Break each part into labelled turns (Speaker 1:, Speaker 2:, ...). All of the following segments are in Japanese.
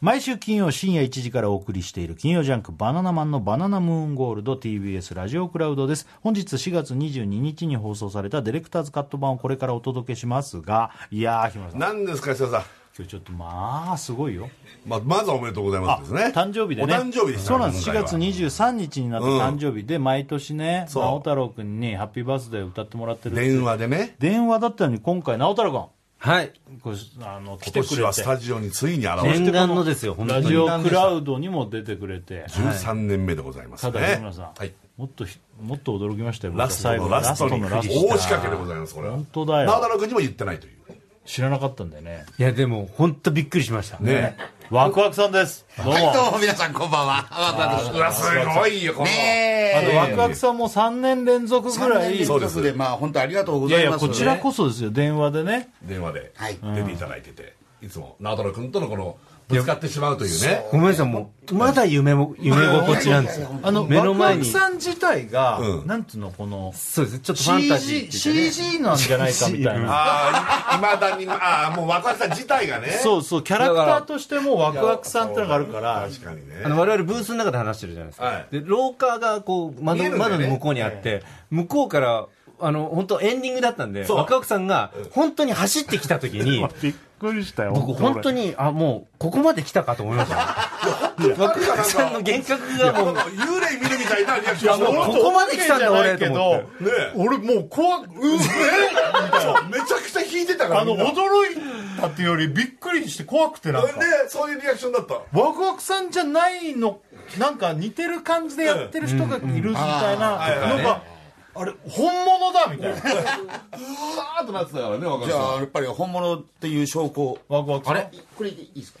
Speaker 1: 毎週金曜深夜1時からお送りしている金曜ジャンクバナナマンのバナナムーンゴールド TBS ラジオクラウドです。本日4月22日に放送されたディレクターズカット版をこれからお届けしますが、いやー、日村さん。今
Speaker 2: 何ですか石田さん
Speaker 1: 日ちょっとまあ、すごいよ。
Speaker 2: まあまずはおめでとうございますですね
Speaker 1: 誕生日でね
Speaker 2: お誕生日です
Speaker 1: そうなんです
Speaker 2: 今
Speaker 1: 4
Speaker 2: 回は
Speaker 1: 月23日になった誕生日で、毎年ね
Speaker 2: そう
Speaker 1: 直太朗君に「ハッピーバースデー」歌ってもらってる
Speaker 2: 電話でね
Speaker 1: 電話だったのに今回直太朗
Speaker 3: はい。
Speaker 1: 君これあの来て
Speaker 2: 今
Speaker 1: く
Speaker 2: 年
Speaker 1: れ
Speaker 2: はス
Speaker 1: て
Speaker 2: タジオについに現れ
Speaker 3: 念願のですよ、本当
Speaker 1: ラ
Speaker 3: に。
Speaker 1: ジオクラウドにも出てくれて
Speaker 2: 13年目でございます
Speaker 1: た
Speaker 2: ね
Speaker 1: だ日村さん、
Speaker 2: はい
Speaker 1: もっとひもっと驚きましたよ僕は
Speaker 2: ラストの
Speaker 1: 最後
Speaker 2: ラストに
Speaker 1: ラストのラ
Speaker 2: 大
Speaker 1: ス
Speaker 2: 仕掛けでございますこれは
Speaker 1: 本当だよ
Speaker 2: 直太朗君にも言ってないという
Speaker 1: ト知らなかったんだよね
Speaker 3: いや、でも、本当びっくりしました。
Speaker 2: ね
Speaker 1: ワクワクさんですどうも、
Speaker 4: どうも皆さんこんばんは。ワクワクし
Speaker 2: うわすごいよこの
Speaker 4: ね
Speaker 1: あと
Speaker 4: え。
Speaker 1: ワクワクさんも3年連続ぐらいい
Speaker 4: そうです。で、まあ本当ありがとうござ
Speaker 1: やい
Speaker 4: い
Speaker 1: や
Speaker 4: ます。
Speaker 1: こちらこそですよ電話でね
Speaker 2: 電話で
Speaker 4: はい
Speaker 2: 出ていただいてていつも直太朗君とのこのぶつかってしまうというね
Speaker 3: ごめんなさい、もう、まだ夢も、夢心地なんですよ。
Speaker 1: あの
Speaker 3: 目の前に
Speaker 1: ワクワクさん自体が、
Speaker 2: うん
Speaker 1: なんつうのこの
Speaker 3: そうです。ちょっとファンタジー
Speaker 1: CG,
Speaker 3: って言ってね。
Speaker 1: CG なんじゃないかみたいな
Speaker 2: ああいまだにああもう若さ自体がね
Speaker 1: そうそうキャラクターとしてもワクワクさんってのがあるから
Speaker 2: 確かにね
Speaker 3: あの、我々ブースの中で話してるじゃないですか。
Speaker 2: はい
Speaker 3: で、廊下がこう、
Speaker 2: 見えるんだ
Speaker 3: 窓、
Speaker 2: よね
Speaker 3: 窓の向こうにあって、向こうから、あの、本当エンディングだったんで、
Speaker 2: そう
Speaker 3: ワクワクさんが、本当に走ってきた時に、
Speaker 5: びっくりしたよ
Speaker 3: 僕本当
Speaker 5: に
Speaker 3: に、あ、もう、ここまで来たかと思いました。ワクワクさんの幻覚がもう、
Speaker 2: 幽霊見るみたいなリアクション
Speaker 3: もうここまで来たんだ俺と思って。
Speaker 2: ねえ
Speaker 5: 俺もう怖く
Speaker 2: うんえそうめちゃくちゃ引いてたから
Speaker 5: あの
Speaker 2: みんな
Speaker 5: 驚いたっていうよりびっくりして怖くてなんか
Speaker 2: でそういうリアクションだった
Speaker 5: ワクワクさんじゃないのなんか似てる感じでやってる人がいるみたいなのがあれ本物だみたいな
Speaker 2: あーとなってたからね若
Speaker 4: じゃあ、やっぱり本物っていう証拠。
Speaker 5: ワクワクさん
Speaker 4: あれこれでいいですか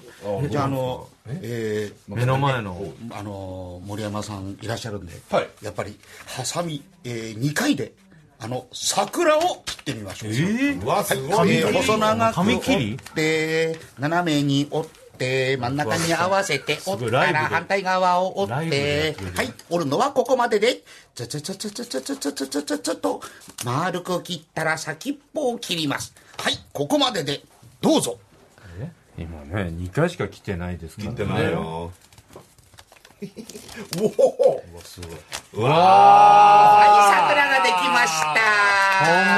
Speaker 4: じゃあ、あの、えー
Speaker 3: 目の前の。
Speaker 4: あの、森山さんいらっしゃるんで、
Speaker 2: はい
Speaker 4: やっぱり、ハサミ、え2回で、あの、桜を切ってみましょう。え
Speaker 2: うわすごい
Speaker 4: ー
Speaker 2: ね
Speaker 4: 細長く折
Speaker 1: 紙切り
Speaker 4: って、斜めに折って、真ん中に合わせて折
Speaker 1: ご
Speaker 4: っ
Speaker 1: い
Speaker 4: た
Speaker 1: ライブ
Speaker 4: ら
Speaker 1: で
Speaker 4: 反対側を折
Speaker 1: ライ
Speaker 4: っ
Speaker 1: ブでやっててる、
Speaker 4: はい、折るのはここまでで、ちょちょちょちょちょちょちょちょちょちょちょちょと、丸く切ったら先っぽを切ります。はい、ここまでで、どうぞ。
Speaker 3: 今ね、2回しか来てないですからね。
Speaker 2: ってないよおお
Speaker 4: はい、桜ができました。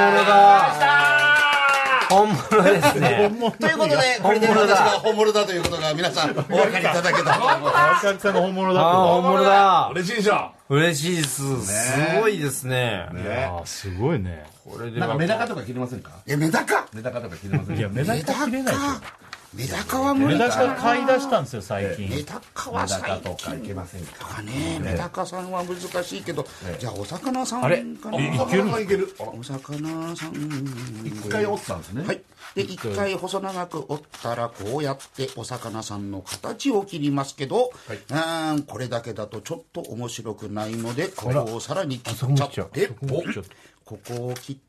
Speaker 3: 本物だ 本物です ね。
Speaker 4: ということで、これで私が本物だということが皆さんお分かりいただけたと思います。
Speaker 1: ワクワクさんが本物だ
Speaker 3: ああ、本物だ
Speaker 2: 嬉しいでしょ
Speaker 3: 嬉しいです。すごいですね。
Speaker 2: ね
Speaker 1: あーすごいね
Speaker 3: これでは、
Speaker 6: メダカとか切れませんか
Speaker 4: え、メダカ
Speaker 6: メダカとか切れません
Speaker 1: いやメダカ切れないでしょ
Speaker 4: メダカは無
Speaker 1: メ
Speaker 4: 理
Speaker 1: ダ
Speaker 4: だ
Speaker 1: カ
Speaker 4: な。
Speaker 1: 買い出したんですよ最近
Speaker 4: メダカは最近
Speaker 6: かいけませんか
Speaker 4: かね、メダカさんは難しいけど、じゃあお魚さんか
Speaker 3: あれ
Speaker 2: い
Speaker 4: な。
Speaker 2: けるいける
Speaker 4: お魚さん。
Speaker 6: 一回折ったんですね
Speaker 4: はい。で、一回細長く折ったら、こうやってお魚さんの形を切りますけど、うーん、これだけだとちょっと面白くないので、ここをさらに切っちゃって、おここを切って、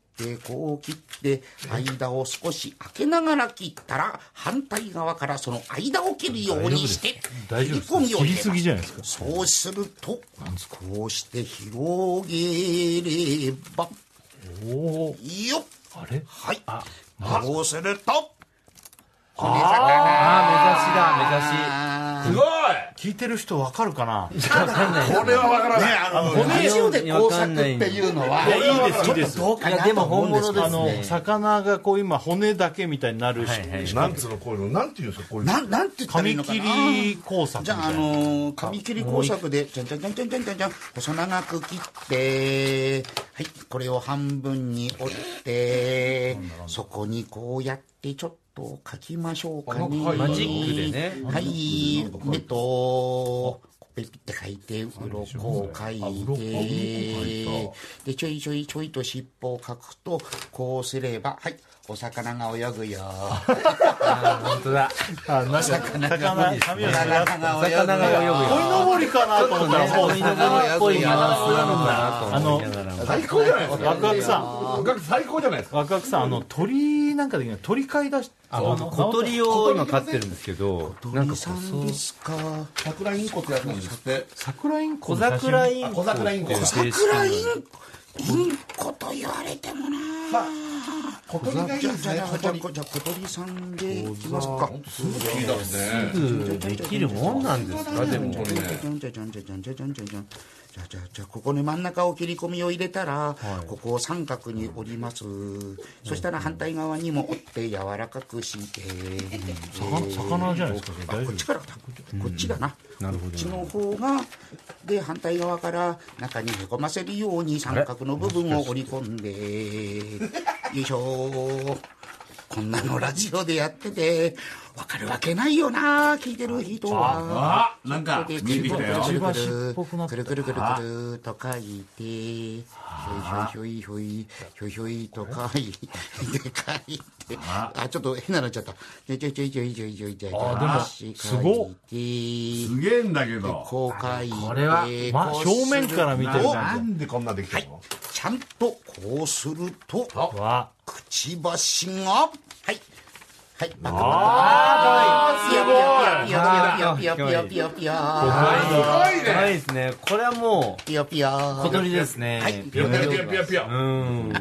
Speaker 4: こう切って、間を少し開けながら切ったら、反対側からその間を切るようにして、
Speaker 1: 大丈夫
Speaker 4: 切
Speaker 1: で
Speaker 4: り込
Speaker 1: す
Speaker 4: みを
Speaker 1: 切り
Speaker 4: 入れます
Speaker 1: すぎじゃないですか
Speaker 4: そうすると、こうして広げれば、
Speaker 1: おお
Speaker 4: よっ
Speaker 1: あれ
Speaker 4: はい。こうすると、骨魚。
Speaker 3: あ
Speaker 2: すごい
Speaker 1: 聞いてる人わかるかな
Speaker 2: これは分からない
Speaker 4: あの、ラジオで工作っていうのは、
Speaker 1: いやいいですいいです
Speaker 4: ちょっとどうか
Speaker 3: 目指しだ、目指し。や、
Speaker 4: ない
Speaker 3: でも
Speaker 4: と思
Speaker 3: 本
Speaker 4: うんです
Speaker 3: 物で
Speaker 4: けど
Speaker 1: あ
Speaker 3: す
Speaker 1: の
Speaker 3: ね。
Speaker 1: 魚がこう今骨だけみたいになるし
Speaker 2: なんつうのこういうのなんていうんですかこういうの
Speaker 4: なん、なんて言ったらい
Speaker 1: 紙
Speaker 4: いのか
Speaker 1: 切
Speaker 4: な。
Speaker 1: り工作み
Speaker 4: じ
Speaker 1: たい
Speaker 4: ゃあ、あ
Speaker 1: な
Speaker 4: のー、紙切り工作で、じゃんじゃんじゃんじゃんじゃんじゃんじゃん、細長く切って、はい、これを半分に折って、そこにこうやってちょっと書きましょうかね。
Speaker 3: マジックでね
Speaker 4: はい、目と、ペピって書いて、鱗を書いて、で、ちょいちょいちょいと尻尾を書くと、こうすれば、はい、お魚が泳 ぐよ。
Speaker 3: 本当だ。
Speaker 1: あなんか魚髪を探す
Speaker 4: お魚が泳ぐよ。
Speaker 3: 魚が泳ぐよ。
Speaker 1: 鯉のぼりかなと思ったらもう
Speaker 3: 魚っぽいニュアンスなのか
Speaker 1: あ
Speaker 3: なと
Speaker 1: の
Speaker 3: 思いながらも。
Speaker 2: 最高じゃないですか
Speaker 1: ワクワクさん
Speaker 2: お客最高じゃないですか
Speaker 1: ワクワクさんあの鳥なんかできない鳥飼い出し
Speaker 3: あ僕小鳥を今飼ってるんですけど、なんか
Speaker 4: 鳥さ
Speaker 3: こ
Speaker 4: んですか。
Speaker 6: 桜インコってやつなんですって
Speaker 1: 桜インコ
Speaker 3: 小
Speaker 1: の写真
Speaker 3: 桜インコ。
Speaker 6: 小桜インコ
Speaker 4: 桜インいいこと言われてもな
Speaker 7: 小鳥がいい
Speaker 4: じゃ
Speaker 7: で
Speaker 4: あ
Speaker 7: す
Speaker 4: じゃ
Speaker 7: ね
Speaker 4: あ
Speaker 7: 小
Speaker 4: じ
Speaker 7: 鳥
Speaker 4: ゃあじゃあ小鳥さんでいきますか
Speaker 2: いいだろうね
Speaker 3: できるもんなんですかでも
Speaker 2: 本当にね
Speaker 4: じゃんじゃんじゃんじゃんじゃんじゃんじゃんじゃんじゃあじゃあじゃあここに真ん中を切り込みを入れたら、ここを三角に折ります、そしたら反対側にも折って柔らかくして、
Speaker 1: 魚じゃないですかそれ
Speaker 4: あ
Speaker 1: 大丈
Speaker 4: こっ
Speaker 1: 夫
Speaker 4: ちからだこっちだな、こっちの方がで反対側から中にへこませるように三角の部分を折り込んでよいしょーこんなのラジオでやっててわかるわけないよな聞いてる人は
Speaker 7: あなんか見えてきたよ
Speaker 4: くる
Speaker 1: くる
Speaker 4: くるくるくるくると書いてひょいひょいひょいひょいひょいひょいと書いて書いてあちょっと変なのっちゃったちょいちょいちょいちょいちょいちょいちょいすご
Speaker 7: すげえんだけど
Speaker 4: こう書いて
Speaker 3: これはま
Speaker 4: こうする
Speaker 1: 正面から見てる
Speaker 4: と
Speaker 1: な
Speaker 7: なんでこんなできたの
Speaker 4: ちゃんとこうすると
Speaker 1: わ
Speaker 4: くちばしがはいはいパクパクああピヨピヨピヨピヨピヨピヨピヨピヨピヨ
Speaker 3: はいすごいですねこれはもう
Speaker 4: ピヨピヨ
Speaker 3: 小鳥ですね
Speaker 4: はい
Speaker 2: ピヨピヨピヨピヨピヨ
Speaker 3: うん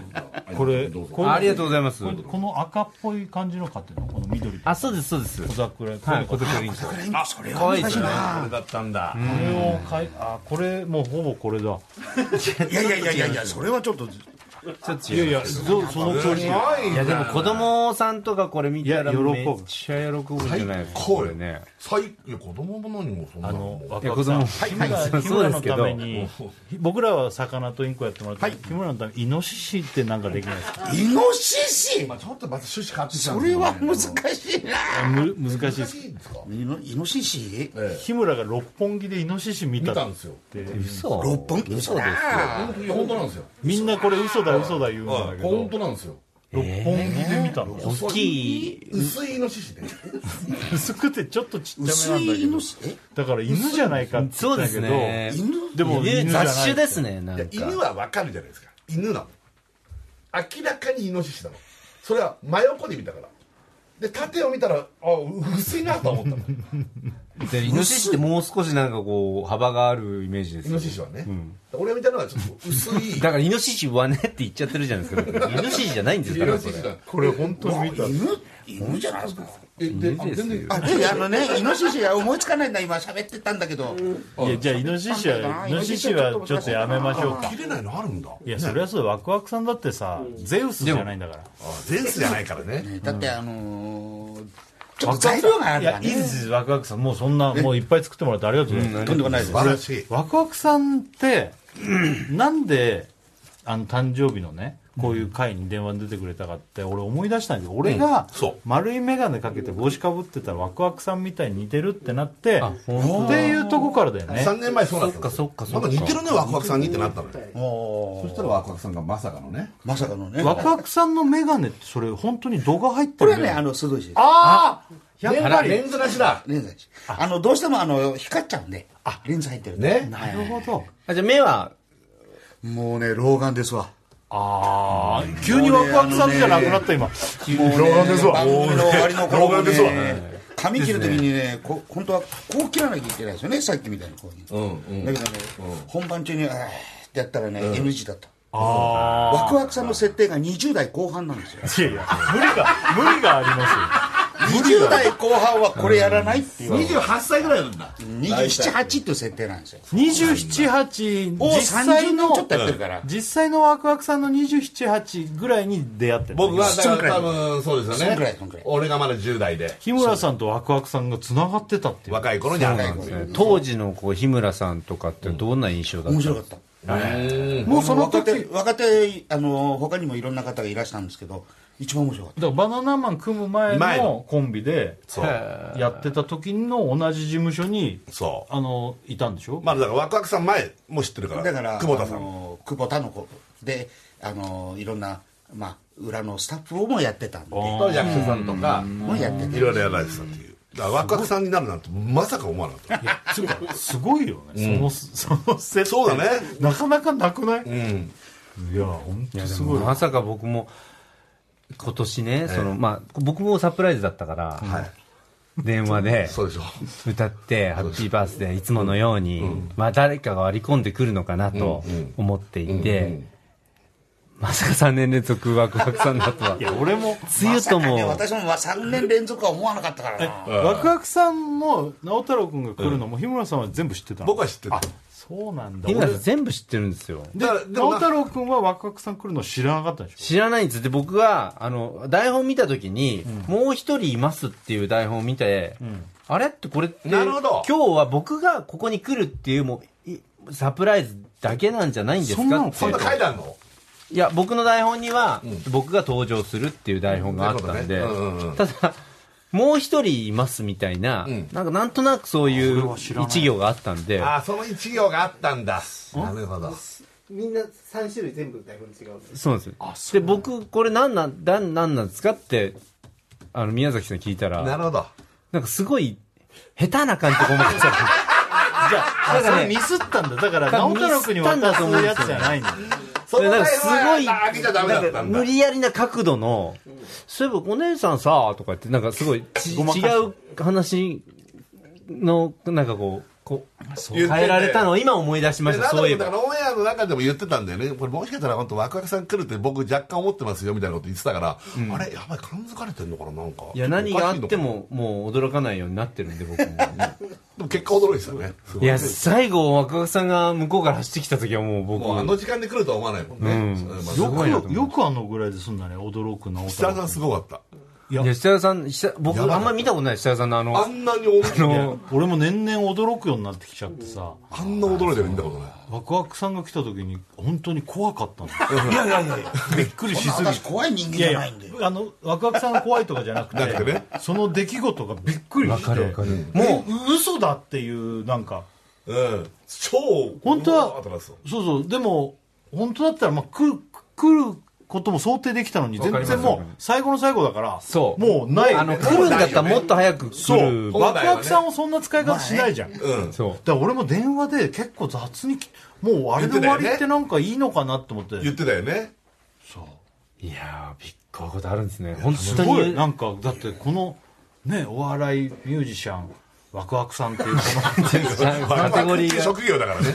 Speaker 1: これ
Speaker 7: どうぞ
Speaker 1: こ
Speaker 3: ありがとうございます
Speaker 1: これこの赤っぽい感じの買ってるのこの緑
Speaker 3: あそうですそうです
Speaker 1: 小桜こ
Speaker 3: はい
Speaker 1: れ
Speaker 3: 小鳥いいんですよ
Speaker 4: あそれは
Speaker 3: 可愛いですね
Speaker 2: これだったんだ
Speaker 1: これを買いあこれもうほぼこれだ
Speaker 4: いやいやいやいやいやそれはちょっと
Speaker 3: ちょっと
Speaker 1: い
Speaker 3: 違
Speaker 1: や
Speaker 3: う
Speaker 1: いやどそのクオリティ
Speaker 3: いやでも子供さんとかこれ見たら
Speaker 1: いや喜ぶ
Speaker 3: めっちゃ喜ぶんじゃないですか
Speaker 2: 最高よ
Speaker 3: これね
Speaker 2: 最いや子供も何もそんな
Speaker 1: あ
Speaker 2: の
Speaker 1: の
Speaker 2: もう
Speaker 1: 若
Speaker 3: いや
Speaker 1: く
Speaker 3: 子
Speaker 1: さん
Speaker 3: 供
Speaker 1: 木村
Speaker 3: はい
Speaker 1: 木
Speaker 3: そう
Speaker 1: 村
Speaker 3: で
Speaker 1: の
Speaker 3: すけ
Speaker 1: た
Speaker 3: ど
Speaker 1: めに僕らは魚とインコやってもらって、木村のためにイノシシってなんかできないですか
Speaker 4: イノシシ
Speaker 7: まあちょっとまた趣旨変わってきた
Speaker 4: そ
Speaker 7: ん
Speaker 4: れは
Speaker 7: で
Speaker 4: 難
Speaker 7: すよね
Speaker 4: しいな
Speaker 1: む難しいです
Speaker 7: いいんですか
Speaker 4: イノイノシシ
Speaker 2: ええ
Speaker 1: 日村が六本木でイノシシ見
Speaker 2: 見
Speaker 1: たった
Speaker 2: んですよ
Speaker 1: て
Speaker 3: 嘘
Speaker 4: 六本木嘘だ
Speaker 2: 本当いや本当なんですよ
Speaker 1: みんなこれ嘘だ嘘だ言うんだけど
Speaker 2: 本当なんですよ
Speaker 1: 六本木で見たの
Speaker 3: 大きい
Speaker 2: 薄いイノシシで
Speaker 1: 薄くてちょっとちっちゃ
Speaker 4: 薄
Speaker 1: めなんだ
Speaker 4: い
Speaker 1: け
Speaker 4: イ
Speaker 1: ど
Speaker 4: ノシシえ
Speaker 1: だから犬じゃないかって言
Speaker 3: そ
Speaker 1: っ
Speaker 3: う
Speaker 1: た
Speaker 3: で
Speaker 1: け
Speaker 3: す
Speaker 1: ど
Speaker 3: ね
Speaker 4: 犬
Speaker 1: でも
Speaker 3: 犬
Speaker 1: 犬じゃない
Speaker 3: 雑種ですねなんか
Speaker 2: いや犬はわかるじゃないですか犬なの明らかにイノシシなのそれは真横で見たからで縦を見たらあ薄いなと思ったの
Speaker 3: でイノシシってもう少しなんかこう幅があるイメージです
Speaker 2: イ
Speaker 3: よ
Speaker 2: ノシシはね、俺が見たのはちょっと薄い
Speaker 3: だからイノシシはねって言っちゃってるじゃないですかイノシシじゃないんです
Speaker 2: イ
Speaker 3: から
Speaker 2: ノ
Speaker 3: こ
Speaker 2: シシ
Speaker 3: れ
Speaker 2: だ
Speaker 1: これ本当に見た
Speaker 4: 犬犬じゃないですか
Speaker 2: えであ
Speaker 3: いいです
Speaker 2: 全
Speaker 3: よ
Speaker 2: 然
Speaker 4: あであのねイノシシが思いつかないんだ今喋ってたんだけど
Speaker 1: いやじゃあイノシシはイノシシはちょっとやめましょうか
Speaker 2: 切れないのあるんだ
Speaker 1: いやそれはそうだワクワクさんだってさゼウスじゃないんだから
Speaker 2: あゼウスじゃないからね
Speaker 4: だってあのーちょっと材料があ
Speaker 1: い
Speaker 4: るか
Speaker 1: や
Speaker 4: ら
Speaker 1: いいで
Speaker 4: ね
Speaker 1: すワクワクさんもうそんなもういっぱい作ってもらってありがとうございます
Speaker 4: とんでもないです
Speaker 2: 素晴らしい
Speaker 1: ワクワクさんって、なんであの誕生日のねこういう会に電話に出てくれたかって俺思い出したんだけど俺が
Speaker 2: そう
Speaker 1: 丸い眼鏡かけて帽子かぶってたらワクワクさんみたいに似てるってなって
Speaker 3: あ
Speaker 1: って
Speaker 3: ほんと
Speaker 1: いうとこからだよね
Speaker 2: 3年前そうだったん
Speaker 3: そっか
Speaker 2: ですよ
Speaker 3: そっ
Speaker 2: な
Speaker 3: かそっか
Speaker 2: んか似てるねワクワクさんにってなったのよ
Speaker 7: そしたらワクワクさんがまさかのね
Speaker 4: まさかのね
Speaker 1: ワクワクさんの眼鏡ってそれ本当に度が入って
Speaker 4: こ
Speaker 1: る
Speaker 4: れはねあの素通しです
Speaker 1: ああやっ
Speaker 2: あ
Speaker 1: ぱ
Speaker 2: ら
Speaker 1: り
Speaker 2: レンズなしだ
Speaker 4: レンズですあのどうしてもあの光っちゃうんでレンズ入ってる
Speaker 2: ね
Speaker 1: なるほど
Speaker 3: あじゃあ目は
Speaker 4: もうね老眼ですわ
Speaker 1: ああ急にワクワクさんじゃなくなった今
Speaker 4: もうね番組の終わりの頃も
Speaker 2: 老眼ですわ
Speaker 4: ね髪切るときにねこ本当はこう切らなきゃいけないですよねさっきみたいにこういうだけどね本番中にあーってやったらね NG だった
Speaker 1: あ
Speaker 4: ワクワクさんの設定が20代後半なんですよ
Speaker 1: あいやいや無理が無理がありますよ
Speaker 4: 20代後半はこれやらないっていう
Speaker 7: 28歳ぐらいなんだ
Speaker 4: 278っていう設定なんですよ
Speaker 1: 278
Speaker 4: お
Speaker 1: 実際
Speaker 4: 30
Speaker 1: の
Speaker 4: 年ちょっとやってるから
Speaker 1: 実際のワクワクさんの278ぐらいに出会ってる
Speaker 2: 僕はだから多
Speaker 4: そんく
Speaker 2: 分そうです
Speaker 4: そ
Speaker 2: よ
Speaker 4: んくらい
Speaker 2: ね
Speaker 4: そんくらい
Speaker 2: 俺がまだ10代で
Speaker 1: 日村さんとワクワクさんがつながってたっていう
Speaker 2: 若い頃にあったんですよ
Speaker 4: 面
Speaker 3: 当時のこう日村さんとかってどんな印象だった
Speaker 4: 白かった
Speaker 1: もうその
Speaker 4: 若
Speaker 1: 時
Speaker 4: 手若手あの他にもいろんな方がいらしたんですけど一番面白かっ
Speaker 1: だからバナナマン組む前
Speaker 2: 前
Speaker 1: の
Speaker 2: の
Speaker 1: コンビで
Speaker 2: そう
Speaker 1: やってた時の同じ事務所に
Speaker 2: そう
Speaker 1: あのいたんでしょ、
Speaker 2: まあだからワクワクさん前も知ってるか
Speaker 4: た
Speaker 2: ら
Speaker 4: だから
Speaker 2: 久保田さ
Speaker 4: あ
Speaker 2: ん
Speaker 4: の久保田の子であのいろんな、まあ、裏のスタッフをもやってたんでも
Speaker 2: と役者さんとか
Speaker 4: やって
Speaker 2: い
Speaker 4: て
Speaker 2: ろいろやられてたっていうだからワクワクさんになるなんてまさか思わなかった
Speaker 1: すごいよね、そのそのセット
Speaker 2: そうだね
Speaker 1: なかなかなくない、
Speaker 2: うん
Speaker 1: いや本当すごい
Speaker 3: まさか僕も今年ね、そのまあ、僕もサプライズだったから、電話で
Speaker 2: そうでしょ
Speaker 3: 歌って「ハッピーバースデーいつものように、まあ、誰かが割り込んでくるのかなと思っていて、まさか3年連続ワクワクさんだとは。
Speaker 1: いや、俺も、
Speaker 3: 梅雨と
Speaker 4: まさかね
Speaker 3: も、
Speaker 4: 私も3年連続は思わなかったからな
Speaker 1: ワクワクさんも、直太朗君が来るのも、日村さんは全部知ってたの
Speaker 2: 僕は知ってた
Speaker 1: そうなんだ。
Speaker 3: 日村
Speaker 1: 俺
Speaker 3: さん全部知ってるんですよ。
Speaker 1: で、
Speaker 2: だからで
Speaker 1: 直
Speaker 2: もな
Speaker 1: 太朗君はワクワクさん来るの知らなかったでしょ
Speaker 3: 知らないんですって僕はあの台本見た時に、もう一人いますっていう台本を見て、あれってこれって
Speaker 2: なるほど
Speaker 3: 今日は僕がここに来るっていうもういサプライズだけなんじゃないんですか
Speaker 1: そんなの
Speaker 3: って
Speaker 2: そんな階段の
Speaker 3: いや僕の台本には、僕が登場するっていう台本があったんで、
Speaker 2: なるほどねうんうんうん
Speaker 3: ただもう一人いますみたいな、なんかなんとなくそういう一行があったんで
Speaker 2: ああその一行があったんだなるほど
Speaker 8: みんな3種類全部台本違うんで
Speaker 3: そうなんですよで僕これ何なんだなんなんですかってあの宮崎さんに聞いたら
Speaker 2: なるほど
Speaker 3: なんかすごい、下手な感じでごめんな さい。
Speaker 1: じゃあ、だからミスったんだ。だから、直太朗君に渡すやつじゃないんだ。
Speaker 2: その
Speaker 3: なんか
Speaker 2: 階
Speaker 3: す
Speaker 2: 段は
Speaker 3: ごい、
Speaker 2: 開けちゃダメだったんだ
Speaker 3: 無理やりな角度の、そういえばお姉さんさ、とか言って、なんかすご いち
Speaker 1: ごまかし
Speaker 3: 違う話の、なんかこう、こう
Speaker 2: 言ってて
Speaker 3: 変えられたのを今思い出しまし
Speaker 2: で
Speaker 3: た、そういえ
Speaker 2: なんだかだか
Speaker 3: ば。
Speaker 2: らオンエアの中でも言ってたんだよねこれもしかしたら本当ワクワクさん来るって僕若干思ってますよみたいなこと言ってたから、あれやばい感づかれてんのかななんか
Speaker 3: いや、何があって
Speaker 2: おかしいのか
Speaker 3: も、もう驚かないようになってるんで、僕 も。
Speaker 2: なでも結果驚いてたよねすご
Speaker 3: いや、最後、若川さんが向こうから走ってきた時はもう僕
Speaker 2: もうあの時間で来るとは思わないもんね、
Speaker 3: うん
Speaker 2: まあ
Speaker 3: すごいな
Speaker 1: よ
Speaker 3: と
Speaker 1: く、
Speaker 3: 思
Speaker 1: よ
Speaker 3: う
Speaker 1: くあのぐらいですんだね、驚く直
Speaker 2: 設
Speaker 1: 太
Speaker 2: 楽
Speaker 1: 朗
Speaker 2: さんす
Speaker 1: 君。
Speaker 2: ごかった
Speaker 3: いや、設楽さん、設楽僕、あんまり見たことない設楽さんのあ
Speaker 2: あ
Speaker 3: の、
Speaker 2: んなに驚いて
Speaker 3: あの
Speaker 2: ね
Speaker 1: 俺も年々驚くようになってきちゃってさ、
Speaker 2: あんな驚いてる見たことない
Speaker 1: ワクワクさんが来た時に、本当に怖かったの。いやいやいやいや、びっくりしすぎ
Speaker 4: 私怖い人間
Speaker 1: い
Speaker 4: じ
Speaker 1: やい
Speaker 4: ゃない
Speaker 1: や
Speaker 4: んで、
Speaker 1: あの、ワクワクさんが怖いとかじゃなくて、
Speaker 2: なくてね
Speaker 1: その出来事がびっくり
Speaker 3: わ
Speaker 1: して、
Speaker 3: かるわかる。
Speaker 1: もう、嘘だっていう、なんか、
Speaker 2: うん超
Speaker 1: 本当
Speaker 2: うわー
Speaker 1: は
Speaker 2: ってなってた
Speaker 1: そうそうでも本当だったらまあ来る来ることも想定できたのに全
Speaker 3: かります
Speaker 1: 然もう最後の最後だから
Speaker 3: そう。
Speaker 1: もうない
Speaker 3: あの、来るんだったらもっと早く
Speaker 1: そ
Speaker 3: 来
Speaker 1: う
Speaker 3: る。
Speaker 1: ワクワクさんをそんな使い方しないじゃん、だか
Speaker 2: うん
Speaker 3: そう。
Speaker 1: ら俺も電話で結構雑にきもうあれで終わりってなんかいいのかなって思って
Speaker 2: 言ってたよね
Speaker 3: いやー、びっくりことあるんですね。本
Speaker 1: す
Speaker 3: 当
Speaker 1: ごい
Speaker 3: に。
Speaker 1: なんかだってこのねお笑いミュージシャンワクワクさんっていうこ
Speaker 3: カテゴリーが。
Speaker 2: 職業だからね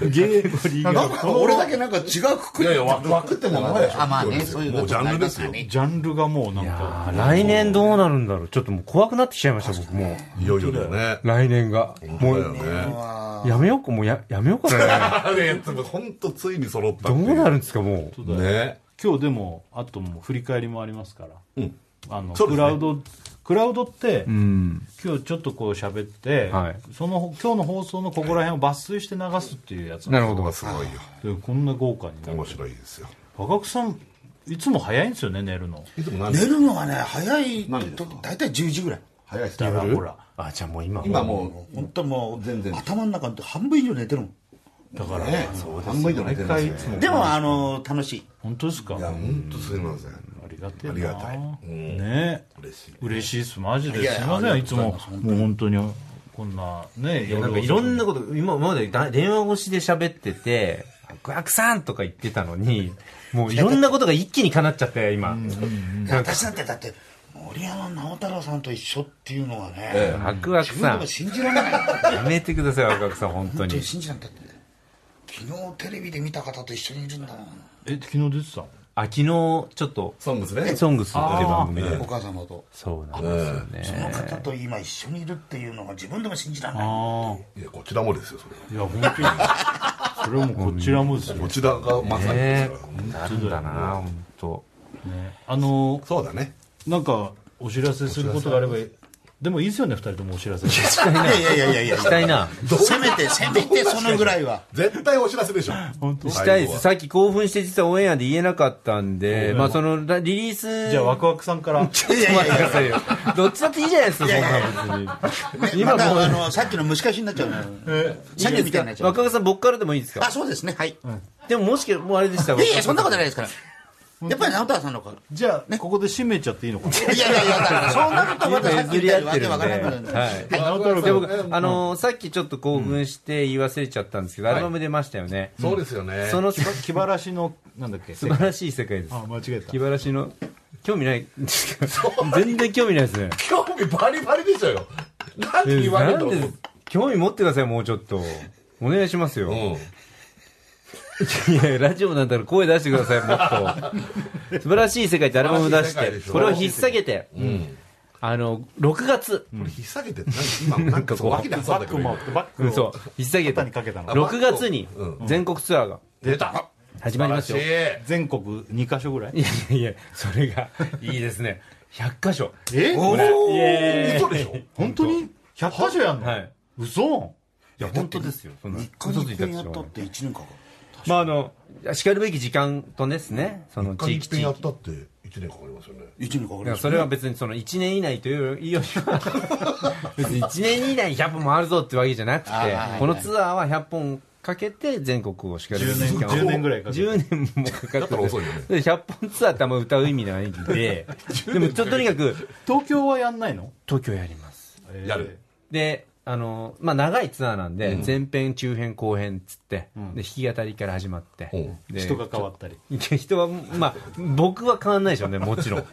Speaker 1: のゲーム
Speaker 4: なんか俺だけなんか違うくく
Speaker 2: い
Speaker 4: り
Speaker 2: やいやわわくってもま
Speaker 4: あまあねそういう
Speaker 2: も
Speaker 4: こ
Speaker 2: う
Speaker 4: と
Speaker 2: ジ
Speaker 4: に
Speaker 2: ャン
Speaker 4: なり
Speaker 2: ル
Speaker 4: ま
Speaker 2: ですす
Speaker 4: か
Speaker 2: よ
Speaker 4: ね
Speaker 1: ジャンルがもうなんか
Speaker 3: あー来年どうなるんだろう。ちょっともう怖くなってきちゃいました、僕もう。
Speaker 2: いよいよだよね
Speaker 3: 来年が。も
Speaker 2: そうだよ
Speaker 3: う、
Speaker 2: ね
Speaker 3: やめようか、もうや、やめようか な。
Speaker 2: あれでも本当ついに揃った
Speaker 3: ど
Speaker 2: っていう
Speaker 3: なるんですか、もう。
Speaker 2: ね
Speaker 1: 今日でもあともう振り返りもありますから、
Speaker 2: うん
Speaker 1: あの
Speaker 2: そう
Speaker 1: ク
Speaker 2: ですね
Speaker 1: ラウドクラウドって、
Speaker 3: うん。
Speaker 1: 今日ちょっとこう喋って、
Speaker 3: はい
Speaker 1: その今日の放送のここら辺を抜粋して流すっていうやつ
Speaker 3: なる
Speaker 1: ほ
Speaker 3: ほ
Speaker 2: ま
Speaker 3: ど
Speaker 2: あ。すごいよ
Speaker 1: どこんな豪華になる
Speaker 2: 面白いですよ
Speaker 1: 若くさんいつも早いんですよね寝るの
Speaker 2: いつも何
Speaker 4: 寝るのはね早い
Speaker 9: 何時です
Speaker 4: と
Speaker 9: か
Speaker 4: 大体10時ぐらい
Speaker 9: 早いです
Speaker 1: だからほら
Speaker 3: あ、じゃあもう今。
Speaker 9: 今も
Speaker 4: 本当もう
Speaker 9: 全然
Speaker 4: 頭の中で半分以上寝てるもん
Speaker 1: だか
Speaker 9: う
Speaker 1: ら、
Speaker 9: ね半分以上寝てるん
Speaker 1: 毎
Speaker 9: です
Speaker 1: 回い
Speaker 9: ね
Speaker 1: つも
Speaker 4: でもあの楽しい
Speaker 1: 本当ですか
Speaker 2: いや本当すいません
Speaker 1: ありがてえな
Speaker 2: ありがたいうん
Speaker 1: ね
Speaker 2: 嬉しい
Speaker 1: 嬉しいですマジで
Speaker 4: いやいや
Speaker 1: すいません
Speaker 4: あり
Speaker 1: い
Speaker 4: が
Speaker 1: つ
Speaker 4: とうござい
Speaker 1: も
Speaker 4: ます
Speaker 1: もう本当にこんなね
Speaker 3: いやなんかいろんなこと、今今までだ電話越しで喋ってて、ワクワクさんとか言ってたのに、もういろんなことが一気に叶っちゃって、今。
Speaker 4: いや私なんてだって森山直太朗さんと一緒っていうのはね、
Speaker 3: ワクワク
Speaker 4: 自分
Speaker 3: さ
Speaker 4: で
Speaker 3: ん
Speaker 4: も。信じられない
Speaker 3: やめてください、若草さん、本当
Speaker 4: 本当
Speaker 3: に
Speaker 4: に。信じられない昨日テレビで見た方と一緒にいるんだもん
Speaker 1: え昨日出てたの
Speaker 3: あ、昨日、ちょっと、
Speaker 2: ソングスね
Speaker 3: ソングスっていう番組で
Speaker 4: お。母様と
Speaker 3: そうなんですよ
Speaker 4: その
Speaker 3: ね。
Speaker 4: 方と今一緒にいるっていうのが自分でも信じられない
Speaker 1: ああ
Speaker 2: いやこちらもですよそれ
Speaker 1: いや本当にそれはもうこちらもですよ、
Speaker 2: こちらがまさにで
Speaker 3: ね
Speaker 2: すから
Speaker 3: なるんだな、本当。
Speaker 1: ね、あのー
Speaker 2: そうだね
Speaker 1: なんかお知らせすることがあればでもいいですよね二人ともお知らせ
Speaker 4: いやいやいやいやいや
Speaker 3: したいな。
Speaker 4: せめてせめてそのぐらいは
Speaker 2: 絶対お知らせでしょ
Speaker 1: 本当
Speaker 3: したい
Speaker 2: 最後
Speaker 3: です。
Speaker 2: は
Speaker 3: さっき興奮して実はオンエアで言えなかったんで、まあその、リリース。
Speaker 1: じゃあワクワクさんから
Speaker 4: いやいやい
Speaker 3: 待ってくだ
Speaker 4: や
Speaker 3: さいよ。どっちだっていいじゃないですか、そんなの別に。
Speaker 4: ねまたあのさっきの蒸し返しになっちゃうねさっきみたいになっちゃ
Speaker 3: 若
Speaker 4: う
Speaker 3: 草さん、僕からでもいいです
Speaker 4: あ
Speaker 3: か
Speaker 4: そうですねはい
Speaker 3: でももしか、もうあれでした
Speaker 4: いやいやそんなことな
Speaker 3: い。
Speaker 4: いですからやっぱり直太朗さんの方
Speaker 1: じゃあ、ここで締めちゃっていいのかない
Speaker 4: やいやいやだからそうなるとまた
Speaker 3: 今
Speaker 4: さっ
Speaker 3: 譲
Speaker 4: きみ
Speaker 3: り
Speaker 4: たい
Speaker 3: 合
Speaker 4: に
Speaker 3: っ
Speaker 4: わ
Speaker 3: て
Speaker 4: け
Speaker 3: るんで。
Speaker 4: わからなくなるんで
Speaker 3: はい。
Speaker 2: 直太朗
Speaker 3: で
Speaker 2: さん
Speaker 3: 僕あのーさっきちょっと興奮して言い忘れちゃったんですけど、アルバム出ましたよね、
Speaker 2: そうですよね
Speaker 3: その 素
Speaker 1: 気晴らしのなんだっけ
Speaker 3: 晴らしい世界です
Speaker 1: あ間違えた
Speaker 3: 気晴らしの興味ない全然興味ないですね
Speaker 2: 興味バリバリでしょよ何
Speaker 3: え
Speaker 2: 言われ
Speaker 3: な
Speaker 2: た
Speaker 3: ん
Speaker 2: の
Speaker 3: で興味持ってくださいもうちょっとお願いしますよ、
Speaker 2: うん
Speaker 3: いや、ラジオなんだから声出してください、もっと。素晴らしい世界ってアルバム出し
Speaker 2: 素晴らしい世界
Speaker 3: て
Speaker 2: でし、ょ
Speaker 3: これを引っ提げて、あの、6月、
Speaker 2: これ引っ提げてって何今なんかそうわけで挟んだけど今
Speaker 10: バック
Speaker 3: うんそう、引っ提げて、
Speaker 1: 肩にかけたの
Speaker 3: 6月に
Speaker 2: う
Speaker 3: 全国ツアーが
Speaker 2: 出た
Speaker 3: 始まりますよ。い
Speaker 2: え
Speaker 1: 全国2カ所ぐらい
Speaker 3: やいやいや、それが、いいですね。100箇所。
Speaker 1: え
Speaker 2: お
Speaker 1: イエ
Speaker 2: ー
Speaker 1: ーイ
Speaker 2: 嘘でしょ
Speaker 1: 本当に100箇所やんの、
Speaker 3: はい。
Speaker 1: 嘘
Speaker 3: いや、本当ですよ。そんな
Speaker 4: 3日に一遍やったって1年かかる
Speaker 3: まあ、あの、しかるべき時間とですね、その
Speaker 2: 一回
Speaker 3: 地
Speaker 2: 一
Speaker 3: 域地
Speaker 2: 遍やっ
Speaker 3: 域。
Speaker 2: たって1年かかりますよね
Speaker 4: 1年
Speaker 3: だ
Speaker 4: かかり
Speaker 3: から
Speaker 4: ます
Speaker 3: それは別にその1年以内というよりは別に1年以内に100本回るぞってわけじゃなくてこのツアーは100本かけて全国をしっかり
Speaker 1: 10年10年ぐらいかけて
Speaker 3: 10年もかかってる
Speaker 2: 遅いよね
Speaker 3: で100本ツアーってあんま歌う意味ないんででもちょとにかく
Speaker 1: 東京はやんないの、
Speaker 3: 東京やります
Speaker 1: えー
Speaker 2: やる
Speaker 3: であの、まあ、長いツアーなんで、前編中編後編っつって、で弾き語りから始まって、で
Speaker 1: 人が変わったり
Speaker 3: いや人はまあ僕は変わんないでしょうねもちろん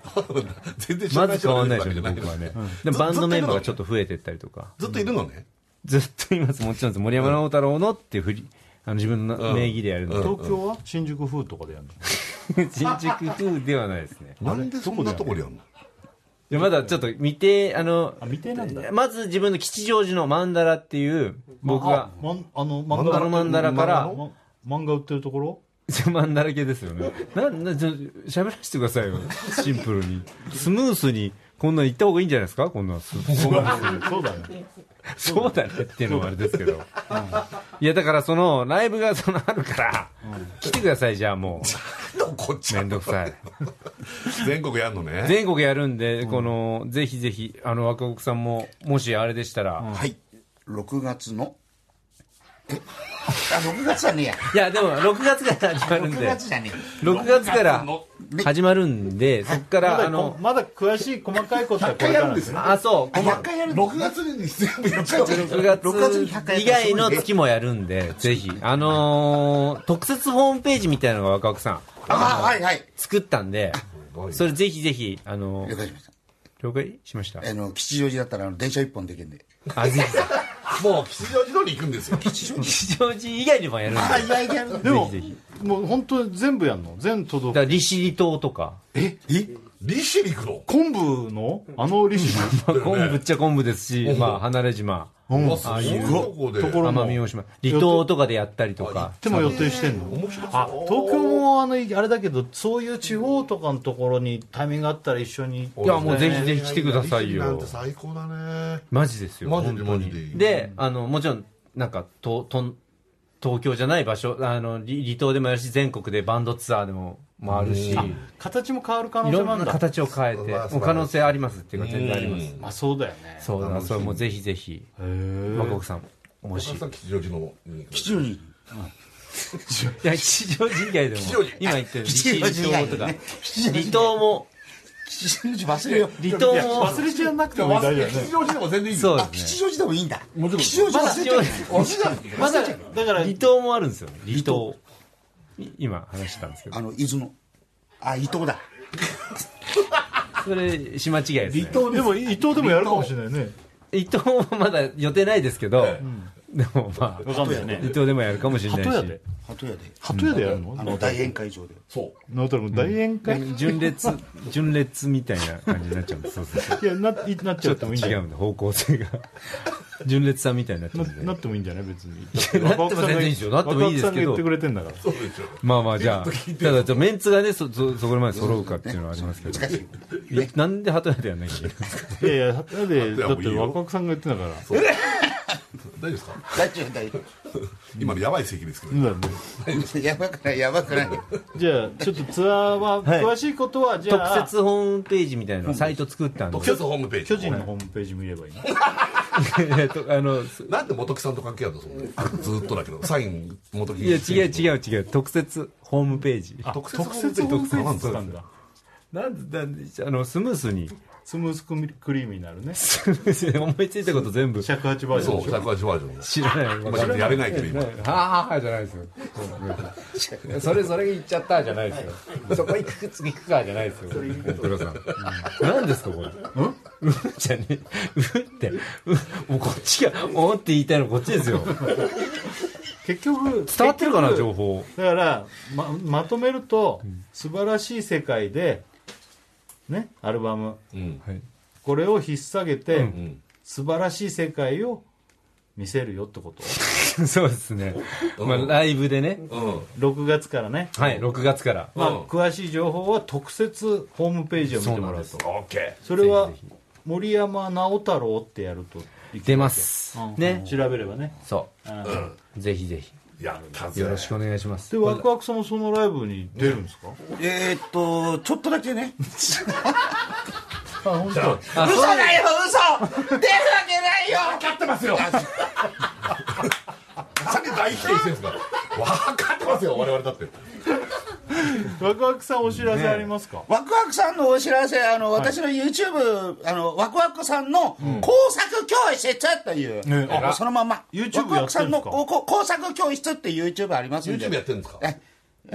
Speaker 2: 全然知ら
Speaker 3: ま
Speaker 2: ない
Speaker 3: ず
Speaker 2: 人
Speaker 3: 変わんないでしょう
Speaker 2: が
Speaker 3: ね
Speaker 2: 出てく
Speaker 3: 僕
Speaker 2: るわ
Speaker 3: は
Speaker 2: けじゃ
Speaker 3: ね
Speaker 2: い、
Speaker 3: でもバンドメンバーがちょっと増えてったりとか
Speaker 2: ずっといるのね
Speaker 3: ずっといますもちろんです森山直太朗のっていうふりあの自分の名義でやるので、
Speaker 1: 東京は新宿風とかでやるの
Speaker 3: 新宿風ではないですね
Speaker 2: なんでそんなところやんの
Speaker 3: でまだちょっと未定あの
Speaker 1: あ未定なんだ
Speaker 3: まず自分の吉祥寺の曼荼羅っていう僕が
Speaker 1: あまんあの
Speaker 3: あ
Speaker 1: 漫画
Speaker 3: の曼荼羅から
Speaker 1: ま漫画売ってるところ
Speaker 3: 漫だらけですよね。なん、なん、ちょ喋らせてくださいよ。シンプルに。スムースに、こんなん行った方がいいんじゃないですかこんな ん。
Speaker 1: そうだね
Speaker 3: そうだねっていうのはあれですけど。いや、だからその、ライブがそのあるから、来てください、じゃあも
Speaker 2: こっち
Speaker 3: う。めんどくさい。
Speaker 2: 全国やんのね
Speaker 3: 全国やるんで、この、ぜひぜひ、あの、若奥さんも、もしあれでしたら。
Speaker 4: はい6月のえ あ6月じゃねえや
Speaker 3: いや、でも、6月から始まるん
Speaker 4: 6
Speaker 3: で。
Speaker 4: 月じゃねえ
Speaker 3: 6月から始まるんで、そっか
Speaker 1: ま
Speaker 3: ら、あ
Speaker 1: だこ
Speaker 3: の、
Speaker 1: まだ詳しい細かいことはこ
Speaker 2: 一回
Speaker 1: れ
Speaker 2: や
Speaker 1: か
Speaker 2: るん
Speaker 1: ら
Speaker 2: ですよ
Speaker 3: あ、そう、
Speaker 4: 100回やるんだ
Speaker 2: 6月に全部やっちゃう
Speaker 3: 6月
Speaker 4: 6月に100回
Speaker 3: 以外の月もやるんで、ぜひ。あのー特設ホームページみたいなのが若奥さん
Speaker 4: ああはいはい
Speaker 3: 作ったんで、それぜひぜひ、あの
Speaker 4: 了
Speaker 3: ー
Speaker 4: 解しました
Speaker 3: 了解しました
Speaker 4: あの吉祥寺だったらあの電車一本で行けんで
Speaker 3: あ、ぜひ。
Speaker 2: もう吉祥寺通り行くんですよ
Speaker 3: 吉祥寺以外にもやるんで。
Speaker 4: 意外でやる
Speaker 1: でも
Speaker 3: ぜひぜ
Speaker 1: もう本当に全部やんの全都道府県
Speaker 3: だから利尻島とか。
Speaker 2: 利尻行くの
Speaker 1: 昆布のあの利子
Speaker 3: まあ、昆布っちゃ昆布ですし、まあ、離れ島、
Speaker 2: うわすごいとこで
Speaker 1: ところも
Speaker 3: 奄美大島、離島とかでやったりとか。
Speaker 1: でも予定してんの
Speaker 2: 面白
Speaker 1: あ
Speaker 2: そう
Speaker 1: 東京もあのあれだけどそういう地方とかのところにタイミングあったら一緒に
Speaker 3: いや、もうぜひぜひ来てください
Speaker 2: 利尻なん
Speaker 3: よ
Speaker 2: て。最高だね
Speaker 3: マジですよ。
Speaker 2: マジで
Speaker 3: 本当に
Speaker 2: マジでいい
Speaker 3: で、あの、もちろん、なんか、と、とん、東京じゃない場所、あの、離離島でもやるし、全国でバンドツアーでも、もあるし、い
Speaker 1: 形も変わる可能性
Speaker 3: ろ
Speaker 1: もあ
Speaker 3: ん
Speaker 1: るん
Speaker 3: な
Speaker 1: だ
Speaker 3: 形を変えて、
Speaker 2: まあ
Speaker 3: もう可能性ありますっていうか、全然ありま
Speaker 2: う
Speaker 3: す。
Speaker 1: まあそうだよね
Speaker 3: そうだな、それもうぜひぜひ、和国さん、もし、い
Speaker 2: さん吉祥寺のに行く
Speaker 4: 吉祥寺
Speaker 3: や、吉祥寺以外でも
Speaker 2: 祥寺、
Speaker 3: 今言ってる、
Speaker 4: 吉祥寺以
Speaker 3: 離
Speaker 4: 外
Speaker 3: 島と
Speaker 4: で
Speaker 3: か
Speaker 4: ね、
Speaker 3: 離島も、
Speaker 4: 吉祥寺忘れよう
Speaker 3: 離島も、
Speaker 1: 忘れちゃなくても
Speaker 2: 忘
Speaker 1: 大丈
Speaker 2: れ
Speaker 1: 夫だ
Speaker 2: 吉
Speaker 1: ね
Speaker 2: 祥寺でも全然いい
Speaker 3: そう
Speaker 2: う
Speaker 3: ですね。
Speaker 4: 吉祥寺でもいいんだ吉祥寺忘れてる
Speaker 1: まだだから
Speaker 3: 離島もあるんですよね、離島。い今話したんですけど、
Speaker 4: あの伊豆のあ伊東だ
Speaker 3: それ、島違いですね。
Speaker 1: でも伊藤でもやるかもしれないね
Speaker 3: 伊藤はまだ予定ないですけど、でもま
Speaker 1: わ
Speaker 3: あ、
Speaker 1: かんないよね
Speaker 3: 伊藤でもやるかもしれない
Speaker 1: 鳩屋
Speaker 3: し
Speaker 1: で、
Speaker 4: 鳩屋で
Speaker 1: 鳩屋でやるの
Speaker 4: あの大宴会場で
Speaker 2: そう
Speaker 1: 直太朗大宴会
Speaker 3: 純烈、純烈みたいな感じになっちゃうんです。そうそうそう
Speaker 1: いやななっち
Speaker 3: ち
Speaker 1: ゃ
Speaker 3: ょ
Speaker 1: っ
Speaker 3: ってと
Speaker 1: もいいんだ
Speaker 3: 違
Speaker 1: よ
Speaker 3: うんで、方向性が。純烈さんみたいになっち
Speaker 1: な
Speaker 3: ゃうん
Speaker 1: な
Speaker 3: で。
Speaker 1: ってもいいんじゃない別に
Speaker 3: やなっても全然いいですよなってもいい
Speaker 1: 若奥
Speaker 3: ですけど
Speaker 1: さんが言ってくれてんだから
Speaker 2: そうですよ
Speaker 3: まあまあ、じゃあ、ただ、じゃあメンツがね、そ、そ、そこまで揃うかっていうのはありますけど。いやなんで鳩屋で やんなきゃいけないんですか
Speaker 1: いやいや鳩屋でだ
Speaker 2: 鳩屋も
Speaker 1: っ
Speaker 2: いい
Speaker 1: て
Speaker 2: よ
Speaker 1: 若奥さんが言ってんだからそ
Speaker 2: 大丈夫ですか
Speaker 4: 大丈夫大丈
Speaker 2: 今のやばい席ですけど
Speaker 1: うだね
Speaker 4: 夫やばくないやばくない
Speaker 1: じゃあちょっとツアーは
Speaker 3: はい
Speaker 1: 詳しいことはじゃあ
Speaker 3: 特設ホームページみたいなサイト作ったんで
Speaker 2: 特。設ホームページ
Speaker 1: 巨人のホームページ見ればいいの
Speaker 3: えっと あの、す
Speaker 2: なんで元木さんと関係あるのそのずーっとだけどサイン元木
Speaker 3: いや、違う違う違う。特設ホームページ。
Speaker 2: 特設ホ
Speaker 1: 特
Speaker 2: ーム
Speaker 1: 設
Speaker 2: ペ
Speaker 1: ホー
Speaker 2: ー
Speaker 1: ムページ
Speaker 2: ジ
Speaker 1: 使うんだ
Speaker 3: なんで、なんで、あの、スムースに。
Speaker 1: スムースクリームになるね
Speaker 3: スムースに思いついたこと全部。
Speaker 1: 尺八バージョン
Speaker 2: そう
Speaker 1: でしょ
Speaker 2: 108バージョンの
Speaker 3: 知ら ない。
Speaker 2: まあちょっとやれないけど今
Speaker 3: ああじゃないですよ。それそれ言っちゃったじゃないですよ。そこ行く次行くかじゃないですよ。黒さん。何ですかこれ。うん？うんじゃねえ。うんって。うんもうこっちがうんって言いたいのこっちですよ。
Speaker 1: 結局
Speaker 3: 伝わってるかな
Speaker 1: 結
Speaker 3: 情
Speaker 1: 局
Speaker 3: 報
Speaker 1: だからままとめると、素晴らしい世界でねアルバム
Speaker 2: うん
Speaker 1: これを引っ提げて、
Speaker 2: ん
Speaker 1: 素晴らしい世界を見せるよってこ と
Speaker 3: そうですね、まあ、ライブでね、
Speaker 2: うん
Speaker 1: 6月からね、
Speaker 3: はい6月から
Speaker 1: まあ
Speaker 2: うん
Speaker 1: 詳しい情報は特設ホームページを見てもらうとそ
Speaker 2: オッケ
Speaker 1: れは森山直太朗ってやると
Speaker 3: 出ます
Speaker 1: ね
Speaker 3: ね
Speaker 1: 調べればね
Speaker 3: そう、ぜひぜひ
Speaker 2: ーやったぜ
Speaker 3: よろしくお願いします
Speaker 1: でワクワクさんもそのライブに出るんですか
Speaker 4: えーっとちょっとだけね
Speaker 1: あ本当。
Speaker 4: 嘘だよ嘘出るわけないよ
Speaker 2: 分かってますよなんで大否定してるんですか分かってますよ我々だって
Speaker 1: ワクワクさんお知らせありますか、
Speaker 4: ワクワクさんのお知らせあの私の YouTube、あのワクワクさんの工作教室という、あそのまんま
Speaker 1: YouTube
Speaker 4: ワクワクさんの
Speaker 1: やってるんです
Speaker 4: こ工作教室っていう YouTube ありますんで
Speaker 2: YouTube やってるんですか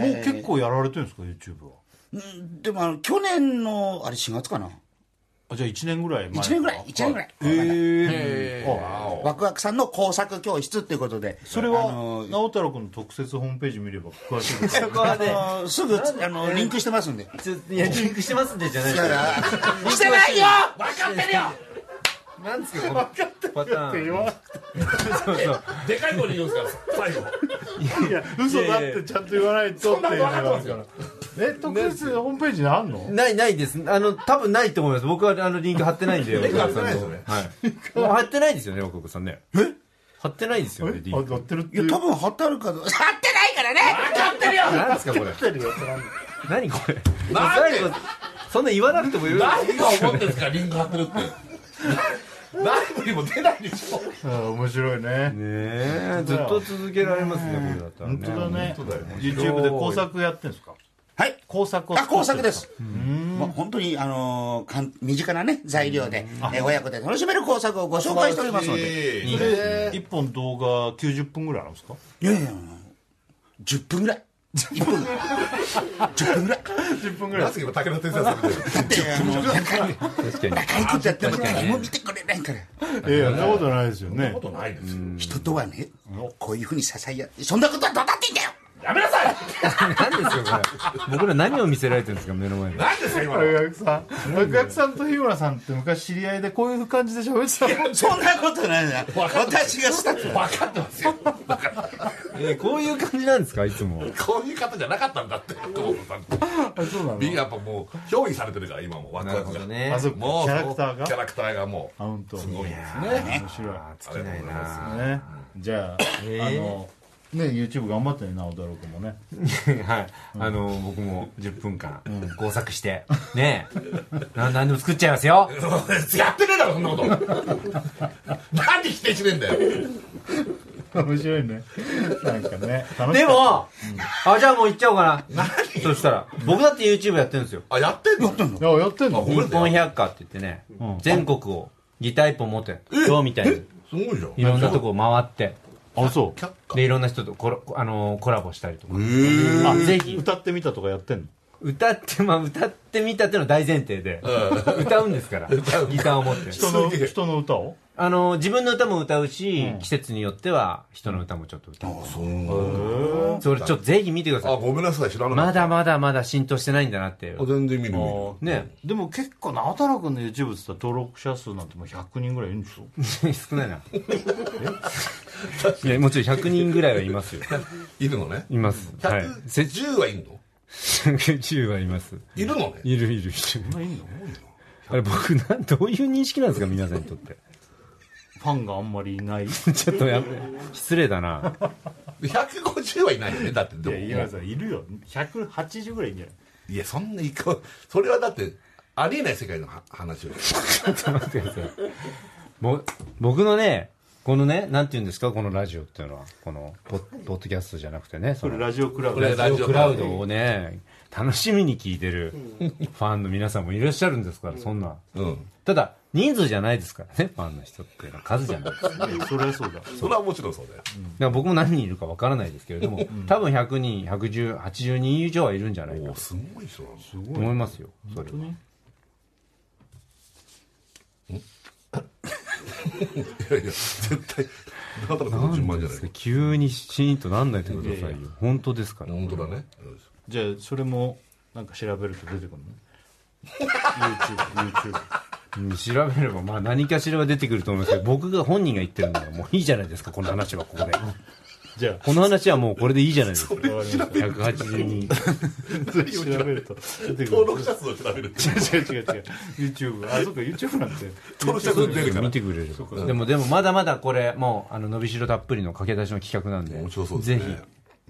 Speaker 1: もう結構やられてるんですか YouTube は
Speaker 4: うんでもあの去年のあれ4月かな
Speaker 1: あじゃあ1年ぐらい前
Speaker 4: 1年ぐらい1年ぐらい、
Speaker 1: えー、あ
Speaker 4: ワクワクさんの工作教室っていうことで
Speaker 1: それ
Speaker 4: あの
Speaker 1: は直太朗君の特設ホームページ見れば詳しいです
Speaker 11: そこはね
Speaker 4: あのすぐあのリンクしてますんで
Speaker 11: ちょ いやリンクしてますんでじゃないです
Speaker 4: してないよ
Speaker 3: なんですかこのパターン
Speaker 2: でかい声で言うんですから最後
Speaker 1: いや嘘だってちゃんと言わないとっていうのがあるからえ特設ホームページにあんの
Speaker 11: ないないですあの多分ないと思います僕はあのリンク貼ってない んで
Speaker 2: リンク貼ってないですよね
Speaker 11: はい もう貼ってないですよね大久保さんねえ貼ってないですよねリン
Speaker 1: あ
Speaker 11: ク
Speaker 1: やってるって
Speaker 4: いや多分貼ってあるかどう 貼ってないからね
Speaker 11: 何ですかこれ何これ
Speaker 2: なんで
Speaker 11: 最後そんな言わなくてもよ
Speaker 2: 何が思ってるんですかリンク貼ってるって何にも出ないでしょ
Speaker 1: うん面白いね
Speaker 11: ねえずっと続けられますねこれだったら
Speaker 1: 本当だね
Speaker 2: 本当だよ
Speaker 1: YouTube で工作やってんですか
Speaker 4: はい
Speaker 1: 工作を
Speaker 4: あ工作ですす、もう本当に、あのーかん身近な、ね、材料で、え親子で楽しめる工作をご紹介しておりますので、
Speaker 2: で
Speaker 1: 1本動画90分ぐらいあるんですか
Speaker 4: いやいやいや10分ぐらい、1分、10分ぐらい、
Speaker 1: 10分 ぐ
Speaker 2: なぜ今武田鉄矢さんみたい
Speaker 4: だって、あのー、
Speaker 3: 確かに
Speaker 4: 高いことやっても誰も見てくれないから、
Speaker 1: いやそんなことないですよ
Speaker 2: な
Speaker 1: ね
Speaker 2: ことないですよ
Speaker 4: 人とはね、こういうふうに支え合って、そんなことはどうだっていいんだよ、
Speaker 2: やめなさい
Speaker 3: 何ですかこれ僕ら何を見せられてるんですか目の前に
Speaker 2: 何ですか今の
Speaker 1: ワクワクさんワクワクさんと日村さんって昔知り合いでこういう感じで喋っ てたの
Speaker 4: そんなことない な、私がスタッフだ、
Speaker 2: 分かってますよだから
Speaker 3: えーこういう感じなんですかいつも
Speaker 2: こういう方じゃなかったんだってどうさんって
Speaker 1: そうなの
Speaker 2: みんなやっぱもう憑依されてるから今もワクワクが
Speaker 11: ね
Speaker 1: あそっかキ
Speaker 2: もう
Speaker 1: ャラクターが
Speaker 2: キャラクターがも
Speaker 1: あ本当
Speaker 2: うすごいですね
Speaker 1: 面白い
Speaker 3: あー尽きないな
Speaker 1: ねじゃああのね YouTube 頑張ってね直太朗君もね
Speaker 3: はい、あの僕も10分間工作して、ねえな何でも作っちゃいますよ
Speaker 2: やってねえだろそんなことなんで否定しねえんだよ
Speaker 1: 面白いねなんかね楽し
Speaker 11: で
Speaker 1: かっ
Speaker 11: も、あじゃあもう行っちゃおうかなそしたら僕だって YouTube やってるんですよ
Speaker 2: あやってんの
Speaker 1: たいややってんの
Speaker 2: あ
Speaker 1: へ
Speaker 2: ほん
Speaker 11: 日
Speaker 2: まだ
Speaker 11: 本
Speaker 2: よ
Speaker 11: 百科って言ってね、全国をギター一本持って今日みたいに
Speaker 2: すごいじゃん
Speaker 11: いろんなとこを回って
Speaker 1: あそう
Speaker 2: 却下
Speaker 11: でいろんな人とコラ,、あのーコラボしたりとか
Speaker 1: あ
Speaker 11: ぜひ
Speaker 1: 歌ってみたとかやってんの
Speaker 11: 歌ってまあ歌ってみたっていうのは大前提で、 歌うんですからギターを持って
Speaker 1: 人の人の歌を
Speaker 11: あのー自分の歌も歌うし、季節によっては人の歌もちょっと歌う、それちょっとぜひ見てくださ
Speaker 2: あ
Speaker 11: い
Speaker 2: ごめんなさい知らなか
Speaker 11: ま
Speaker 2: った
Speaker 11: だまだまだ浸透してないんだなっていう
Speaker 2: あ全然見る見る
Speaker 11: ね
Speaker 1: でも結構直太朗君の YouTube っつったら登録者数なんてもう100人ぐらいいるんでしょ
Speaker 11: 少ないな いやもちろん100人ぐらいはいますよ
Speaker 2: いるのね
Speaker 3: いますはいせ
Speaker 2: 110はいんの
Speaker 3: 110はいます
Speaker 2: いるのね
Speaker 3: いるいるいるあれ僕なんどういう認識なんですか皆さんにとって
Speaker 1: ファンがあんまりい ないい
Speaker 3: ちょっとやめ失礼だな
Speaker 2: 150はいないよねだってでも
Speaker 1: や井原さんいるよ180ぐらいいんじゃない
Speaker 2: いやそんないかそれはだってありえない世界のは話を
Speaker 3: 待ってくださいもう僕のねこのねなんて言うんですかこのラジオっていうのはこのポッポッドキャストじゃなくてねそ
Speaker 1: これ
Speaker 3: の
Speaker 1: ラジオクラブ
Speaker 2: これ
Speaker 3: ラジオクラウドをね楽しみに聞いてるファンの皆さんもいらっしゃるんですからそんな
Speaker 2: うん
Speaker 3: ただ人数じゃないですからねファンの人っていうのは数じゃないですだか
Speaker 1: いやそりゃそうだ
Speaker 2: それはもちろんそうだよ
Speaker 3: ら僕も何人いるかわからないですけれども多分100人11080人以上はいるんじゃないか
Speaker 2: お
Speaker 3: と
Speaker 2: すごい人なの
Speaker 3: 思いますよそれは
Speaker 2: いやいや絶対なんとかこの順番じゃない
Speaker 3: 急にシーンとなんないでくださいよ本当ですから
Speaker 2: 本当だね
Speaker 1: じゃあそれもなんか調べると出てくるの YouTubeYouTube
Speaker 3: うん調べればまあ何かしらは出てくると思いますけど僕が本人が言ってるのはも ういいじゃないですかこの話はここで
Speaker 1: じゃあ
Speaker 3: この話はもうこれでいいじゃないですか182
Speaker 1: 調べると出てくる
Speaker 2: 登録者数を調べる
Speaker 1: 違う違う違う違う YouTube あそっか YouTube なんて
Speaker 2: 登録者数出るから
Speaker 3: 見てくれるでもでもまだまだこれもうあの伸びしろたっぷりの駆け出しの企画なんで
Speaker 2: 面白そうです
Speaker 3: ぜ
Speaker 2: ね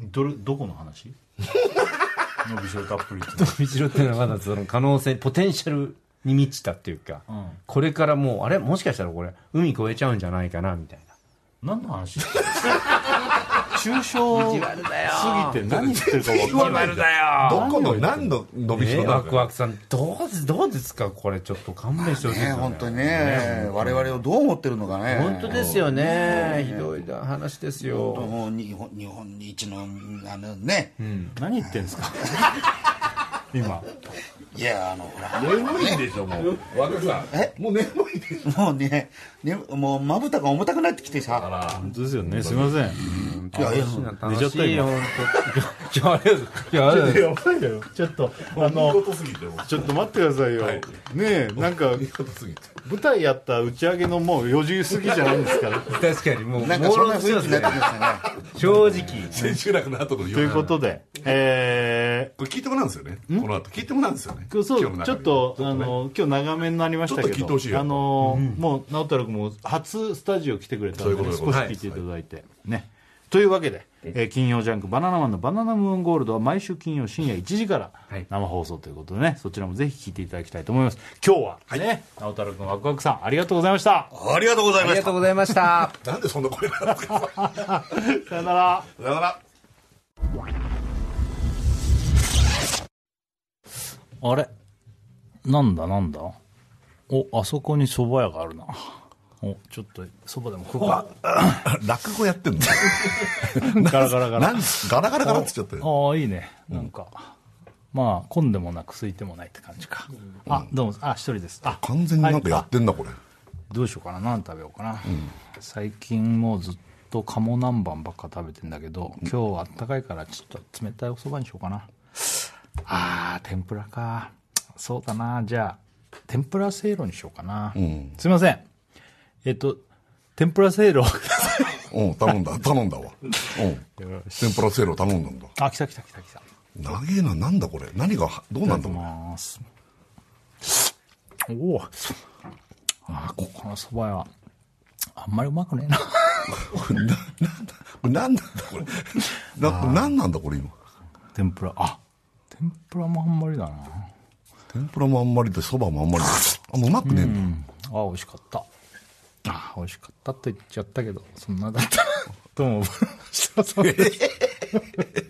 Speaker 3: ひ
Speaker 1: どれどこの 話伸びしろたっぷりって
Speaker 3: 伸びしろっていうのはまだその可能性ポテンシャルに満ちたっていうか、
Speaker 1: ん
Speaker 3: これからもうあれもしかしたらこれ海越えちゃうんじゃないかなみたいな
Speaker 1: 何の 話抽象すぎて何言ってるか分かんない
Speaker 3: だよ
Speaker 2: どこの何の伸びし
Speaker 3: え
Speaker 2: ろ
Speaker 3: ワ
Speaker 2: な
Speaker 3: クワクさんどうですどうですかこれちょっと勘弁してほしいです
Speaker 4: ね
Speaker 3: よね
Speaker 4: 本当にね我々をどう思ってるのかね
Speaker 3: 本当ですよねひどいな話ですよ
Speaker 4: もう日本日本一のあのね、
Speaker 1: 何言ってんすか今
Speaker 4: いやあのほら
Speaker 2: 眠いんでしょもう若くさんもう眠いでしょ
Speaker 4: もうねねもうまぶたが重たくなってきてさ
Speaker 1: 本当ですよねすいません
Speaker 4: いやいや
Speaker 3: 楽
Speaker 1: ちゃった
Speaker 3: しいよ
Speaker 1: よ
Speaker 3: 本当いやあれいやあれ
Speaker 1: やばいよちょっとあ
Speaker 2: 見
Speaker 1: の
Speaker 2: 事すぎてもう
Speaker 1: ちょっと待ってくださいよ、
Speaker 2: はい
Speaker 1: ねえなんか
Speaker 2: 見事すぎて
Speaker 1: 舞台やった打ち上げのもう4時過ぎじゃないんですから
Speaker 3: 確かにもう
Speaker 4: なんかそんな
Speaker 3: 朦朧
Speaker 4: 雰囲気になってきましたね
Speaker 3: 正直
Speaker 2: 千秋楽の後の
Speaker 1: という
Speaker 2: 夜
Speaker 1: ことでえ
Speaker 2: これ聞いてもらうんですよねこの後聞いてもらうんですよね
Speaker 1: ー、そう
Speaker 2: 今日の中
Speaker 1: ちょっ
Speaker 2: 身
Speaker 1: とあの今日長めになりましたけ
Speaker 2: ちょっと聞いてほ
Speaker 1: ど
Speaker 2: しいよ
Speaker 1: あの、もう直太朗君も初スタジオ来てくれたので、
Speaker 2: そういう
Speaker 1: ね、
Speaker 2: ことで
Speaker 1: 少
Speaker 2: ご
Speaker 1: し
Speaker 2: ざい
Speaker 1: 聞
Speaker 2: ます
Speaker 1: いていただいて、ねというわけで、えー金曜ジャンク「バナナマンのバナナムーンゴールド」は毎週金曜深夜1時から
Speaker 3: はい
Speaker 1: 生放送ということでね、そちらもぜひ聞いていただきたいと思います今日はね、直太朗君ワクワクさんありがとうございました
Speaker 4: ありがとうござい
Speaker 3: あ
Speaker 4: ま
Speaker 3: り
Speaker 4: し
Speaker 3: がと
Speaker 4: た
Speaker 3: うございました
Speaker 2: なんでそんな声なんですか
Speaker 1: さよなら
Speaker 2: だから
Speaker 1: あれなんだなんだお、あそこに蕎麦屋があるな。お、ちょっと、蕎麦でも食うか。
Speaker 2: 落語やってんの
Speaker 1: ガラガラガ
Speaker 2: な
Speaker 1: ラ。
Speaker 2: んガラガラガラって言っちゃったよ
Speaker 1: ああ、いいね。なんか、まあ、混んでもなく空いてもないって感じか。あ、どうも、あ、一人です。あ、
Speaker 2: 完全になんかやってんなこれ
Speaker 1: どうしようかな。何食べようかな。最近もうずっと鴨南蛮ばっか食べてんだけど、今日はあったかいからちょっと冷たいお蕎麦にしようかな。あー、天ぷらか。そうだな。じゃあ、天ぷらせいろにしようかな。すいません。えっと、天ぷらせいろ。
Speaker 2: うん頼んだ頼んだわうん天ぷらせいろ頼んだんだ
Speaker 1: あ、来た来た来た来た。
Speaker 2: 長えななんだこれ何がどうなんだろう
Speaker 1: ます。おお。あー、ここの蕎麦屋、あんまりうまくねえな。
Speaker 2: これななんだこれなんなんだこれななんなんだこれ今
Speaker 1: 天ぷら、あ、天ぷらもあんまりだな。
Speaker 2: 天ぷらもあんまりでそばもあんまりであもううまくねえんだ
Speaker 1: あ美味しかったあ美味しかったと言っちゃったけどそんなだったどう も設楽さんです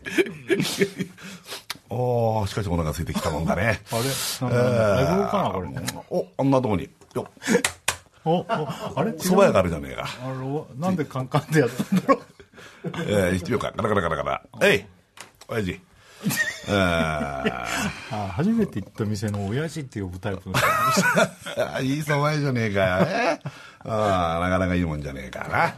Speaker 2: ああしかしお腹空いてきたもんだね
Speaker 1: あれなんだなんだライブかなこれ
Speaker 2: おあんなとこによ
Speaker 1: おおあれ
Speaker 2: そば屋があるじゃねえか
Speaker 1: あのなんでカンカンでやったんだろう
Speaker 2: えー、1秒間ガラガラガラガラえい親 父あ
Speaker 1: あ初めて行った店の親父って呼ぶタイプの
Speaker 2: ーいいそば屋じゃねえかよ、えーあーなかなかいいもんじゃねえかな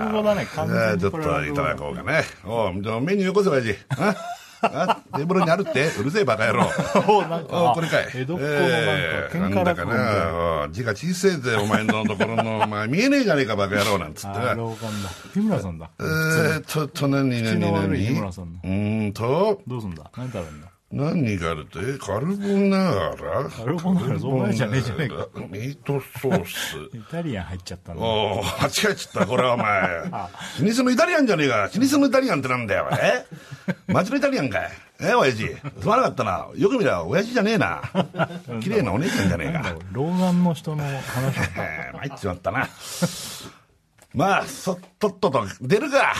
Speaker 1: 落語だね完全
Speaker 2: えー
Speaker 1: に
Speaker 2: ちょっ
Speaker 1: これは
Speaker 2: といただこうかねおうじゃあメニューよこせ親父ああテーブルにあるってうるせえバカ野郎
Speaker 1: おなんか
Speaker 2: あこれかい
Speaker 1: 江戸っ子のなんか
Speaker 2: えー
Speaker 1: 喧
Speaker 2: な
Speaker 1: 嘩
Speaker 2: んだ
Speaker 1: 落
Speaker 2: か
Speaker 1: 語みたいな
Speaker 2: なおう字が小せえぜお前のところのお前見えねえじゃねえかバカ野郎なんつって
Speaker 1: あ老眼だ日村さんだ
Speaker 2: えーっと、と、何、何、
Speaker 1: 口
Speaker 2: 何、
Speaker 1: の
Speaker 2: 何
Speaker 1: 悪い日村さんの
Speaker 2: うーんと、
Speaker 1: どうすんだ何食べんだ
Speaker 2: 何があるって、えカルボナーラカ
Speaker 1: ルボナーラそんなじゃねえじゃねえか。
Speaker 2: ミートソース。
Speaker 1: イタリアン入っちゃったの
Speaker 2: おお、間違えちゃった、これはお前。 老舗のイタリアンじゃねえか。老舗のイタリアンってなんだよ、え町のイタリアンかい。え、親父。すまなかったな。よく見りゃ、親父じゃねえ な。綺麗なお姉ちゃんじゃねえか。
Speaker 1: 老眼の人の話 だ
Speaker 2: えー参っちまったな。まあ、そっとっとと出る か。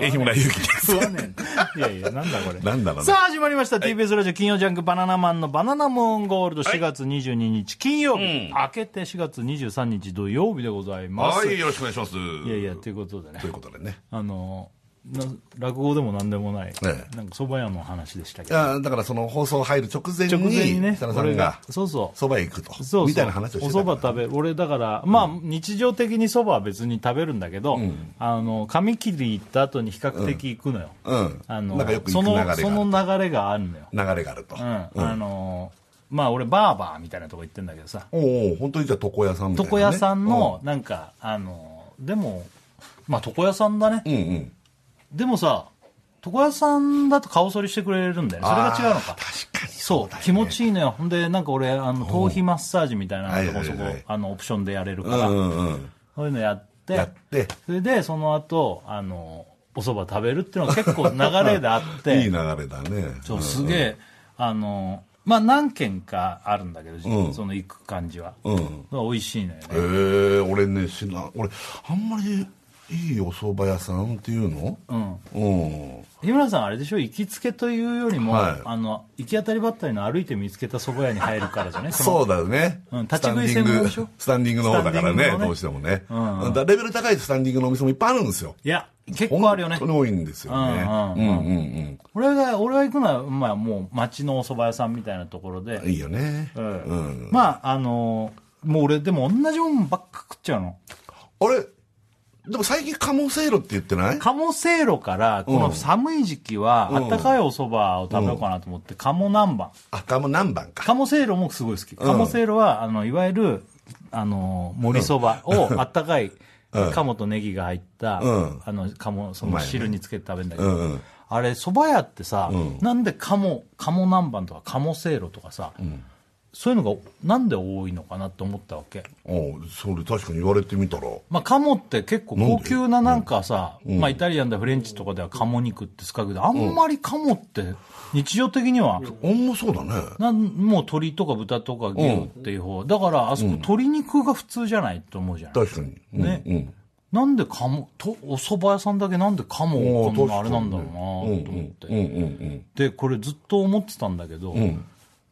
Speaker 2: え、日村ゆうきです。
Speaker 1: いやいやなんだこれ
Speaker 2: なんだろう
Speaker 1: さ
Speaker 2: ね
Speaker 1: あ。始まりました、TBS ラジオ金曜ジャンク「バナナマンのバナナムーンゴールド」4月22日金曜日、明けて4月23日土曜日でございます、、
Speaker 2: はいい、よろしくお願いします。
Speaker 1: やいやということでね
Speaker 2: ということでね。
Speaker 1: あのな落語でも何でもない、
Speaker 2: ええ
Speaker 1: なんか蕎麦屋の話でしたけ
Speaker 2: い
Speaker 1: ど
Speaker 2: やだからその放送入る直前に
Speaker 1: 直前にね
Speaker 2: 設楽さ
Speaker 1: 俺
Speaker 2: ん
Speaker 1: が
Speaker 2: が
Speaker 1: そうそう
Speaker 2: そばへ行くと
Speaker 1: そうそう
Speaker 2: みたいな話をして
Speaker 1: お
Speaker 2: た
Speaker 1: そば食べ俺だから、まあ日常的にそばは別に食べるんだけど、あの髪切り行った後に比較的行くのよ、
Speaker 2: うん
Speaker 1: あの
Speaker 2: なんかよく行
Speaker 1: そ
Speaker 2: く流れ
Speaker 1: の
Speaker 2: が
Speaker 1: その流れがあるのよ、
Speaker 2: 流れがあると、
Speaker 1: うんあのまあ俺バーバーみたいなとこ行ってんだけどさ
Speaker 2: おお本当にじゃあ床屋さんみたいな、ね、
Speaker 1: 床屋さんのなんか、あのでもまあ床屋さんだね、
Speaker 2: うんうん
Speaker 1: でもさ床屋さんだと顔剃りしてくれるんだよねそれが違うのか
Speaker 2: 確かに
Speaker 1: そう気持ちいいのよほんでなんか俺あの頭皮マッサージみたいなのも
Speaker 2: はい
Speaker 1: そこ
Speaker 2: はいはい
Speaker 1: あのオプションでやれるか
Speaker 2: う
Speaker 1: ら、
Speaker 2: んうんうん
Speaker 1: そういうのやって
Speaker 2: やって
Speaker 1: それでその後あのお蕎麦食べるっていうのが結構流れであって
Speaker 2: いい流れだね
Speaker 1: そうすげえあのまあ何軒かあるんだけど、
Speaker 2: うん
Speaker 1: その行く感じは、
Speaker 2: うんうん
Speaker 1: 美味しいのよね
Speaker 2: へえ俺ねしな俺あんまりいいお蕎麦屋さんっていうの
Speaker 1: うん
Speaker 2: うん
Speaker 1: 日村さんあれでしょ行きつけというよりも、
Speaker 2: はい
Speaker 1: あの行き当たりばったりの歩いて見つけた蕎麦屋に入るから じゃない
Speaker 2: そう
Speaker 1: だ
Speaker 2: だよね、
Speaker 1: うん立ち食い専門でしょ
Speaker 2: スタンディングスタンディングの方だから
Speaker 1: スタンディン
Speaker 2: ね
Speaker 1: グのね
Speaker 2: どうしてもね、
Speaker 1: うん
Speaker 2: だからレベル高いスタンディングのお店もいっぱいあるんですよ
Speaker 1: いや結構あるよね
Speaker 2: 本当に多いんですよねうんんう
Speaker 1: うう
Speaker 2: んん
Speaker 1: うん
Speaker 2: うん、
Speaker 1: 俺が俺が行くのは、まあ、もう町のお蕎麦屋さんみたいなところで、
Speaker 2: いいよね、
Speaker 1: う
Speaker 2: うんん
Speaker 1: まああのもう俺でも同じもんばっか食っちゃうの
Speaker 2: あれでも最近鴨せいろって言ってない
Speaker 1: 鴨せいろからこの寒い時期は、
Speaker 2: うん
Speaker 1: あったかいお蕎麦を食べようかなと思って、鴨南蛮
Speaker 2: あ鴨何番か
Speaker 1: 鴨せいろもすごい好き鴨せいろはあのいわゆるあの森そばをあったかい鴨とネギが入った、
Speaker 2: うん
Speaker 1: あの鴨そうの
Speaker 2: まいよね
Speaker 1: 汁につけて食べるんだけ
Speaker 2: う
Speaker 1: ど、
Speaker 2: んうん
Speaker 1: あれそば屋ってさ、
Speaker 2: うん
Speaker 1: なんで鴨鴨南蛮とか鴨せいろとかさ、そういうのがなんで多いのかなって思ったわけ
Speaker 2: おそれ確かに言われてみたら
Speaker 1: まあ、鴨って結構高級ななんかさ、まあ、イタリアンだフレンチとかでは鴨肉って使うけど、あんまり鴨って日常的には、
Speaker 2: あんまそうだね
Speaker 1: なんもう鶏とか豚とか牛っていう方、だからあそこ鶏肉が普通じゃないと思うじゃない、
Speaker 2: 確かにうん
Speaker 1: ね
Speaker 2: うん
Speaker 1: なんで鴨とお蕎麦屋さんだけなんで鴨をこんなあれなんだろうなと思って、
Speaker 2: うんうんうん
Speaker 1: でこれずっと思ってたんだけど、
Speaker 2: ん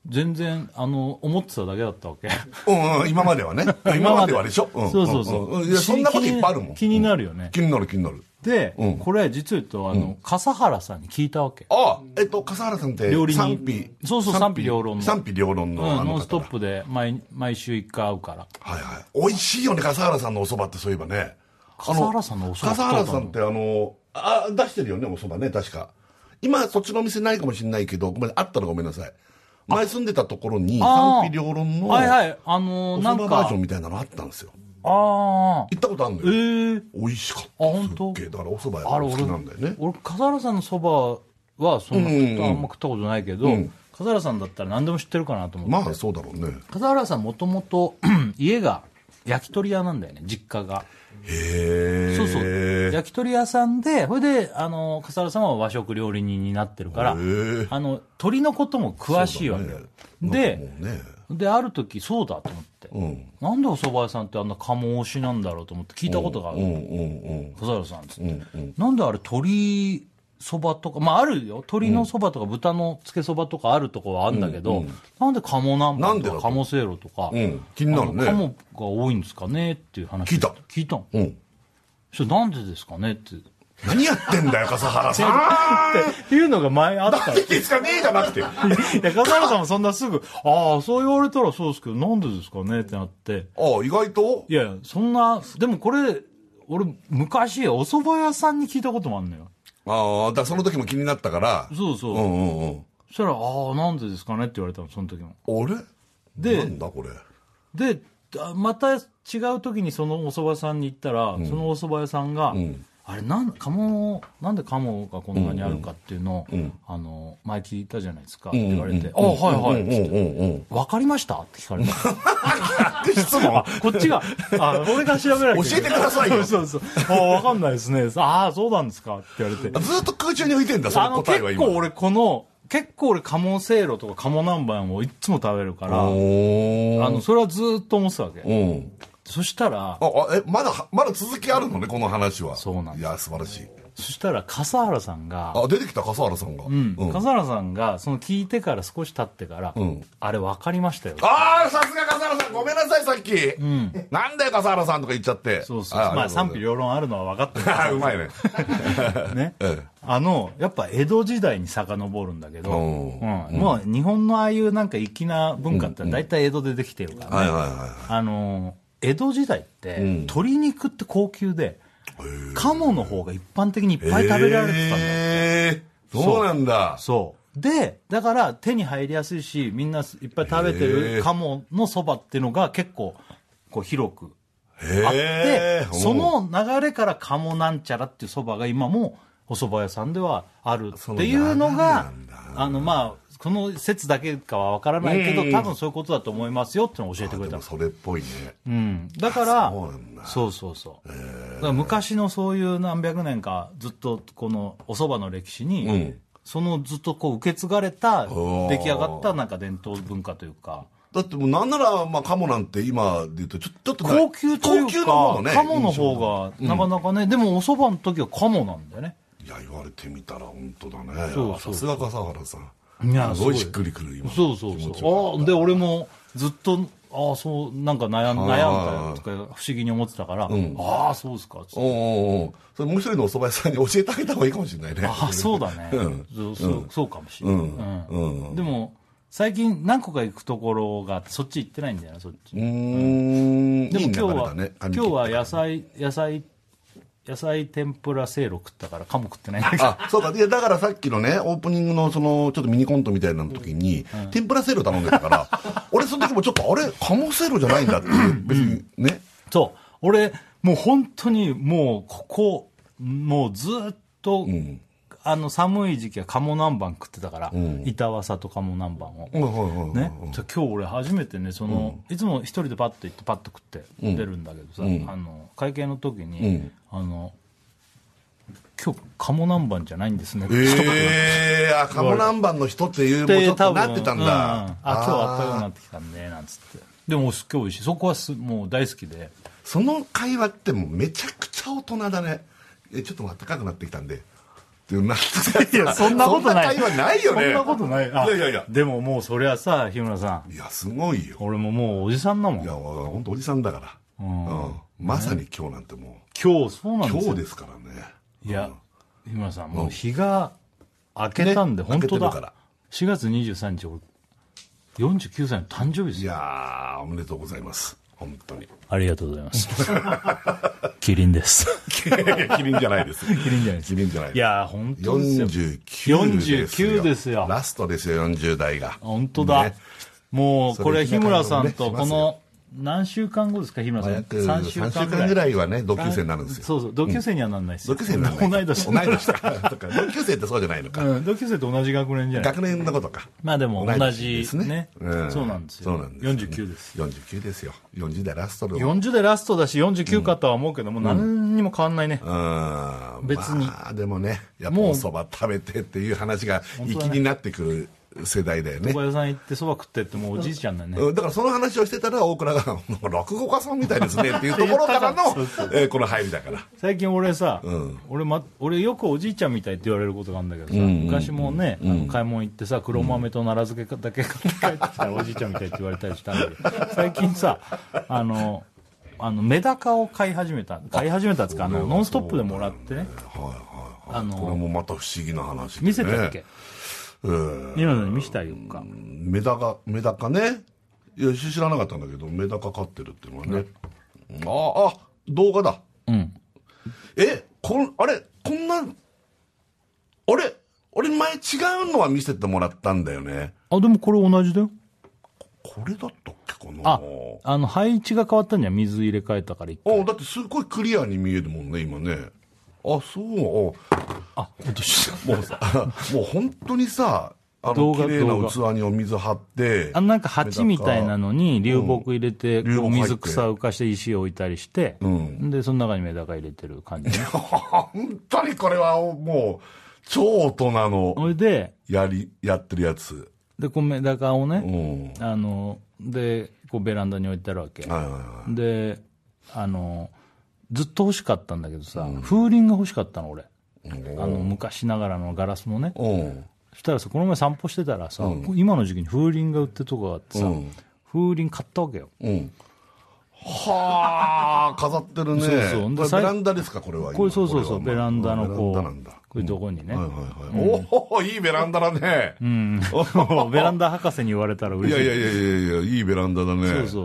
Speaker 1: 全然あの思ってただけだったわけ
Speaker 2: うんうん今まで はね今まではでしょん
Speaker 1: そうそうそう、
Speaker 2: んんいやそんなこといっぱいあるもん
Speaker 1: 気に
Speaker 2: る
Speaker 1: なるよね、
Speaker 2: 気になる気になる
Speaker 1: で、
Speaker 2: うん
Speaker 1: これ実を言うとあの、笠原さんに聞いたわけ
Speaker 2: ああえっと笠原さんって
Speaker 1: 料理人
Speaker 2: 賛否
Speaker 1: そうそう賛否両論の
Speaker 2: 賛否両論
Speaker 1: 「うん
Speaker 2: のあ
Speaker 1: ノ
Speaker 2: の
Speaker 1: ンスト
Speaker 2: 方
Speaker 1: ッ
Speaker 2: だ
Speaker 1: プ!」で毎毎週一回会うから
Speaker 2: はいはい美味しいよね笠原さんのお蕎麦ってそういえばねあ
Speaker 1: 笠原さんのお蕎麦
Speaker 2: 笠原さんってあのあ出してるよねお蕎麦ね確か今そっちのお店ないかもしれないけどごめんあったらごめんなさい前住んでたところに
Speaker 1: あー
Speaker 2: 賛否両論のお
Speaker 1: はいは
Speaker 2: 蕎
Speaker 1: いあのー
Speaker 2: 麦
Speaker 1: な
Speaker 2: バ
Speaker 1: ん
Speaker 2: ー
Speaker 1: か
Speaker 2: ジョンみたいなのあったんですよ
Speaker 1: ああ
Speaker 2: 行ったことあるの
Speaker 1: ええ
Speaker 2: よ、
Speaker 1: ー、
Speaker 2: 美味しかった
Speaker 1: あ本当
Speaker 2: すっげえだからお蕎麦
Speaker 1: あれ
Speaker 2: 屋好
Speaker 1: 俺
Speaker 2: きなんだよね
Speaker 1: 俺笠原さんのそばはそんな
Speaker 2: うんうんうん
Speaker 1: 食ったあんま食ったことないけど、
Speaker 2: うん
Speaker 1: 笠原さんだったら何でも知ってるかなと思って、
Speaker 2: まあそうだろうね
Speaker 1: 笠原さんもともと 家が焼き鳥屋なんだよね実家が
Speaker 2: へえ
Speaker 1: そうそう焼き鳥屋さんでそれであの笠原さんは和食料理人になってるから
Speaker 2: へえ
Speaker 1: あの鳥のことも詳しいわけよ、で
Speaker 2: もうね
Speaker 1: である時そうだと思って、
Speaker 2: うん
Speaker 1: なんでお蕎麦屋さんってあんな鴨推しなんだろうと思って聞いたことがある、
Speaker 2: うんうん
Speaker 1: 笠原さんっつって、
Speaker 2: うんうん
Speaker 1: なんであれ鳥そばとかまああるよ鳥のそばとか豚のつけそばとかあるとこはあるんだけど、なんで鴨南
Speaker 2: な
Speaker 1: 蛮
Speaker 2: んで
Speaker 1: と
Speaker 2: だと
Speaker 1: か鴨せいろとか、
Speaker 2: うん気になるね
Speaker 1: あの鴨が多いんですかねっていう話
Speaker 2: 聞いた
Speaker 1: 聞いたの
Speaker 2: うんうん
Speaker 1: それなんでですかねって
Speaker 2: 何やってんだよ笠原 さん
Speaker 1: っていうのが前あっ たの
Speaker 2: いつかねえじゃなくて
Speaker 1: いや、笠原さんもそんなすぐ、ああ、そう言われたらそうですけど、なんでですかねってなって。
Speaker 2: ああ、意外と
Speaker 1: いやいや、そんな、でもこれ、俺、昔、お蕎麦屋さんに聞いたこともあるのよ。
Speaker 2: ああ、だからその時も気になったから。
Speaker 1: そうそう。
Speaker 2: うんうんうん。
Speaker 1: そしたら、ああ、なんでですかねって言われたの、その時も。
Speaker 2: あれ
Speaker 1: で
Speaker 2: なんだこれ。
Speaker 1: で、あまた違う時にそのお蕎麦屋さんに行ったら、そのお蕎麦屋さんが、
Speaker 2: ん
Speaker 1: あれなん鴨なんで鴨がこんなにあるかっていうのを、あの前聞いたじゃないですか、って言われて「ああはいはい」
Speaker 2: うん
Speaker 1: つ
Speaker 2: う
Speaker 1: っ
Speaker 2: ん
Speaker 1: て
Speaker 2: うんうん。
Speaker 1: 分かりました?」って聞かれた
Speaker 2: 質 問
Speaker 1: こっちが、あ俺が調べないといけな
Speaker 2: 教えてくださいよ
Speaker 1: そうそうそう。あわかんないですね。ああ、そうなんですかって言われて。
Speaker 2: ずっと空中に浮いてんだ、そ
Speaker 1: あ
Speaker 2: の
Speaker 1: の、
Speaker 2: 答えは
Speaker 1: 結
Speaker 2: 今。
Speaker 1: 構俺この、結構俺、鴨せいろとか鴨南蛮をいっつも食べるから、あ
Speaker 2: おー
Speaker 1: の、それはずーっと思ってたわけ。
Speaker 2: うん。
Speaker 1: そした
Speaker 2: あ、、
Speaker 1: ら
Speaker 2: あえ、まだ、まだ続きあるのね、この話は。
Speaker 1: そうなんです
Speaker 2: いや、素晴らしい。
Speaker 1: そしたら笠原さんが、
Speaker 2: あ出てきた笠原さんが、
Speaker 1: うん
Speaker 2: うん
Speaker 1: 笠原さんがその聞いてから少し経ってから、
Speaker 2: ん
Speaker 1: あれ分かりましたよ
Speaker 2: ああさすが笠原さんごめんなさいさっき、なんだよ笠原さんとか言っちゃって
Speaker 1: そうそうまあ賛否両論あるのは分かってる
Speaker 2: あーうまいね
Speaker 1: ね、あのやっぱ江戸時代に遡るんだけど、
Speaker 2: お
Speaker 1: うんもう日本のああいうなんか粋な文化ってのは大体江戸でできてるからね、
Speaker 2: はいはいは
Speaker 1: あの江戸時代って、鶏肉って高級で鴨の方が一般的にいっ
Speaker 2: い
Speaker 1: ぱい食べられてたんだ、
Speaker 2: えー、そうなんだ
Speaker 1: そうでだから手に入りやすいしみんないっぱい食べて
Speaker 2: へ
Speaker 1: る
Speaker 2: ー
Speaker 1: 鴨のそばっていうのが結構こう広くあって
Speaker 2: へえ
Speaker 1: その流れから鴨なんちゃらっていうそばが今もお蕎麦屋さんではあるっていうのがあのまあこの説だけかはわからないけど多分そういうことだと思いますよってのを教えてくれ
Speaker 2: で
Speaker 1: た
Speaker 2: もそれっぽいね
Speaker 1: うん、だから
Speaker 2: そうなんだ
Speaker 1: そうそうそうだから昔のそういう何百年かずっとこのお蕎麦の歴史に、
Speaker 2: うん
Speaker 1: そのずっとこう受け継がれた出
Speaker 2: おー
Speaker 1: 来上がったなんか伝統文化というか
Speaker 2: だってもうなんならまあカモなんて今で言うとちょちょっとな
Speaker 1: 高級という
Speaker 2: 高級の
Speaker 1: か
Speaker 2: 方がね
Speaker 1: 鴨の方がなかなかね、でもお蕎麦の時は鴨なんだよね
Speaker 2: いや言われてみたら本当だね
Speaker 1: そうそう
Speaker 2: さすが笠原さん
Speaker 1: いや
Speaker 2: すごいしっくりくる今
Speaker 1: そうそうそうあで俺もずっとああそうなんか悩ん悩んだよとか不思議に思ってたから、ああそうですかっつって
Speaker 2: おうおうおうそれもう一人のお蕎麦屋さんに教えてあげた方がいいかもしれないね
Speaker 1: あそうだね、
Speaker 2: うん
Speaker 1: そうそうそうかもしれない、
Speaker 2: ん
Speaker 1: うん
Speaker 2: う
Speaker 1: でも最近何個か行くところがあってそっち行ってないんだよなそっち、
Speaker 2: うーん
Speaker 1: でも
Speaker 2: いい流
Speaker 1: 今日
Speaker 2: れ
Speaker 1: は
Speaker 2: だね
Speaker 1: 今日は野菜野菜野菜天ぷらせいろ食ったからかも食ってないんだけど
Speaker 2: あそうかいやだからさっきのねオープニングのそのちょっとミニコントみたいなの時に、天ぷらせいろ頼んでたから俺その時もちょっとあれ鴨せいろじゃないんだっていう別にね
Speaker 1: そう俺もう本当にもうここもうずっと、
Speaker 2: ん
Speaker 1: あの寒い時期は鴨南蛮食ってたから、
Speaker 2: ん
Speaker 1: 板わさと鴨南蛮を、
Speaker 2: はいはいはいはい
Speaker 1: ね、じゃあ今日俺初めてねその、いつも一人でパッと行ってパッと食って出るんだけどさ、あの会計の時に、
Speaker 2: うん
Speaker 1: あの「今日鴨南蛮じゃないんですね」
Speaker 2: ええー、あ鴨南蛮の人っていうもうちょっとなってたんだ、
Speaker 1: うんあ
Speaker 2: あ
Speaker 1: 今日あったかく
Speaker 2: ー
Speaker 1: なってきたんでなんつってでも今日美味しいそこはすもう大好きで
Speaker 2: その会話ってもうめちゃくちゃ大人だねえちょっと暖かくなってきたんでっていうなんていや
Speaker 1: そんなことない
Speaker 2: そんな会話ないよね
Speaker 1: そんなことないあ
Speaker 2: いやいやいや
Speaker 1: でももうそりゃさ日村さん
Speaker 2: いやすごいよ
Speaker 1: 俺ももうおじさんだもん
Speaker 2: いや本当おじさんだから、うんまさに今日なんても
Speaker 1: 今日そう
Speaker 2: う
Speaker 1: なんです
Speaker 2: 今
Speaker 1: よ
Speaker 2: 日ですからね
Speaker 1: いや、日村さん、もう日が明けたんで、
Speaker 2: ね明
Speaker 1: 本当
Speaker 2: けてるか
Speaker 1: だ
Speaker 2: ら。
Speaker 1: 4月23日、俺、49歳の誕生日です
Speaker 2: い
Speaker 1: よ。
Speaker 2: やーおめでとうございます本当に
Speaker 1: ありがとうございます。 キリンです。
Speaker 2: キリンじゃないです
Speaker 1: キリンじゃないです。
Speaker 2: キリンじゃない
Speaker 1: いやー、本当ですよ。
Speaker 2: 49ですよ
Speaker 1: 49ですよ
Speaker 2: ラストですよ40代が
Speaker 1: 本当だ。
Speaker 2: ね
Speaker 1: もう、
Speaker 2: それ
Speaker 1: これ、日村さ
Speaker 2: そ
Speaker 1: んと、
Speaker 2: れ
Speaker 1: こ
Speaker 2: 聞きます
Speaker 1: の
Speaker 2: よ、
Speaker 1: 何週間後ですか、日村さん。
Speaker 2: 約
Speaker 1: 3
Speaker 2: 3
Speaker 1: 週
Speaker 2: 週
Speaker 1: 間ぐら
Speaker 2: 間
Speaker 1: い。
Speaker 2: ぐらいはね同級生になるんですよ
Speaker 1: そうそう、同級生にはならないですよ。
Speaker 2: 同級生にならない
Speaker 1: 同い年。
Speaker 2: 同い年かそっか同級生ってそうじゃないのか、
Speaker 1: うん、同級生と同じ学年じゃない。
Speaker 2: 学年のことか
Speaker 1: まあでも同じ
Speaker 2: です
Speaker 1: ねそうなんですよ
Speaker 2: そうなんですよね
Speaker 1: 49です
Speaker 2: 49ですよ40代ラストでも
Speaker 1: 40でラストだし、49かとは思うけど、もう何にも変わんないね。
Speaker 2: うん
Speaker 1: 別に
Speaker 2: まあでもねやっぱ
Speaker 1: もう
Speaker 2: おそば食べてっていう話が粋になってくる世代だよね
Speaker 1: 床屋さん行ってそば食ってってもうおじいちゃんだよね、
Speaker 2: うんだからその話をしてたら大倉が「落語家さんみたいですね」っていうところから のえーこの入りだから
Speaker 1: 最近俺さ、
Speaker 2: ん
Speaker 1: 俺,、ま、俺よくおじいちゃんみたいって言われることがあるんだけどさ、昔もね、あの買い物行ってさ黒豆と奈良漬けだけ買って帰ってきたらおじいちゃんみたいって言われたりしたんだけ ど最近さあのあのメダカを買い始めた買い始めたっつうかあの「ノンストップ!」でもらってねあ
Speaker 2: これ
Speaker 1: の
Speaker 2: もまた不思議な話でね
Speaker 1: 見せたっけ
Speaker 2: うん
Speaker 1: 今のに見せてあげようか
Speaker 2: メダカメダカねいや知らなかったんだけどメダカ飼ってるっていうのはね、ああ動画だ
Speaker 1: うん
Speaker 2: えこんあれこんなあれ俺前違うのは見せてもらったんだよね
Speaker 1: あでもこれ同じだよ
Speaker 2: これだったっけかな
Speaker 1: ああの配置が変わったんじゃん水入れ替えたから一回
Speaker 2: あだってすごいクリアに見えるもんね今ねあそう
Speaker 1: あ落とした
Speaker 2: あもうさもう本当にさあ
Speaker 1: 動
Speaker 2: の
Speaker 1: 画
Speaker 2: 綺麗
Speaker 1: 動
Speaker 2: な
Speaker 1: 画
Speaker 2: 器にお水張って
Speaker 1: あのなんか鉢みたいなのに流木入れて、
Speaker 2: うん流木
Speaker 1: こう
Speaker 2: 入って
Speaker 1: 水草浮かして石を置いたりして、
Speaker 2: ん
Speaker 1: でその中にメダカ入れてる感じ
Speaker 2: 本当にこれはもう超大人の
Speaker 1: それで
Speaker 2: やり、やってるやつ。
Speaker 1: でこうメダカを
Speaker 2: う
Speaker 1: ね、
Speaker 2: ん。
Speaker 1: あのでこうベランダに置いてあるわけ
Speaker 2: はいはいは
Speaker 1: であのずっと欲しかったんだけどさ、風鈴が欲しかったの俺
Speaker 2: い。
Speaker 1: あの昔ながらのガラスのね
Speaker 2: うん
Speaker 1: そしたらさこの前散歩してたらさ、今の時期に風鈴が売ってるとこがあってさ、風鈴買ったわけよ
Speaker 2: うんはあ飾ってるね
Speaker 1: そうそうで
Speaker 2: これ
Speaker 1: 最
Speaker 2: ベランダですかこれは今
Speaker 1: これそうそうそう
Speaker 2: こ
Speaker 1: ベ
Speaker 2: れは
Speaker 1: ランダのこ
Speaker 2: ベランダ
Speaker 1: う
Speaker 2: なんだ
Speaker 1: こういうとこにね、
Speaker 2: はいはいはいおおいいベランダだね
Speaker 1: もうベランダ博士に言われたら嬉
Speaker 2: い
Speaker 1: しい
Speaker 2: やいやいやいやいやいいベランダだね
Speaker 1: そうそ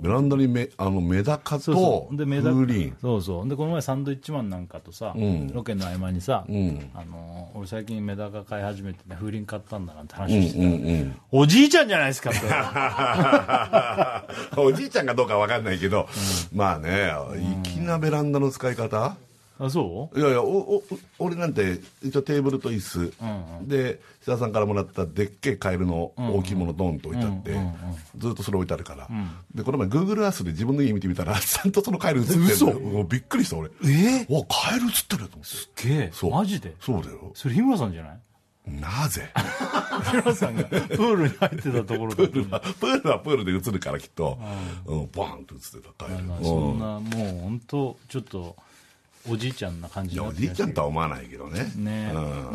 Speaker 2: うん、ベランダにめあのメダカ
Speaker 1: そう
Speaker 2: と
Speaker 1: そう
Speaker 2: 風
Speaker 1: でメダカ
Speaker 2: 鈴
Speaker 1: そうそうでこの前サンドイッチマンなんかとさ、
Speaker 2: ん
Speaker 1: ロケの合間にさ、
Speaker 2: ん
Speaker 1: あのー俺最近メダカ飼い始めてね風鈴買ったんだなんて
Speaker 2: うん
Speaker 1: 話してた、
Speaker 2: うん
Speaker 1: おじいちゃんじゃないですかって
Speaker 2: うん、 おじいちゃんかどうかわかんないけど、まあね粋なベランダの使い方
Speaker 1: あそう
Speaker 2: いやいやおお俺なんて一応テーブルと椅子、
Speaker 1: ん
Speaker 2: で設田さんからもらったでっけえカエルの大きいものドンと置いてあって、ずっとそれ置いてあるから、でこの前 Google Earth で自分の家見てみたらちゃんとそのカエル映ってるんだよもうびっくりした俺えわカエル映ってると思って
Speaker 1: すっげえ
Speaker 2: そう
Speaker 1: マジで
Speaker 2: そうだよ
Speaker 1: それ日村さんじゃない
Speaker 2: なぜ
Speaker 1: 日村さんがプールに入ってたところで
Speaker 2: プールはプールで映るからきっと、うん、バーンと映ってたカエル、
Speaker 1: まあ
Speaker 2: うん
Speaker 1: そんなもう本当ちょっとおじいちゃんな感じ
Speaker 2: い
Speaker 1: に
Speaker 2: や
Speaker 1: な
Speaker 2: お
Speaker 1: ってき
Speaker 2: じい
Speaker 1: まし
Speaker 2: ち
Speaker 1: た
Speaker 2: ゃんとは思わないけどね
Speaker 1: ね、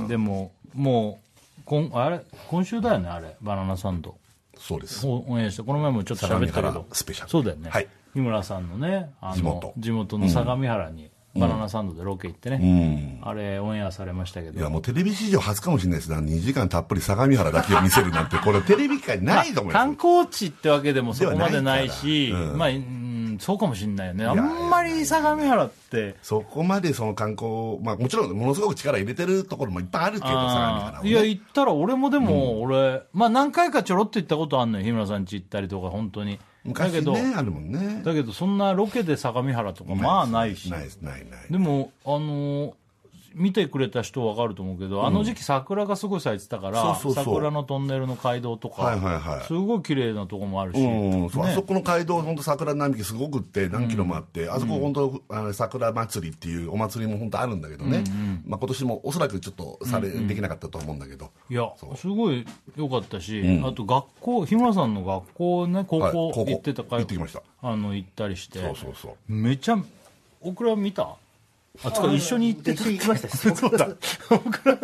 Speaker 1: でももうこんあれ今週だよねあれバナナサンド
Speaker 2: そうです
Speaker 1: おオンエアしてこの前もちょっと喋ったけ
Speaker 2: 相模
Speaker 1: ど
Speaker 2: 原スペシャル
Speaker 1: そうだよね、
Speaker 2: はい
Speaker 1: 日村さんのねあの
Speaker 2: 地元
Speaker 1: の相模原にバナナサンドでロケ行って
Speaker 2: う
Speaker 1: ね、
Speaker 2: ん
Speaker 1: あれオンエアされましたけ
Speaker 2: いや
Speaker 1: ど
Speaker 2: もうテレビ史上初かもしれないですな2時間たっぷり相模原だけを見せるなん てこれテレビ界ないと思います
Speaker 1: 観光地ってわけでもそこまでないし
Speaker 2: ではないからうん
Speaker 1: まあ、うん、そうかもしんないよねあ
Speaker 2: やいや
Speaker 1: んまり相模原って
Speaker 2: そこまでその観光、まあ、もちろんものすごく力入れてるところもいっぱいあるけど相模
Speaker 1: あ
Speaker 2: 原
Speaker 1: ー
Speaker 2: はい
Speaker 1: や
Speaker 2: ね
Speaker 1: 行ったら俺もでも、俺まあ何回かちょろっと行ったことあんのよ日村さん家行ったりとか本当にだけ
Speaker 2: 昔
Speaker 1: ど
Speaker 2: ねあるもんね
Speaker 1: だけどそんなロケで相模原とかまあないし
Speaker 2: ないですないない
Speaker 1: でもあのー見てくれた人わかると思うけど、あの時期桜がすごい咲いてたから
Speaker 2: そうそうそう
Speaker 1: 桜のトンネルの街道とか、
Speaker 2: はいはいはい
Speaker 1: すごい綺麗なとこもあるし、
Speaker 2: うんそう
Speaker 1: ね
Speaker 2: あそこの街道本当桜並木すごくって何キロもあって、あそこ本当あの桜祭りっていうお祭りも本当あるんだけどね、まあ、今年もおそらくちょっとされ、できなかったと思うんだけど
Speaker 1: いや
Speaker 2: そう
Speaker 1: すごい良かったし、あと学校日村さんの学校ね高
Speaker 2: はい
Speaker 1: 校
Speaker 2: 高校
Speaker 1: 行ってたから、
Speaker 2: 行ってきました
Speaker 1: あの行ったりして
Speaker 2: そうそうそう
Speaker 1: めちゃオクラ見たあつか一緒に行ってた
Speaker 12: 行きましたそうだ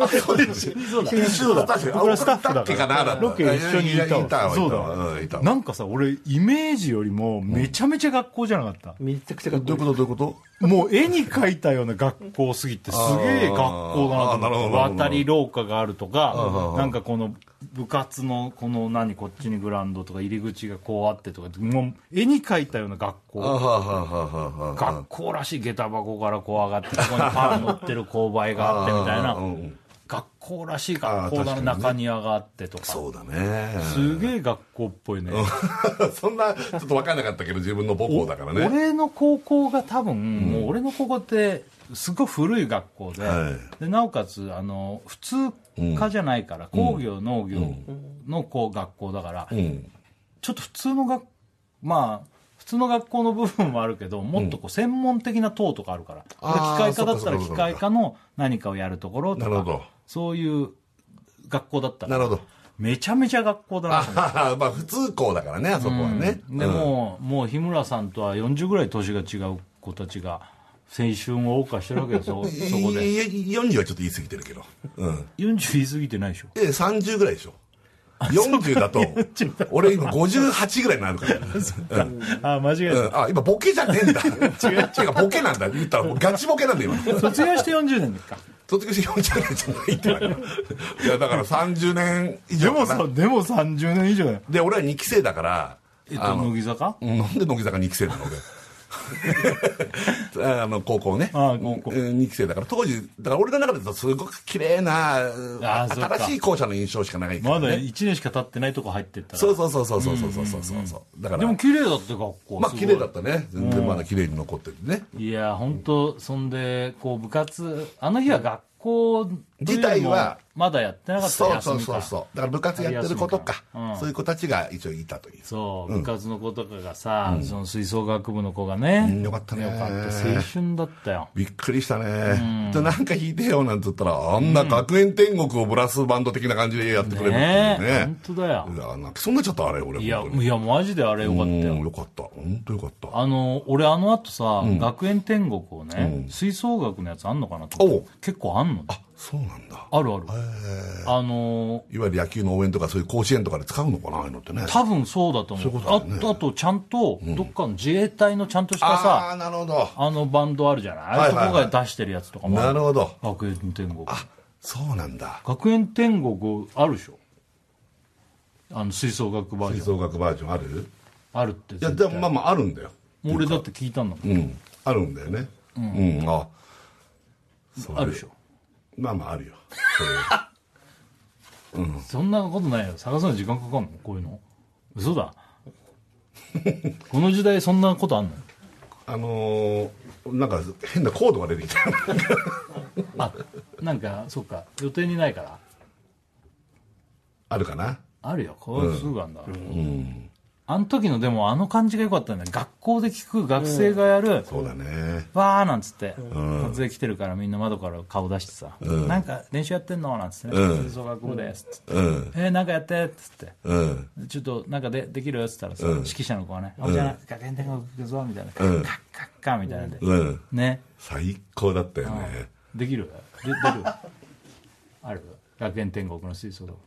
Speaker 2: そうだ確かに
Speaker 1: スタッフだか
Speaker 2: 送った
Speaker 1: ら
Speaker 2: っけかなだった
Speaker 1: ロケ一緒にいたわ
Speaker 2: いたわ
Speaker 1: そう
Speaker 2: いた
Speaker 1: だ
Speaker 2: わうんいたわ
Speaker 1: なんかさ俺イメージよりもめちゃめちゃ学校じゃなかった、
Speaker 12: めちゃくちゃかっこ
Speaker 2: ど
Speaker 12: いうい
Speaker 2: いうことどういうこと
Speaker 1: もう絵に描いたような学校すぎてすげえ学校だなと
Speaker 2: あーなるほ
Speaker 1: 思
Speaker 2: ど
Speaker 1: って渡り廊下があるとかなんかこの部活のこの何こっちにグラウンドとか入り口がこうあってとかもう絵に描いたような
Speaker 2: は
Speaker 1: 学校
Speaker 2: はははは
Speaker 1: 学校らしい下駄箱からこう上がってここにパン乗ってる勾配があってみたいな学校らしい学校だ
Speaker 2: あー確かに
Speaker 1: な
Speaker 2: ね
Speaker 1: 中庭があってとか
Speaker 2: そうだね
Speaker 1: すげえ学校っぽいね
Speaker 2: そんなちょっと分かんなかったけど自分の母校だからね
Speaker 1: 俺の高校が多分、もう俺の高校ってすごい古い学校で,、
Speaker 2: は
Speaker 1: でなおかつあの普通科じゃないから、工業農業のこう学校だから、
Speaker 2: うん
Speaker 1: ちょっと普通の学まあ普通の学校の部分もあるけどもっとこう専門的な等とかあるから、
Speaker 2: あ
Speaker 1: で
Speaker 2: ー
Speaker 1: 機械科だったら
Speaker 2: そっかそっかそっか
Speaker 1: 機械科の何かをやるところと
Speaker 2: な
Speaker 1: か
Speaker 2: るほど
Speaker 1: そういう学校だったか
Speaker 2: な
Speaker 1: ら
Speaker 2: るほど
Speaker 1: めちゃめちゃ学校だなと思って
Speaker 2: あまあ普通校だからねあそこはね
Speaker 1: でもう、もう日村さんとは40ぐらい年が違う子たちが青春を謳歌してるわけよ そそこで
Speaker 2: いや40はちょっと言い過ぎてるけどうん
Speaker 1: 40言い過ぎてないでしょ
Speaker 2: え30ぐらいでしょ40だと俺今58ぐらいになる から
Speaker 1: あ間違え
Speaker 2: うんあ今ボケじゃねえんだ違う違うボケなんだ言ったらもうガチボケなんだ今
Speaker 1: た卒業して40年ですか
Speaker 2: 卒業して40年じゃないって言われるいやだから30年以
Speaker 1: で
Speaker 2: 上
Speaker 1: も
Speaker 2: かな
Speaker 1: さでも30年以上だよ
Speaker 2: で俺は2期生だから
Speaker 1: えっ
Speaker 2: あ
Speaker 1: と
Speaker 2: の
Speaker 1: 乃木坂
Speaker 2: うんなんで乃木坂2期生な の俺あの高校ね
Speaker 1: ああ高校
Speaker 2: うん2期生だから当時だから俺の中でとすごく綺麗な
Speaker 1: ああそっか
Speaker 2: 新しい校舎の印象しかないから、
Speaker 1: ま
Speaker 2: ね、
Speaker 1: だ1年しか経ってないとこ入ってったら
Speaker 2: そうそうそうそうそうそうそうそうだから
Speaker 1: でも綺麗だったよ学校
Speaker 2: まあ
Speaker 1: すごい
Speaker 2: 綺麗だったね全然まだ綺麗に残ってるね
Speaker 1: いや本当そんでこう部活あの日は学校
Speaker 2: 自体は
Speaker 1: というのもまだやってなかった
Speaker 2: そうそうそう
Speaker 1: う
Speaker 2: そうだから部活やってる子とかそういう子たちが一応いたという
Speaker 1: そう部活の子とかがさ、その吹奏楽部の子がね、
Speaker 2: うんよかったね
Speaker 1: よかった青春だったよ
Speaker 2: びっくりしたね。でなんか弾いてよなんて言ったら、あんな学園天国をブラスバンド的な感じでやってくれるって
Speaker 1: ね
Speaker 2: いう
Speaker 1: え、
Speaker 2: ね。
Speaker 1: 本当だよ
Speaker 2: いや、泣きそうになっちゃった、あれ、俺。
Speaker 1: いや
Speaker 2: 本当に
Speaker 1: いやマジであれよかったよ
Speaker 2: うんよかった。本当よかった。
Speaker 1: あの俺あの後さ、学園天国をね、吹奏楽のやつあんのかなと思って結構あんのね
Speaker 2: そうなんだ。
Speaker 1: あるあるあの
Speaker 2: いわゆる野球の応援とか、そういう甲子園とかで使うのかな、ああいうのってね。
Speaker 1: 多分そうだと思う
Speaker 2: そういうことだよね
Speaker 1: あとあとちゃんとどっかの自衛隊のちゃんとしたさ、
Speaker 2: ああ、なるほど。
Speaker 1: あのバンドあるじゃないああいうとこが出してるやつとかもあ
Speaker 2: なるほど。
Speaker 1: 学園天国
Speaker 2: そうなんだ。
Speaker 1: 学園天国あるでしょあの吹奏楽バー
Speaker 2: 吹
Speaker 1: ジョン
Speaker 2: 奏楽バージョンある
Speaker 1: あるって
Speaker 2: いや、
Speaker 1: 絶
Speaker 2: で
Speaker 1: 対
Speaker 2: もまあまああるんだよ。
Speaker 1: 俺だって聞いたんだもん
Speaker 2: うん。あるんだよね。うん。あそれ
Speaker 1: あるでしょ
Speaker 2: まあまああるよ。
Speaker 1: そんなことないよ探すのに時間かかんのこういうの嘘だこの時代そんなことあんの
Speaker 2: あのー、なんか変なコードが出てきた。
Speaker 1: あなんかそっか予定にないから
Speaker 2: あるかな
Speaker 1: あるよこれすぐあんだ、あの時のでもあの感じが良かったんだよ学校で聞く学生がやる、
Speaker 2: そうだね。
Speaker 1: わーなんつって、撮影来てるからみんな窓から顔出してさ、なんか練習やってんのなんつってね、吹奏楽部ですっつって、えー、なんかやってっつって、
Speaker 2: うん。
Speaker 1: ちょっとなんかでできるっつったらさ、指揮者の子はね、あ、じゃあ、学園天国行くぞみたいな、カッカッカッみたいなんで、
Speaker 2: うん。
Speaker 1: ね、
Speaker 2: 最高だったよね。
Speaker 1: できるで出るある学園天国の吹奏楽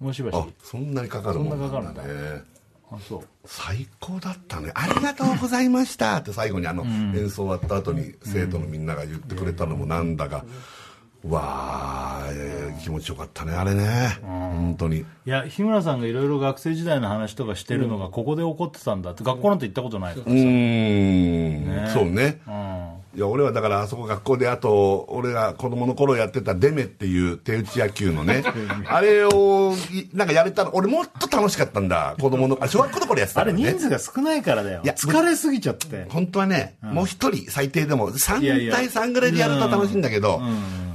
Speaker 1: 部。もうしばし
Speaker 2: あ、そんなにかかるもん
Speaker 1: そんなかか
Speaker 2: な
Speaker 1: る
Speaker 2: ん
Speaker 1: んだ
Speaker 2: だね。
Speaker 1: あ、そう。
Speaker 2: 最高だったね。ありがとうございましたって最後にあの演奏終わった後に生徒のみんなが言ってくれたのもなんだか、わあ、いやいや気持ちよかったね、あれね。本当に。
Speaker 1: いや、日村さんがいろいろ学生時代の話とかしてるのが、ここで起こってたんだって、学校なんて行ったことないから
Speaker 2: うーん、そうね。
Speaker 1: うん
Speaker 2: いや俺はだからあそこ学校であと俺が子供の頃やってたデメっていう手打ち野球の ねあれをいなんかやれたら俺もっと楽しかったんだ子供 のあ小学校の頃やってた
Speaker 5: あ
Speaker 2: か
Speaker 5: れ
Speaker 2: らね
Speaker 5: 人数が少ないからだよ
Speaker 2: いや
Speaker 5: 疲れすぎちゃって
Speaker 2: 本当はね、もう一人最低でも
Speaker 1: やい
Speaker 2: 3
Speaker 1: や
Speaker 2: 対3ぐらいでやると楽しいんだけど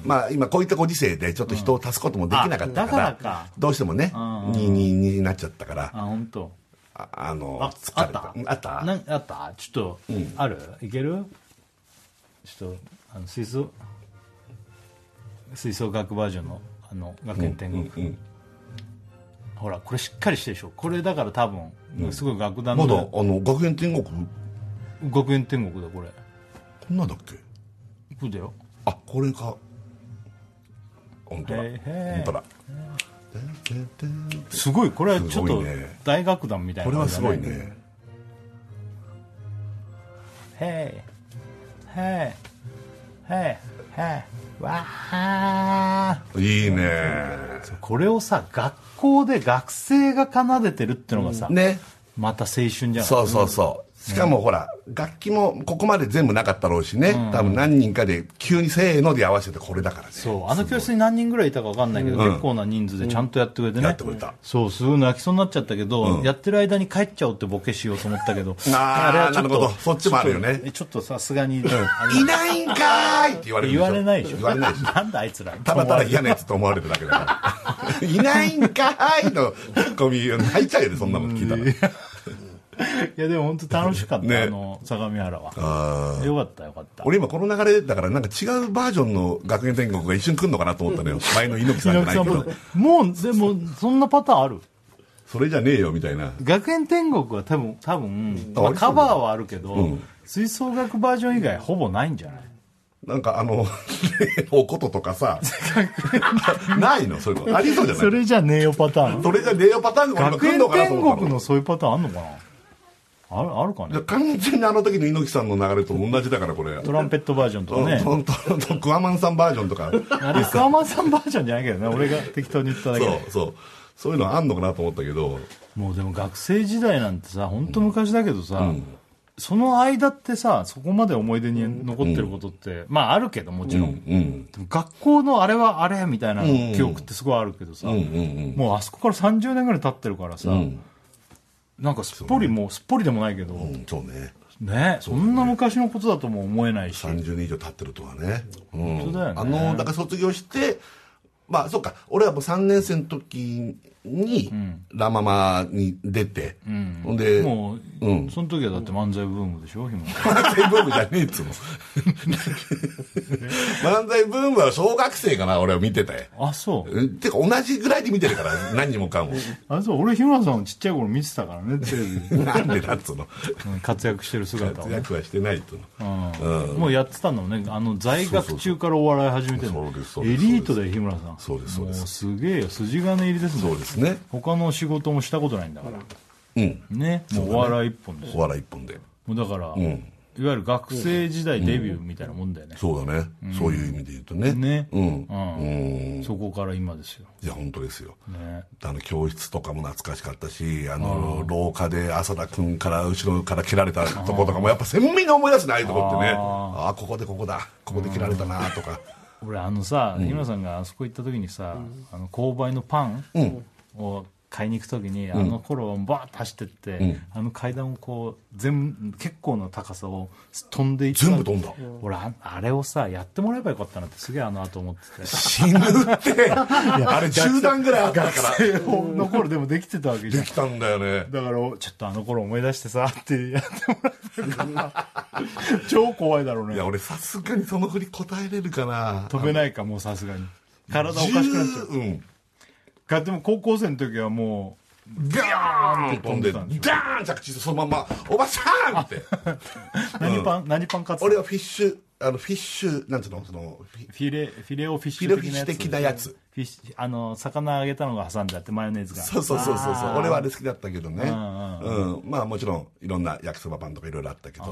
Speaker 2: まあ今こういったご時世でちょっと人を足すこともできなかったか
Speaker 1: うん
Speaker 2: ら,、
Speaker 1: あだからか
Speaker 2: どうしてもね222になっちゃったから
Speaker 1: あ、本当。
Speaker 2: ああの
Speaker 1: あ
Speaker 2: 疲
Speaker 1: あ
Speaker 2: れ
Speaker 1: ったた
Speaker 2: うんあった
Speaker 1: なあったちょっと、あるいけるちょっとあの吹奏吹奏楽バージョンのあの学園天国、ほらこれしっかりしてるでしょこれだから多分、すごい楽団
Speaker 2: まだ
Speaker 1: の
Speaker 2: あの学園天国こ
Speaker 1: 学園天国だこれ
Speaker 2: んなんだっけ
Speaker 1: こうだよ
Speaker 2: あこれか本当だ
Speaker 1: へー
Speaker 2: 本
Speaker 1: へー
Speaker 2: 当だ
Speaker 1: すごいこれはちょっ
Speaker 2: す
Speaker 1: と
Speaker 2: ごいね
Speaker 1: 大楽団みたい
Speaker 2: こ
Speaker 1: な
Speaker 2: れは
Speaker 1: 感じ
Speaker 2: す
Speaker 1: だ、
Speaker 2: ごいね
Speaker 1: へいへいへいへいわあ
Speaker 2: いいね
Speaker 1: これをさ学校で学生が奏でてるってのがさ、
Speaker 2: ね
Speaker 1: また青春じゃん
Speaker 2: そうそうそうしかもほら楽器もここまで全部なかったろうしね多分何人かで急にせーので合わせてこれだからね
Speaker 1: そうあの教室に何人ぐらいいたか分かんないけど、結構な人数でちゃんとやってくれてね、
Speaker 2: やってくれた
Speaker 1: そうすごい泣きそうになっちゃったけど、やってる間に帰っちゃおうってボケしようと思ったけど
Speaker 2: あー
Speaker 1: と
Speaker 2: なるほどそっちもあるよね
Speaker 1: ちょっとちょっとさすがに、あれ
Speaker 2: いないんかーいって言われるでし
Speaker 1: 言
Speaker 2: ょ
Speaker 1: われないでしょ
Speaker 2: 言われないでしょ
Speaker 1: なんだあいつら
Speaker 2: ただただ嫌なやつと思われてるだけだから いないんかーいのツッコミ泣いちゃうよねそんなの聞いたら
Speaker 1: いやでも本当楽しかった、
Speaker 2: ね
Speaker 1: あの相模原は
Speaker 2: あ
Speaker 1: よかったよかった
Speaker 2: 俺今この流れだからなんか違うバージョンの学園天国が一瞬来るのかなと思ったのよ前の猪木さんじゃないけど
Speaker 1: もうでもそんなパターンある
Speaker 2: それじゃねえよみたいな
Speaker 1: 学園天国は多分多分、ま
Speaker 2: あり
Speaker 1: あ、
Speaker 2: そうだね
Speaker 1: カバーはあるけど、吹奏楽バージョン以外ほぼないんじゃない
Speaker 2: なんかあのおこととかさないのそういうのありそうじゃない
Speaker 1: それじゃねえよパターン
Speaker 2: それじゃねえよパターンが俺今
Speaker 1: 学
Speaker 2: 来る
Speaker 1: 園
Speaker 2: のかな
Speaker 1: 天
Speaker 2: と思った
Speaker 1: 国
Speaker 2: の
Speaker 1: のそういうパターンあんのかなあるあるか
Speaker 2: いや
Speaker 1: ね
Speaker 2: 完全にあの時の猪木さんの流れと同じだからこれ
Speaker 1: トランペットバージョンとかね
Speaker 2: トントントンクワマンさんバージョンとか
Speaker 1: あれ桑間さんバージョンじゃないけどね俺が適当に言っただけ
Speaker 2: そ
Speaker 1: で
Speaker 2: うそうそういうのあんのかなと思ったけど
Speaker 1: もうでも学生時代なんてさ本当昔だけどさ、その間ってさそこまで思い出に残ってることって、まああるけどもちろん、
Speaker 2: うん
Speaker 1: でも学校のあれはあれみたいな記憶ってすごいあるけどさ、
Speaker 2: うんうん
Speaker 1: もうあそこから30年ぐらい経ってるからさ、
Speaker 2: うん
Speaker 1: なんかすっぽりもうすっぽりでもないけど、
Speaker 2: うんうんそうね
Speaker 1: ねそんな昔のことだとも思えないし
Speaker 2: 30年以上経ってるとはね,、うん
Speaker 1: 当だよね
Speaker 2: あのだから卒業してまあ、そうか。俺はもう3年生の時に、ラママに出て、ほんで、
Speaker 1: もう、
Speaker 2: うん
Speaker 1: その時はだって漫才ブームでしょ、ひも
Speaker 2: 漫才ブームじゃねえっつうの。漫才ブームは小学生かな、俺は見てたよ。
Speaker 1: あ、そう。
Speaker 2: うんてか同じぐらいで見てるから、何にもかも。
Speaker 1: あ、そう。俺、日村さんをちっちゃい頃見てたから ね、テレビで
Speaker 2: なんでだっつうの。
Speaker 1: うん活躍してる姿を
Speaker 2: 活
Speaker 1: ね。
Speaker 2: 躍はしてないっつうの。
Speaker 1: うんもうやってたんだもんね。あの、在学中からお笑い始めてるの
Speaker 2: そうですそう
Speaker 1: エ
Speaker 2: です
Speaker 1: リートだよ、日村さん。
Speaker 2: そうですそうです
Speaker 1: もすげえよ。筋金入りですね。
Speaker 2: そうですね。
Speaker 1: 他の仕事もしたことないんだから。
Speaker 2: うん。
Speaker 1: ね。もうお笑い一本です
Speaker 2: お
Speaker 1: よ。
Speaker 2: 笑い一本で。
Speaker 1: もうだから、
Speaker 2: ん
Speaker 1: いわゆる学生時代デビューみたいなもんだよね。
Speaker 2: そうだね。そういう意味で言うとね。
Speaker 1: ね
Speaker 2: うん。
Speaker 1: う
Speaker 2: うん。
Speaker 1: そこから今ですよ。
Speaker 2: いや、本当ですよ。
Speaker 1: ね。
Speaker 2: あの教室とかも懐かしかったしあの廊下で浅田君から後ろから蹴られたとことかもやっぱ鮮明に思い出すねああいうとこってねああここでここだここで蹴られたなとか
Speaker 1: 俺あのさ日村さんがあそこ行った時にさ、あの購買のパンを買いに行く時に、あの頃バーッと走ってって、あの階段をこう全結構な高さを飛んでいった
Speaker 2: 全部飛んだ
Speaker 1: 俺ああれをさやってもらえばよかったなってすげえあの後思ってて
Speaker 2: 死ぬってあれ中段ぐらいあったから
Speaker 1: の頃でもできてたわけじ
Speaker 2: で
Speaker 1: ゃん
Speaker 2: きたんだよね
Speaker 1: だからおちょっとあの頃思い出してさってやってもらえばよかった超怖いだろう
Speaker 2: い
Speaker 1: ね
Speaker 2: や俺さすがにその振り答えれるかな
Speaker 1: 飛べないかもうさすがに体おかしくなっちゃう
Speaker 2: 十うん
Speaker 1: かでも高校生の時はも
Speaker 2: ガーンと飛んでダーン着地してそのまま「おばさん!」 って
Speaker 1: う何パン、何パン買ってた
Speaker 2: 俺はフィッシュあのフィッシュなんていうのそのフィ
Speaker 1: フィレ、フィレオフィッ
Speaker 2: フ
Speaker 1: シ
Speaker 2: ィレ
Speaker 1: ュ
Speaker 2: オフィ
Speaker 1: 的
Speaker 2: ッ
Speaker 1: な
Speaker 2: シ
Speaker 1: や
Speaker 2: ュ
Speaker 1: つ。
Speaker 2: 的なやつ
Speaker 1: フィッシュあの、魚揚げたのが挟んであって、マヨネーズが。
Speaker 2: そうそうそうそうそう俺はあれ好きだったけどね、うん
Speaker 1: ん
Speaker 2: まあもちろんいろんな焼きそばパンとかいろいろあったけど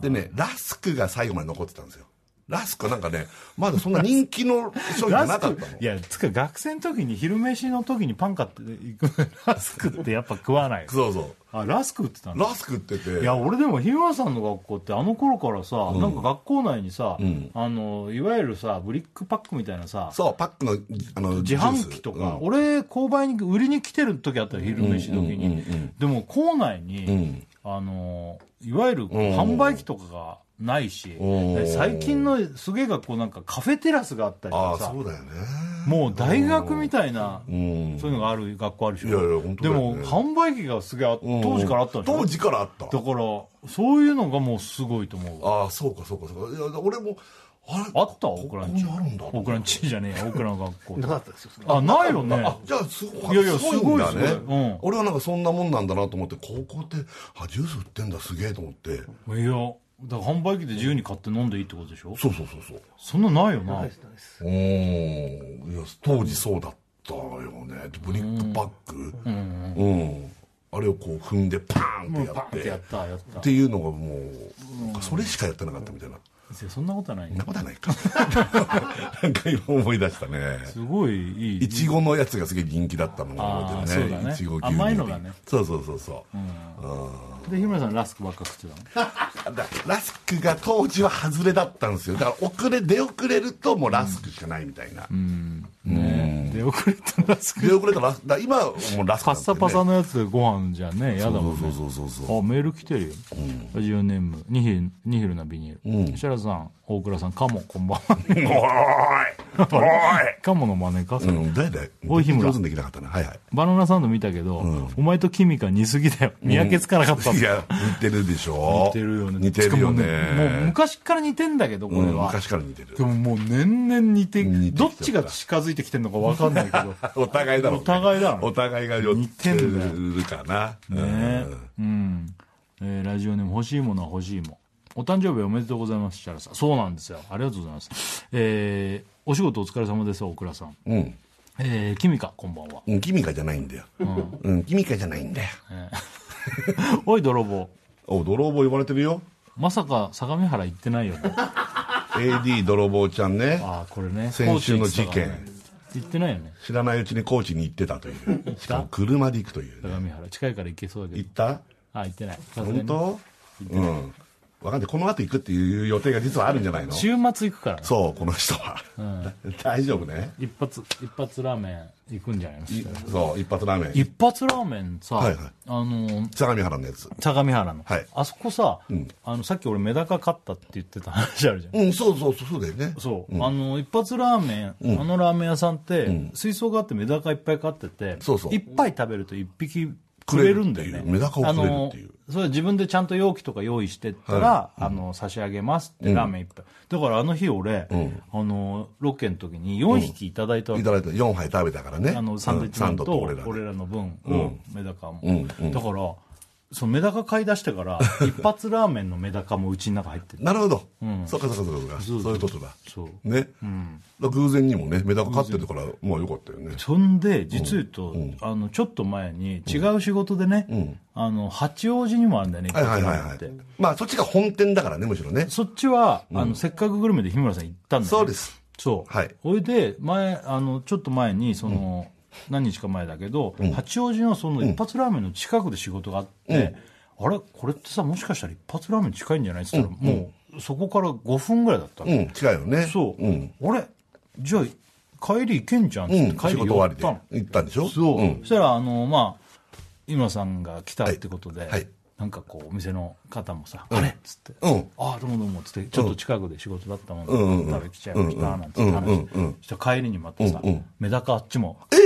Speaker 2: でねラスクが最後まで残ってたんですよラスクなんかねまだそんな人気の商品じゃ
Speaker 1: ラ
Speaker 2: な
Speaker 1: ス
Speaker 2: かっ
Speaker 1: ク
Speaker 2: たの
Speaker 1: いや、つか学生の時に昼飯の時にパン買っていくラスクってやっぱ食わない。
Speaker 2: そうそ
Speaker 1: あ、ラスク売ってた
Speaker 2: うん
Speaker 1: だ。
Speaker 2: ラスクってて
Speaker 1: いや、俺でも日村さんの学校ってあの頃からさ、なんか学校内にさ、あの、いわゆるさ、ブリックパックみたいなさ、
Speaker 2: そうパックのあの
Speaker 1: 自販機と
Speaker 2: ジュー
Speaker 1: か、俺、購買に、売りに来てる時あったよ、昼飯時に。でも、校内に、あの、いわゆる販売機とかがないし、で最近のすげえ学校なんかカフェテラスがあったりと
Speaker 2: スあ
Speaker 1: か
Speaker 2: あ
Speaker 1: さ
Speaker 2: そ、うだよね
Speaker 1: もう大学みたいな、そう
Speaker 2: うん
Speaker 1: いうのがある学校あるでしょ。
Speaker 2: いやいや本当
Speaker 1: で
Speaker 2: だよね
Speaker 1: も、販売機がすげえあ、当時からあったでしょ。
Speaker 2: 当時からあった
Speaker 1: だから、そういうのがもうすごいと思うわ。
Speaker 2: ああそうかそうかそうかいや俺もあれ
Speaker 1: あった
Speaker 2: こ
Speaker 1: オ
Speaker 2: こ
Speaker 1: クラン
Speaker 2: に
Speaker 1: チ。
Speaker 2: あるんだ
Speaker 1: オクランチじゃねえや、オクラの学校。
Speaker 12: なかったですよ。
Speaker 1: あ、ないよね。
Speaker 2: あじゃあすご
Speaker 1: いやいや
Speaker 2: すごいんだ
Speaker 1: すごいすごいうん
Speaker 2: ね俺はなんかそんなもんなんだなと思って高校ってあジュース売ってんだすげえと思って
Speaker 1: いやだから販売機で自由に買って飲んでいいってことでしょ
Speaker 2: そうそうそうそう
Speaker 1: そんなないよな
Speaker 12: ナイスナイス
Speaker 2: おーいや当時そうだったよねブリックパックうん、あれをこう踏んでパーンってやっ
Speaker 1: パンっててや
Speaker 2: っ
Speaker 1: ったやった
Speaker 2: ていうのがもうなんかそれしかやってなかったみたいな
Speaker 1: 先生そんなことはない
Speaker 2: そんなことはないかなんか今思い出したね
Speaker 1: すごいいい
Speaker 2: いちごのやつがすげえ人気だったのが覚えてる
Speaker 1: あーそうだね
Speaker 2: ねいちご牛乳
Speaker 1: 甘いのがね
Speaker 2: そうそうそうそう、
Speaker 1: で日村さんラスクばっか食ってたの
Speaker 2: だラスクが当時は外れだったんですよだから遅れ出遅れるともうラスクしかないみたいな、
Speaker 1: で遅 れたラスク
Speaker 2: 出遅れたらラスだから今はもうラスク
Speaker 1: パ
Speaker 2: な
Speaker 1: ッ
Speaker 2: んですよ
Speaker 1: サ
Speaker 2: ね
Speaker 1: パサのやつでご飯じゃねやだもん
Speaker 2: そう
Speaker 1: ね
Speaker 2: そうそうそう
Speaker 1: あメール来てるよラジオネームニヒルニヒルなビニール設楽さん大倉さんカモこんばんは
Speaker 2: おーいおーい
Speaker 1: カモの真似かそれ
Speaker 2: うん、誰だい
Speaker 1: おい日村
Speaker 2: 上手にできなかったな。はいはい。
Speaker 1: バナナサンド見たけどお前とキミカ似すぎだよ見分けつかなかった
Speaker 2: いや、似てるでしょ
Speaker 1: 似てるよね
Speaker 2: 似てるよね
Speaker 1: しか。ももう昔から似てんだけどこれ
Speaker 2: うん
Speaker 1: は
Speaker 2: 昔から似てる
Speaker 1: で。ももう年々似て
Speaker 2: 似てきて
Speaker 1: どっちが近づいてきてるのか分かんないけど
Speaker 2: お互いだろうね、
Speaker 1: お互いだろうね
Speaker 2: お互いが寄ってるかな。
Speaker 1: ね
Speaker 2: うん
Speaker 1: うん、えーラジオネーム欲しいものは欲しいもんお誕生日おめでとうございます設楽さんそうなんですよありがとうございますえーお仕事お疲れ様です大倉さん
Speaker 2: うん。
Speaker 1: えー、キミカこんばんは
Speaker 2: うん、キミカじゃないんだよ。うん、キミカじゃないんだよ。
Speaker 1: おい泥棒
Speaker 2: お、泥棒言われてるよ。
Speaker 1: まさか相模原行ってないよね
Speaker 2: AD 泥棒ちゃんね。
Speaker 1: ああこれね
Speaker 2: 先週の事件
Speaker 1: 高知行ってたからね行ってないよね
Speaker 2: 知らないうちに高知に行ってたという。しかも車で行くというね。
Speaker 1: 相模原近いから行けそうだけ
Speaker 2: 行
Speaker 1: ど
Speaker 2: った
Speaker 1: あ行ってないさすがに
Speaker 2: 本当うん。わかんないこの後行くっていう予定が実はあるんじゃないの
Speaker 1: 週末行くからね
Speaker 2: そうこの人は、大丈夫ね
Speaker 1: 一発一発ラーメン行くんじゃない
Speaker 2: い
Speaker 1: の
Speaker 2: そう一発ラーメン
Speaker 1: 一発ラーメンさ、
Speaker 2: はいはい
Speaker 1: あの
Speaker 2: 相模原のやつ
Speaker 1: 相模原の、
Speaker 2: はい
Speaker 1: あそこさ、あのさっき俺メダカ買ったって言ってた話あるじゃん
Speaker 2: うんそうそうそうそうだよね
Speaker 1: そう、あの一発ラーメン、あのラーメン屋さんって、水槽があってメダカいっぱい飼ってて
Speaker 2: そうそう
Speaker 1: いっぱい食べると一匹くれるんだよね
Speaker 2: くれるっていうメダカをくれるっていう
Speaker 1: あのそれは自分でちゃんと容器とか用意してったら、あの差し上げますって、ラーメンいっぱいだからあの日俺、あのロケの時に4匹いただいたわ
Speaker 2: い
Speaker 1: け、
Speaker 2: ただいた4杯食べたからね
Speaker 1: あのサンドイッチ
Speaker 2: うん
Speaker 1: マ
Speaker 2: サ
Speaker 1: ン
Speaker 2: ンド
Speaker 1: と
Speaker 2: と俺らで
Speaker 1: 俺らの分を、メダカも、
Speaker 2: んうん
Speaker 1: だからそのメダカ買い出してから 一発ラーメンのメダカもうちの中入ってる
Speaker 2: なるほど、そうかそうかそうかそうかそういうことだ
Speaker 1: そう
Speaker 2: ね、だから偶然にもねメダカ飼ってるからまあよかったよね
Speaker 1: そんで実言うと、あのちょっと前に違う仕事でね、あの八王子にもあるんだよね、
Speaker 2: はいはいはい
Speaker 1: 一発ラーメン
Speaker 2: は
Speaker 1: って
Speaker 2: いまあそっちが本店だからねむしろね
Speaker 1: そっちは、あのせっかくグルメで日村さん行ったんだよね
Speaker 2: そうです
Speaker 1: そう
Speaker 2: はい
Speaker 1: ほいで前あのちょっと前にその、何日か前だけど、八王子のその一発ラーメンの近くで仕事があって、あれこれってさもしかしたら一発ラーメン近いんじゃないっつったら、もうそこから5分ぐらいだったの
Speaker 2: うん違うよね
Speaker 1: そう、
Speaker 2: ん、
Speaker 1: あれじゃあ帰り行けんじゃんっつ
Speaker 2: う
Speaker 1: っ
Speaker 2: ん
Speaker 1: て、
Speaker 2: 仕
Speaker 1: 帰り
Speaker 2: 事終
Speaker 1: 寄
Speaker 2: わ
Speaker 1: っ
Speaker 2: りで
Speaker 1: たの、
Speaker 2: 行ったんでしょ
Speaker 1: そう、
Speaker 2: ん
Speaker 1: そしたらあのまあ井村さんが来たってことで、
Speaker 2: いはい
Speaker 1: なんかこうお店の方もさ「あれ?」っつって「
Speaker 2: うん
Speaker 1: ああどうもどうも」っつってちょっと近くで仕事だったもんで、
Speaker 2: うんうん
Speaker 1: 食べ来ちゃいましたなんつって話して、そしたら帰りにまたさ、
Speaker 2: うんうん
Speaker 1: メダカあっちも
Speaker 2: え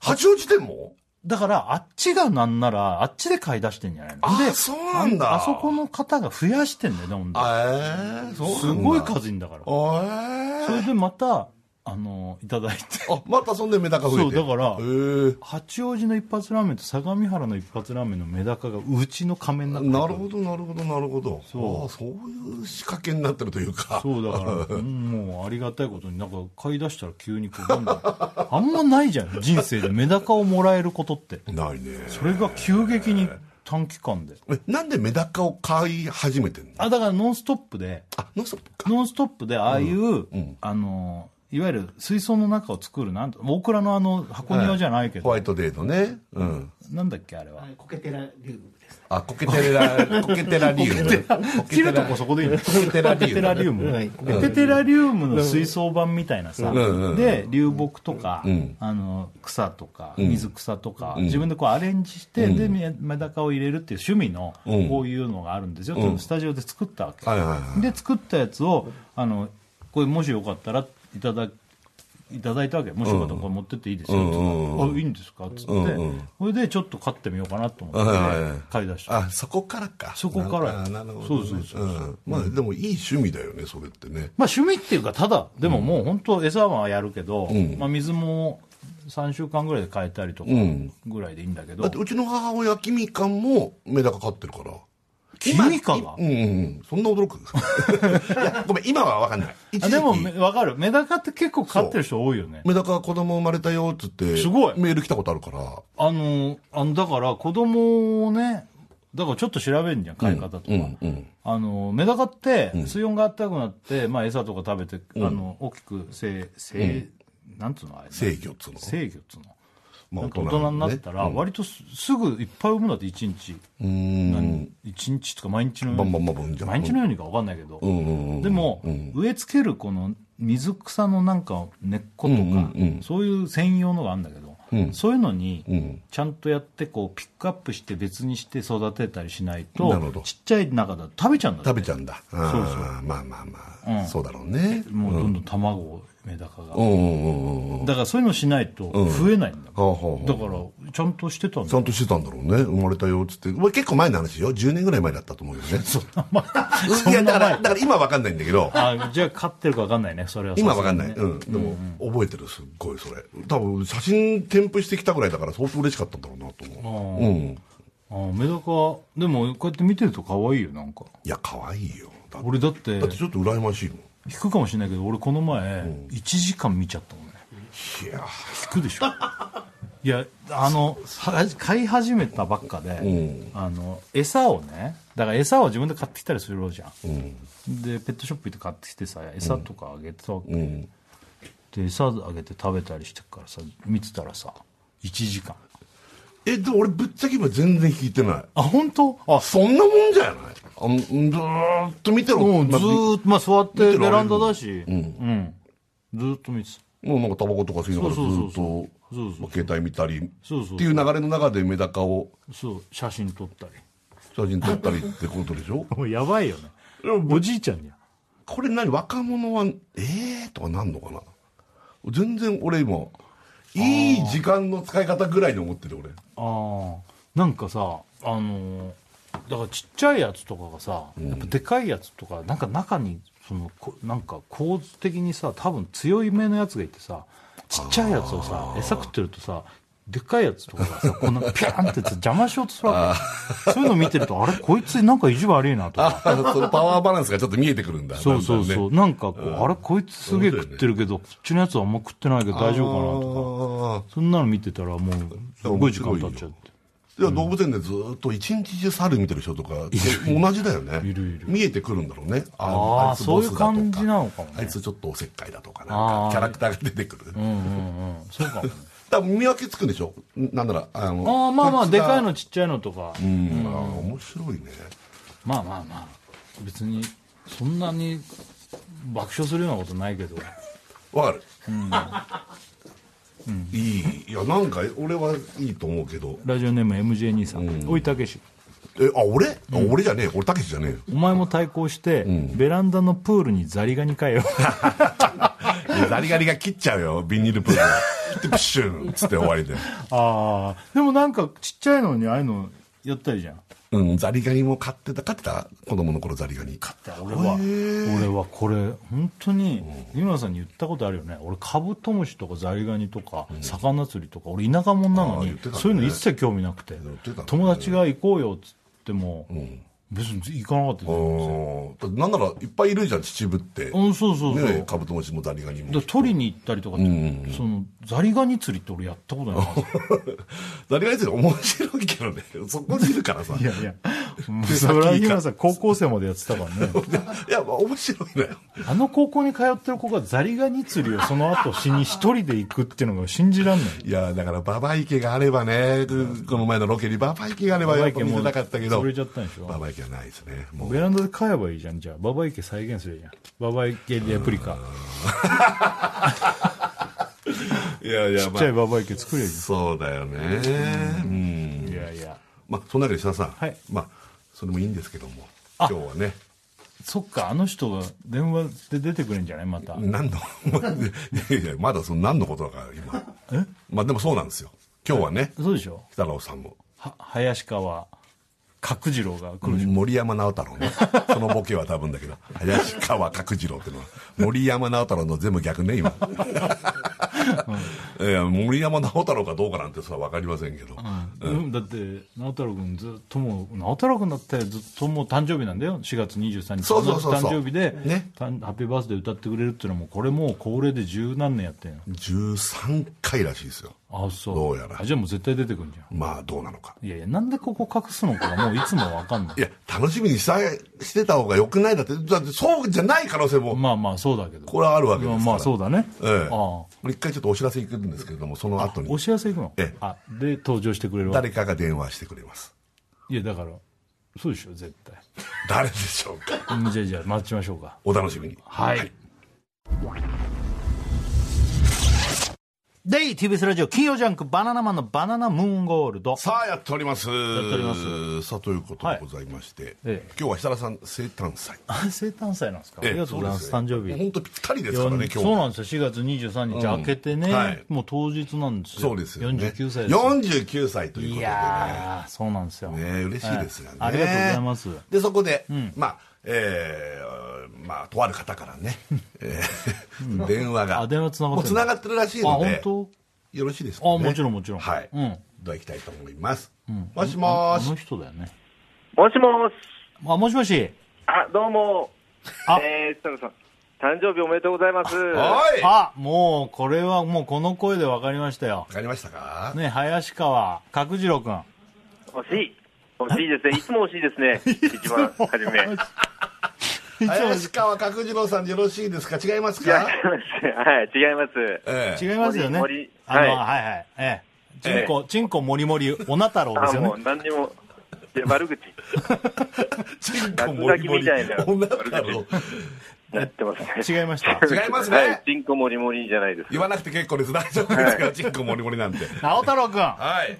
Speaker 2: 八王子店も
Speaker 1: だからあっちがなんならあっちで買い出してんじゃないの
Speaker 2: あ
Speaker 1: で
Speaker 2: ーそうなんだ
Speaker 1: ああそこの方が増やしてんだよねほんと
Speaker 2: ええそう
Speaker 1: すごい数いんだからそ
Speaker 2: え
Speaker 1: れでまたあのいただいて
Speaker 2: あまたそんでメダカ増えて
Speaker 1: そうだから
Speaker 2: へえ
Speaker 1: 八王子の一発ラーメンと相模原の一発ラーメンのメダカがうちの仮面だった
Speaker 2: なるほどなるほどなるほど
Speaker 1: そう
Speaker 2: ああそういう仕掛けになってるというか
Speaker 1: そうだから、うんもうありがたいことになんか買い出したら急にこうどんどんあんまないじゃん人生でメダカをもらえることって
Speaker 2: ないね
Speaker 1: それが急激に短期間で
Speaker 2: えなんでメダカを飼い始めてんの
Speaker 1: あだから「ノンストップ!」で
Speaker 2: あノンストップ
Speaker 1: 「
Speaker 2: か
Speaker 1: ノンストップ!」でああいう、あのいわゆる水槽の中を作るなんとオクラのあの箱庭じゃないけど、
Speaker 2: ホワイトデートねうん
Speaker 1: なんだっけあれは、
Speaker 12: コケテラリウムです。
Speaker 2: あコケテ ラコケテラリウム
Speaker 1: 切るとこそこでいいの
Speaker 2: コケテラリ
Speaker 1: テラリ
Speaker 2: ウ
Speaker 1: ウ
Speaker 2: ム
Speaker 1: ム、テテラリウムの水槽版みたいなさ、で流木とか、あの草とか水草とか、自分でこうアレンジして、でメメダカを入れるっていう趣味のこういうのがあるんですよ、スタジオで作ったわけ、
Speaker 2: はいはいは
Speaker 1: で作ったやつをあのこれもしよかったらいただいただいたわけもしよかったらこれ持ってっていいですよ、つってあいいんですかっつって、それでちょっと飼ってみようかなと思って、
Speaker 2: はいはいはい
Speaker 1: 買い出した
Speaker 2: あそこからか
Speaker 1: そこから
Speaker 2: あなるほどね
Speaker 1: そうそうそう
Speaker 2: うんまあでもいい趣味だよねそれってね
Speaker 1: まあ、趣味っていうかただでももう本当餌はやるけど、まあ、水も3週間ぐらいで変えたりとか
Speaker 2: ん
Speaker 1: ぐらいでいいんだけど、
Speaker 2: だってうちの母親キミカンもメダカ飼ってるから
Speaker 1: 君かが
Speaker 2: うんうんうんそんな驚く いやごめん今は分かんない一
Speaker 1: あ
Speaker 2: 時期
Speaker 1: でもめわかるメダカって結構飼ってる人多いよね
Speaker 2: メダカ子供生まれたよっつって
Speaker 1: すごい
Speaker 2: メール来たことあるから
Speaker 1: あのあのだから子供をねだからちょっと調べんじゃん飼い方とか、あのメダカって水温が暖かくなって、まあ、餌とか食べて、あの大きく成成、なんつうのあれ
Speaker 2: 制御っつうの
Speaker 1: 制御っつうの
Speaker 2: まあ
Speaker 1: なんか大人になったら、
Speaker 2: ね
Speaker 1: 割とすすぐいっぱい産むんだって、1日。何一日とか毎日のよう
Speaker 2: バンバン
Speaker 1: に。
Speaker 2: バンバンじゃん
Speaker 1: 毎日のようにか分かんないけど。でも、植え付けるこの水草のなんか根っことか、そういう専用のがあるんだけど、そういうのに、ちゃんとやって、こう、ピックアップして別にして育てたりしない
Speaker 2: なるほ
Speaker 1: と
Speaker 2: ど、
Speaker 1: ちっちゃい中だと食べちゃうんだって
Speaker 2: 食べちゃうんだそうそうまあまあまあ、そうだろうね
Speaker 1: もうどんどん卵を、メダカが。
Speaker 2: うんうんうんうん
Speaker 1: だからそういうのしないと増えないんだから。
Speaker 2: ほうほうほう
Speaker 1: だから、ちゃんとしてたんだ
Speaker 2: ちゃんとしてたんだろうね生まれたよっつってまあ結構前の話よ10年ぐらい前だったと思うよ ねそんな前いやだからだから今わかんないんだけど
Speaker 1: あじゃあ飼ってるか分かんないねそれは
Speaker 2: 今
Speaker 1: わ
Speaker 2: わかんない、うん、でも、覚えてるすっごいそれ多分写真添付してきたぐらいだから相当嬉しかったんだろうなと思ううん
Speaker 1: あメダカでもこうやって見てると可愛いよなんか
Speaker 2: いや可愛いよだって
Speaker 1: 俺だって
Speaker 2: だってちょっと羨ましいもん
Speaker 1: 引くかもしれないけど俺この前1時間見ちゃったもんね
Speaker 2: いや
Speaker 1: 引く でしょいやあのは飼い始めたばっかで、あの餌をねだから餌を自分で買ってきたりするじゃん、でペットショップ行って買ってきてさ餌とかあげてたわけ、で餌あげて食べたりしてからさ見てたらさ1時間
Speaker 2: えでも俺ぶっちゃけ今全然聞いてない
Speaker 1: あ本当あ
Speaker 2: そんなもんじゃないあんずーっと見てろ、
Speaker 1: もうず
Speaker 2: まあ
Speaker 1: ーっと、まあ、座ってベランダだし、う
Speaker 2: うんん、
Speaker 1: ずーっと見てた。
Speaker 2: もうなんかタバコとか吸いながらず
Speaker 1: そうそう
Speaker 2: ー
Speaker 1: そう
Speaker 2: っ
Speaker 1: そ
Speaker 2: と
Speaker 1: そうそう
Speaker 2: まあ携帯見たり
Speaker 1: そうそう
Speaker 2: っていう流れの中でメダカを
Speaker 1: そう、写真撮ったり。
Speaker 2: 写真撮ったりってことでしょ
Speaker 1: もうやばいよね。おじいちゃんにゃ。
Speaker 2: これ何若者はえーとかなんのかな全然俺今いい時間の使い方ぐらいに思ってる俺
Speaker 1: ああなんかさあのーだからちっちゃいやつとかがさ、やっぱでかいやつとかなんか中にそのこなんか構図的にさ多分強い目のやつがいてさちっちゃいやつをさ餌食ってるとさでっかいやつとかがさこんな ピャーンってさ邪魔しようとするわけそういうの見てるとあれこいつなんか意地悪いなとか
Speaker 2: あそのパワーバランスがちょっと見えてくるんだ
Speaker 1: そうそ
Speaker 2: だ
Speaker 1: う
Speaker 2: んだん
Speaker 1: そ
Speaker 2: ね
Speaker 1: う、なんかこうあれこいつすげえ食ってるけど、こっちのやつはあんま食ってないけど大丈夫かなとか
Speaker 2: あ
Speaker 1: そんなの見てたらもうすごい時間経っちゃって。
Speaker 2: ーいや動物園でずーっと一日中猿見てる人とか同じだよね見えてくるんだろうねあ
Speaker 1: ああ
Speaker 2: いつ
Speaker 1: そう
Speaker 2: ボ
Speaker 1: い
Speaker 2: スだと
Speaker 1: う
Speaker 2: か
Speaker 1: 感じなのかも
Speaker 2: あい
Speaker 1: ね
Speaker 2: つちょっとおせっかいだとか
Speaker 1: あ
Speaker 2: なん
Speaker 1: ー
Speaker 2: かキャラクターが出てくる、
Speaker 1: うんうんうんそうかもね
Speaker 2: 多分見分けつくんでしょなんならあの
Speaker 1: ああまあまあ
Speaker 2: こ
Speaker 1: で
Speaker 2: つが
Speaker 1: かいのちっちゃいのとか
Speaker 2: うん、あー面白いね
Speaker 1: まあまあまあ別にそんなに爆笑するようなことないけど
Speaker 2: わかる、いいいやなんか俺はいいと思うけど
Speaker 1: ラジオネーム MJ 兄さんおいたけし
Speaker 2: えあ俺、あ俺じゃねえよ俺たけしじゃねえよ
Speaker 1: お前も対抗してベランダのプールにザリガニ かよ
Speaker 2: いやザリガニが切っちゃうよビニールプール切ってプシュンっつって終わりで
Speaker 1: ああでもなんかちっちゃいのにああいうのやったりじゃん
Speaker 2: うんザリガニも飼ってた飼ってた子供の頃ザリガニ飼って
Speaker 1: 俺は俺はこれ本当に日村さんに言ったことあるよね俺カブトムシとかザリガニとか魚釣りとか俺田舎者なの
Speaker 2: あー言っ
Speaker 1: に
Speaker 2: てたね
Speaker 1: そういうの一切興味なくて
Speaker 2: ってたね
Speaker 1: 友達が行こうよっつっても別に行かなかったですよ
Speaker 2: なんならいっぱいいるじゃん秩父って、
Speaker 1: うんそうそうそう
Speaker 2: ね
Speaker 1: だか
Speaker 2: カブトムシもザリガニも
Speaker 1: ら取りに行ったりとかそのザリガニ釣りって俺やったことないから
Speaker 2: ザリガニ釣り面白いけどねそこにいるから さ
Speaker 1: いやいやそれは日村さん高校生までやってたからね
Speaker 2: いや、まあ、面白いのよ。
Speaker 1: あの高校に通ってる子がザリガニ釣りをその後しに一人で行くっていうのが信じらんない
Speaker 2: いや、だから、ババ池があればね、この前のロケにババ池があれば、やっぱ見せたかったけど
Speaker 1: 潰、れちゃったんでしょ
Speaker 2: ババ池はないですね。もう、
Speaker 1: ベランダで買えばいいじゃんじゃあババ池再現するじゃんババ池レプリカ
Speaker 2: いやいや、
Speaker 1: ちっちゃいババ池作れるじ
Speaker 2: そうだよね。うん。
Speaker 1: ゃんいやいや
Speaker 2: まあ、そんなわけで、設田さん。
Speaker 1: はい
Speaker 2: まあ、それもいいんですけども、
Speaker 1: あ
Speaker 2: 今日はね、
Speaker 1: そっかあの人が電話で出てくるんじゃないまた、
Speaker 2: 何の、 いやいや、まだその何のことだから、今。まあ、でもそうなんですよ。今日はね、
Speaker 1: そうでしょ
Speaker 2: 北郎さんも、
Speaker 1: は林川角次郎が来るでしょ、
Speaker 2: 森山直太朗 ね。そのボケは多分だけど、林川角次郎っていうのは、森山直太朗の全部逆ね、今。 いや、森山直太朗かどうかなんてそれは分かりませんけど。
Speaker 1: うんだって直太朗君ずっともう直太朗君だってずっともう誕生日なんだよ4月23日
Speaker 2: そうそうそうそう
Speaker 1: 同じ誕生日で、
Speaker 2: ね
Speaker 1: たんハッピーバースデー歌ってくれるっていうのもこれもう恒例で十何年やってんの
Speaker 2: 13回らしいですよ。
Speaker 1: あそう
Speaker 2: どうやら
Speaker 1: あじゃあもう絶対出てくるんじゃん
Speaker 2: まあ、どうなのか。
Speaker 1: いやいやなんでここ隠すのかがもういつもわかんない
Speaker 2: いや、楽しみにしたしてた方が良くないだって、だってそうじゃない可能性も、
Speaker 1: まあまあそうだけど
Speaker 2: これはあるわけですから。
Speaker 1: まあそうだね、
Speaker 2: ええ。
Speaker 1: ああ
Speaker 2: これ一回ちょっとお知らせいくんですけれども、その後に
Speaker 1: お、知らせ行くの、
Speaker 2: ええ
Speaker 1: あで登場してくれるわ
Speaker 2: 誰かが電話してくれます。
Speaker 1: いやだからそうでしょ絶対
Speaker 2: 誰でしょうか。
Speaker 1: うんじゃあじゃあ待ちましょうか
Speaker 2: お楽しみに。
Speaker 1: はいで TBS ラジオ金曜ジャンク「バナナマンのバナナムーンゴールド」
Speaker 2: さあやっております
Speaker 1: っております
Speaker 2: さあということでございまして、
Speaker 1: ええ
Speaker 2: 今日は設楽さん生誕祭
Speaker 1: あ生誕祭なんですか、
Speaker 2: ええ
Speaker 1: ありがとうございます
Speaker 2: そう
Speaker 1: 誕
Speaker 2: で
Speaker 1: 生日
Speaker 2: 本当ぴったりで
Speaker 1: い
Speaker 2: す
Speaker 1: や
Speaker 2: からね今日
Speaker 1: そうなんですよ4月23日明けてね、
Speaker 2: はい
Speaker 1: もう当日なんですよ
Speaker 2: そうですよね
Speaker 1: 49歳ですよ
Speaker 2: 49歳という
Speaker 1: い
Speaker 2: こと
Speaker 1: やーそうなんですよ、
Speaker 2: でねね嬉しいですよね、
Speaker 1: ええありがとうございます
Speaker 2: でそこで、まあえーまあとある方から ね、えー電話が
Speaker 1: あ電話繋が
Speaker 2: も
Speaker 1: ってる
Speaker 2: う繋がってるらしい
Speaker 1: あ
Speaker 2: の
Speaker 1: 本
Speaker 2: で
Speaker 1: 当
Speaker 2: よろしいですか、ね、
Speaker 1: あもちろんもちろん
Speaker 2: はい、
Speaker 1: うん
Speaker 2: では行きたいと思います、もしも
Speaker 1: あ
Speaker 2: ーし
Speaker 1: の人だよね
Speaker 13: もしもし。
Speaker 1: あもしもし
Speaker 13: あ、どうも。
Speaker 1: あ
Speaker 13: えー、設楽さん、誕生日おめでとうございます。
Speaker 2: おいわ
Speaker 1: あもうこれはもうこの声で分かりましたよ
Speaker 2: かりましたか、
Speaker 1: ね林川角次郎君
Speaker 13: 惜しい。惜しいですね。いつも惜しいで すね。一番初め。
Speaker 2: 林川角次郎さんでよろしいですか違います
Speaker 13: いや、違い
Speaker 2: か
Speaker 13: ます。 はい、違います。
Speaker 2: ええ
Speaker 1: 違いますよね
Speaker 13: 森
Speaker 1: あの、
Speaker 13: 森
Speaker 1: は、
Speaker 13: はい
Speaker 1: はいはいええちんこちんこもりもりおな太郎で
Speaker 13: あ、
Speaker 1: すよ
Speaker 13: もう
Speaker 1: ね
Speaker 13: 何にも。いや悪口、
Speaker 2: チンコ
Speaker 13: 落
Speaker 2: モ
Speaker 13: 書
Speaker 2: リ
Speaker 13: き
Speaker 2: モ
Speaker 13: み
Speaker 2: リ
Speaker 13: たいな
Speaker 2: 女だろ
Speaker 13: やってますね。
Speaker 1: 違いました。
Speaker 2: 違いますね
Speaker 13: はい、チンコモリモリじゃないです。
Speaker 2: 言わなくて結構です大丈夫ですからチンコモリモリなんて
Speaker 1: 直太 郎くん。
Speaker 2: はい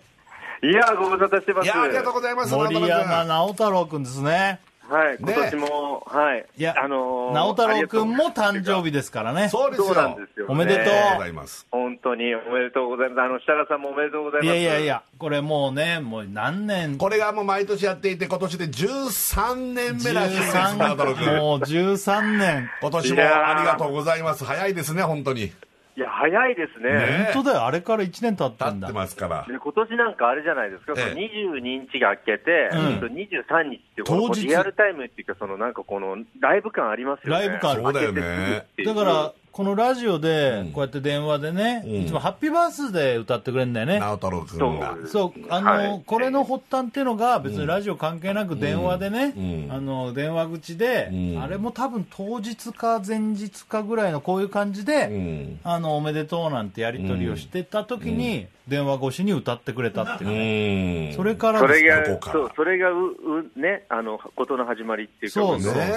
Speaker 13: いやー、ご無沙汰してま
Speaker 2: い
Speaker 13: す。
Speaker 2: やありがとうございます渡
Speaker 1: 森
Speaker 2: 辺
Speaker 1: 山
Speaker 2: さん
Speaker 1: 直太郎くんですね。
Speaker 13: はい、今年も、はい。
Speaker 1: いや、
Speaker 13: あのー
Speaker 1: 直太郎くんも誕生日ですからね。
Speaker 2: そうですよ
Speaker 13: そうなんですよ、ね。
Speaker 1: おめでとう
Speaker 2: ありがとうございます
Speaker 13: 本当におめでとうございます。あの、設楽さんもおめでとうございます。
Speaker 1: いやいやい。や、これもうね、もう何年、
Speaker 2: これがもう毎年やっていて今年で13年目らしいです
Speaker 1: 13
Speaker 2: 渡辺君
Speaker 1: もう13年。
Speaker 2: 今年もありがとうございます早いですね本当に
Speaker 13: いや、早いですね。
Speaker 2: ね
Speaker 1: 本当だよ、あれから1年経った
Speaker 2: 経
Speaker 1: ん
Speaker 2: っ
Speaker 1: だ
Speaker 2: て。ますから
Speaker 13: で今年なんかあれじゃないですか、
Speaker 2: ええ
Speaker 13: その22日が明けて、
Speaker 1: ん
Speaker 13: その23日っていう、この
Speaker 1: 当日
Speaker 13: リアルタイムっていうか、そのなんかこのライブ感ありますよね。
Speaker 1: ライブ感ある
Speaker 2: そうだよね
Speaker 13: 明けてすぐってい
Speaker 1: だ
Speaker 13: う
Speaker 1: から、、このラジオで、こうやって電話でね、いつもハッピーバースデー歌ってくれるんだよね。
Speaker 2: 直太朗君
Speaker 13: そう
Speaker 2: が
Speaker 1: そう、あの、
Speaker 13: はい
Speaker 1: これの発端っていうのが、別にラジオ関係なく電話でね、
Speaker 2: うんうん
Speaker 1: あの、電話口で、
Speaker 2: うん
Speaker 1: あれも多分当日か前日かぐらいのこういう感じ
Speaker 2: う
Speaker 1: で、
Speaker 2: ん
Speaker 1: あの、おめでとうなんてやり取りをしてた時に、電話越しに歌ってくれたっていう
Speaker 2: う
Speaker 1: ね。
Speaker 2: ん
Speaker 1: それから
Speaker 13: そ
Speaker 1: です
Speaker 13: れが
Speaker 2: どこか、ら
Speaker 13: そう、それがう、う、ね、あの、ことの始まりっていうか、
Speaker 1: そううんそ
Speaker 2: ね
Speaker 1: う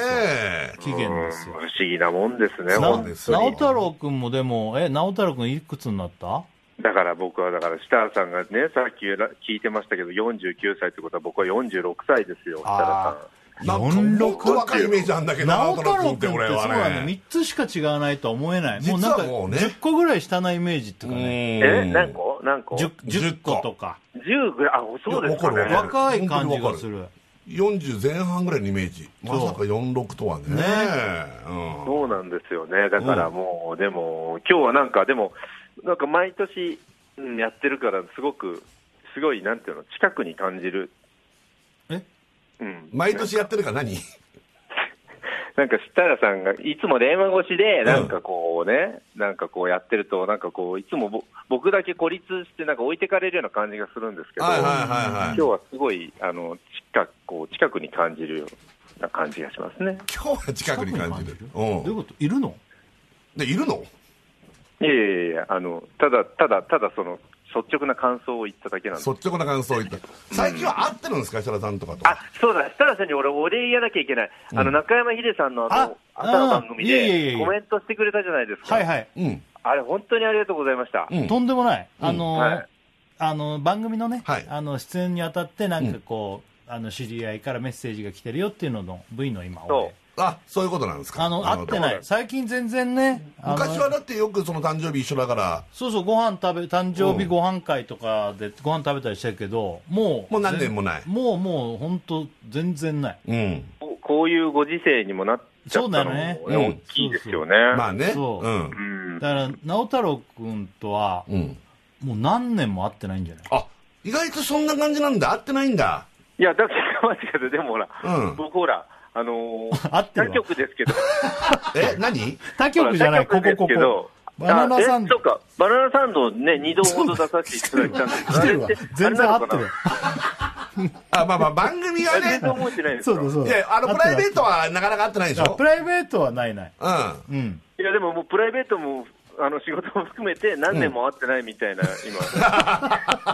Speaker 2: え
Speaker 1: 期限です
Speaker 13: 不
Speaker 1: よ。
Speaker 13: 思議なもんですね、
Speaker 1: な
Speaker 13: ほん
Speaker 2: うですよ
Speaker 1: 直太朗君もでも、え、直太朗君いくつになった
Speaker 13: だから僕は、だから、設楽さんがね、さっきら聞いてましたけど、49歳ってことは、僕は46歳ですよ、設楽さん。
Speaker 2: なんかもっと若いイメージなんだ けど直
Speaker 1: 直太
Speaker 2: 太
Speaker 1: 朗
Speaker 2: 朗君っ
Speaker 1: 君っ
Speaker 2: てて
Speaker 1: そう
Speaker 2: 俺は
Speaker 1: な
Speaker 2: ね
Speaker 1: の3つしか違わないとは思えないもう
Speaker 2: 実
Speaker 1: なん
Speaker 2: は
Speaker 1: か
Speaker 2: もうね
Speaker 1: 10個ぐらい下なイメージっていうかね
Speaker 13: え、
Speaker 2: うん
Speaker 13: 何個何個
Speaker 1: 10, 10個とか
Speaker 13: 10ぐらい、あ、そうですか
Speaker 2: いやわかるわか。
Speaker 13: ね
Speaker 2: る
Speaker 1: 若い感じがする
Speaker 2: 40前半ぐらいのイメージまさか46とはね
Speaker 1: ね
Speaker 2: うん
Speaker 13: そうなんですよね。だからもう、でも、今日はなんか、でも、なんか毎年、うんやってるから、すごく、すごい、なんていうの、近くに感じる。
Speaker 1: え
Speaker 13: うん。
Speaker 2: 毎年やってるから何
Speaker 13: なんか、設楽さんが、いつも電話越しで、なんかこうね、なんかこうやってると、なんかこう、いつもぼ僕だけ孤立して、なんか置いてかれるような感じがするんですけど、
Speaker 2: はいはいはいはい
Speaker 13: 今日はすごい、あの、近く、こう、近くに感じるような感じがしますね。
Speaker 2: 今日は近くに感じるうん
Speaker 1: どういうこといるの
Speaker 2: でいるの
Speaker 13: いやいやいや、あの、ただ、ただ、ただ、その、率直な感想を言っただけなんです。
Speaker 2: 率直な感想を言って最近は合ってるんですか設楽さんとかと
Speaker 13: あ、そうだ、設楽さんに俺、お礼言わなきゃいけない。あの、中山秀さんのあの、
Speaker 1: あ
Speaker 13: 朝の番組
Speaker 1: うんいやいやい
Speaker 13: で、
Speaker 1: や
Speaker 13: コメントしてくれたじゃないですか。
Speaker 1: はいはい、
Speaker 2: うん
Speaker 13: あれ、本当にありがとうございました。
Speaker 2: うん
Speaker 1: とんでもないあの、
Speaker 13: はい
Speaker 1: あの番組のね、
Speaker 2: はい
Speaker 1: あの出演にあたってなんかこう、あの知り合いからメッセージが来てるよっていうのの V の今
Speaker 13: そ
Speaker 1: 俺
Speaker 2: あそういうことなんですか
Speaker 1: あの
Speaker 2: なる
Speaker 1: 会っ
Speaker 2: ほど
Speaker 1: てない最近全然ねあの
Speaker 2: 昔はだってよくその誕生日一緒だから
Speaker 1: そうそうご飯食べ誕生日
Speaker 2: うん
Speaker 1: ご飯会とかでご飯食べたりしてるけどもう
Speaker 2: もう何年もない
Speaker 1: もうもう本当全然ない
Speaker 2: うん
Speaker 13: こうこういうご時世にもなっちゃったのも、ね
Speaker 1: そう
Speaker 2: だね
Speaker 13: 大きいですよね。
Speaker 2: まあね
Speaker 1: そう
Speaker 2: うん
Speaker 13: うん
Speaker 1: だから直太朗君とは
Speaker 2: うん
Speaker 1: もう何年も会ってないんじゃない
Speaker 2: あ意外とそんな感じなんだ合ってないんだ
Speaker 13: いや、だから、待ってください。でもほら、
Speaker 2: うん
Speaker 13: 僕ほら、あのー
Speaker 1: 合ってるわ
Speaker 13: 他局ですけど、
Speaker 2: え何
Speaker 1: 他局じゃない
Speaker 13: ほ
Speaker 1: こ
Speaker 13: ら他
Speaker 1: こ
Speaker 13: 局
Speaker 1: こ
Speaker 13: ですけ
Speaker 1: こ
Speaker 13: ど
Speaker 1: バナナサン
Speaker 13: あえ
Speaker 1: ド
Speaker 13: そうか、バナナサンドね、二度ほど出させていただいたんで す
Speaker 1: 来
Speaker 13: けど、
Speaker 1: てるわ
Speaker 13: あれって
Speaker 1: 全然
Speaker 13: あれな
Speaker 1: 合
Speaker 13: の
Speaker 1: って
Speaker 13: かな
Speaker 1: る
Speaker 2: あまあまあ番組は
Speaker 13: あ
Speaker 2: ね
Speaker 13: 全然覚えてないんです
Speaker 1: そ
Speaker 13: か
Speaker 1: うだそう
Speaker 2: い
Speaker 1: だ
Speaker 2: やあのプライベートはなかなか合ってないでし
Speaker 1: あ
Speaker 2: ょ
Speaker 1: プライベートはないない
Speaker 2: うん
Speaker 1: うん
Speaker 13: いや、でももうプライベートも、あの仕事も含めて何年も会ってないみたいな、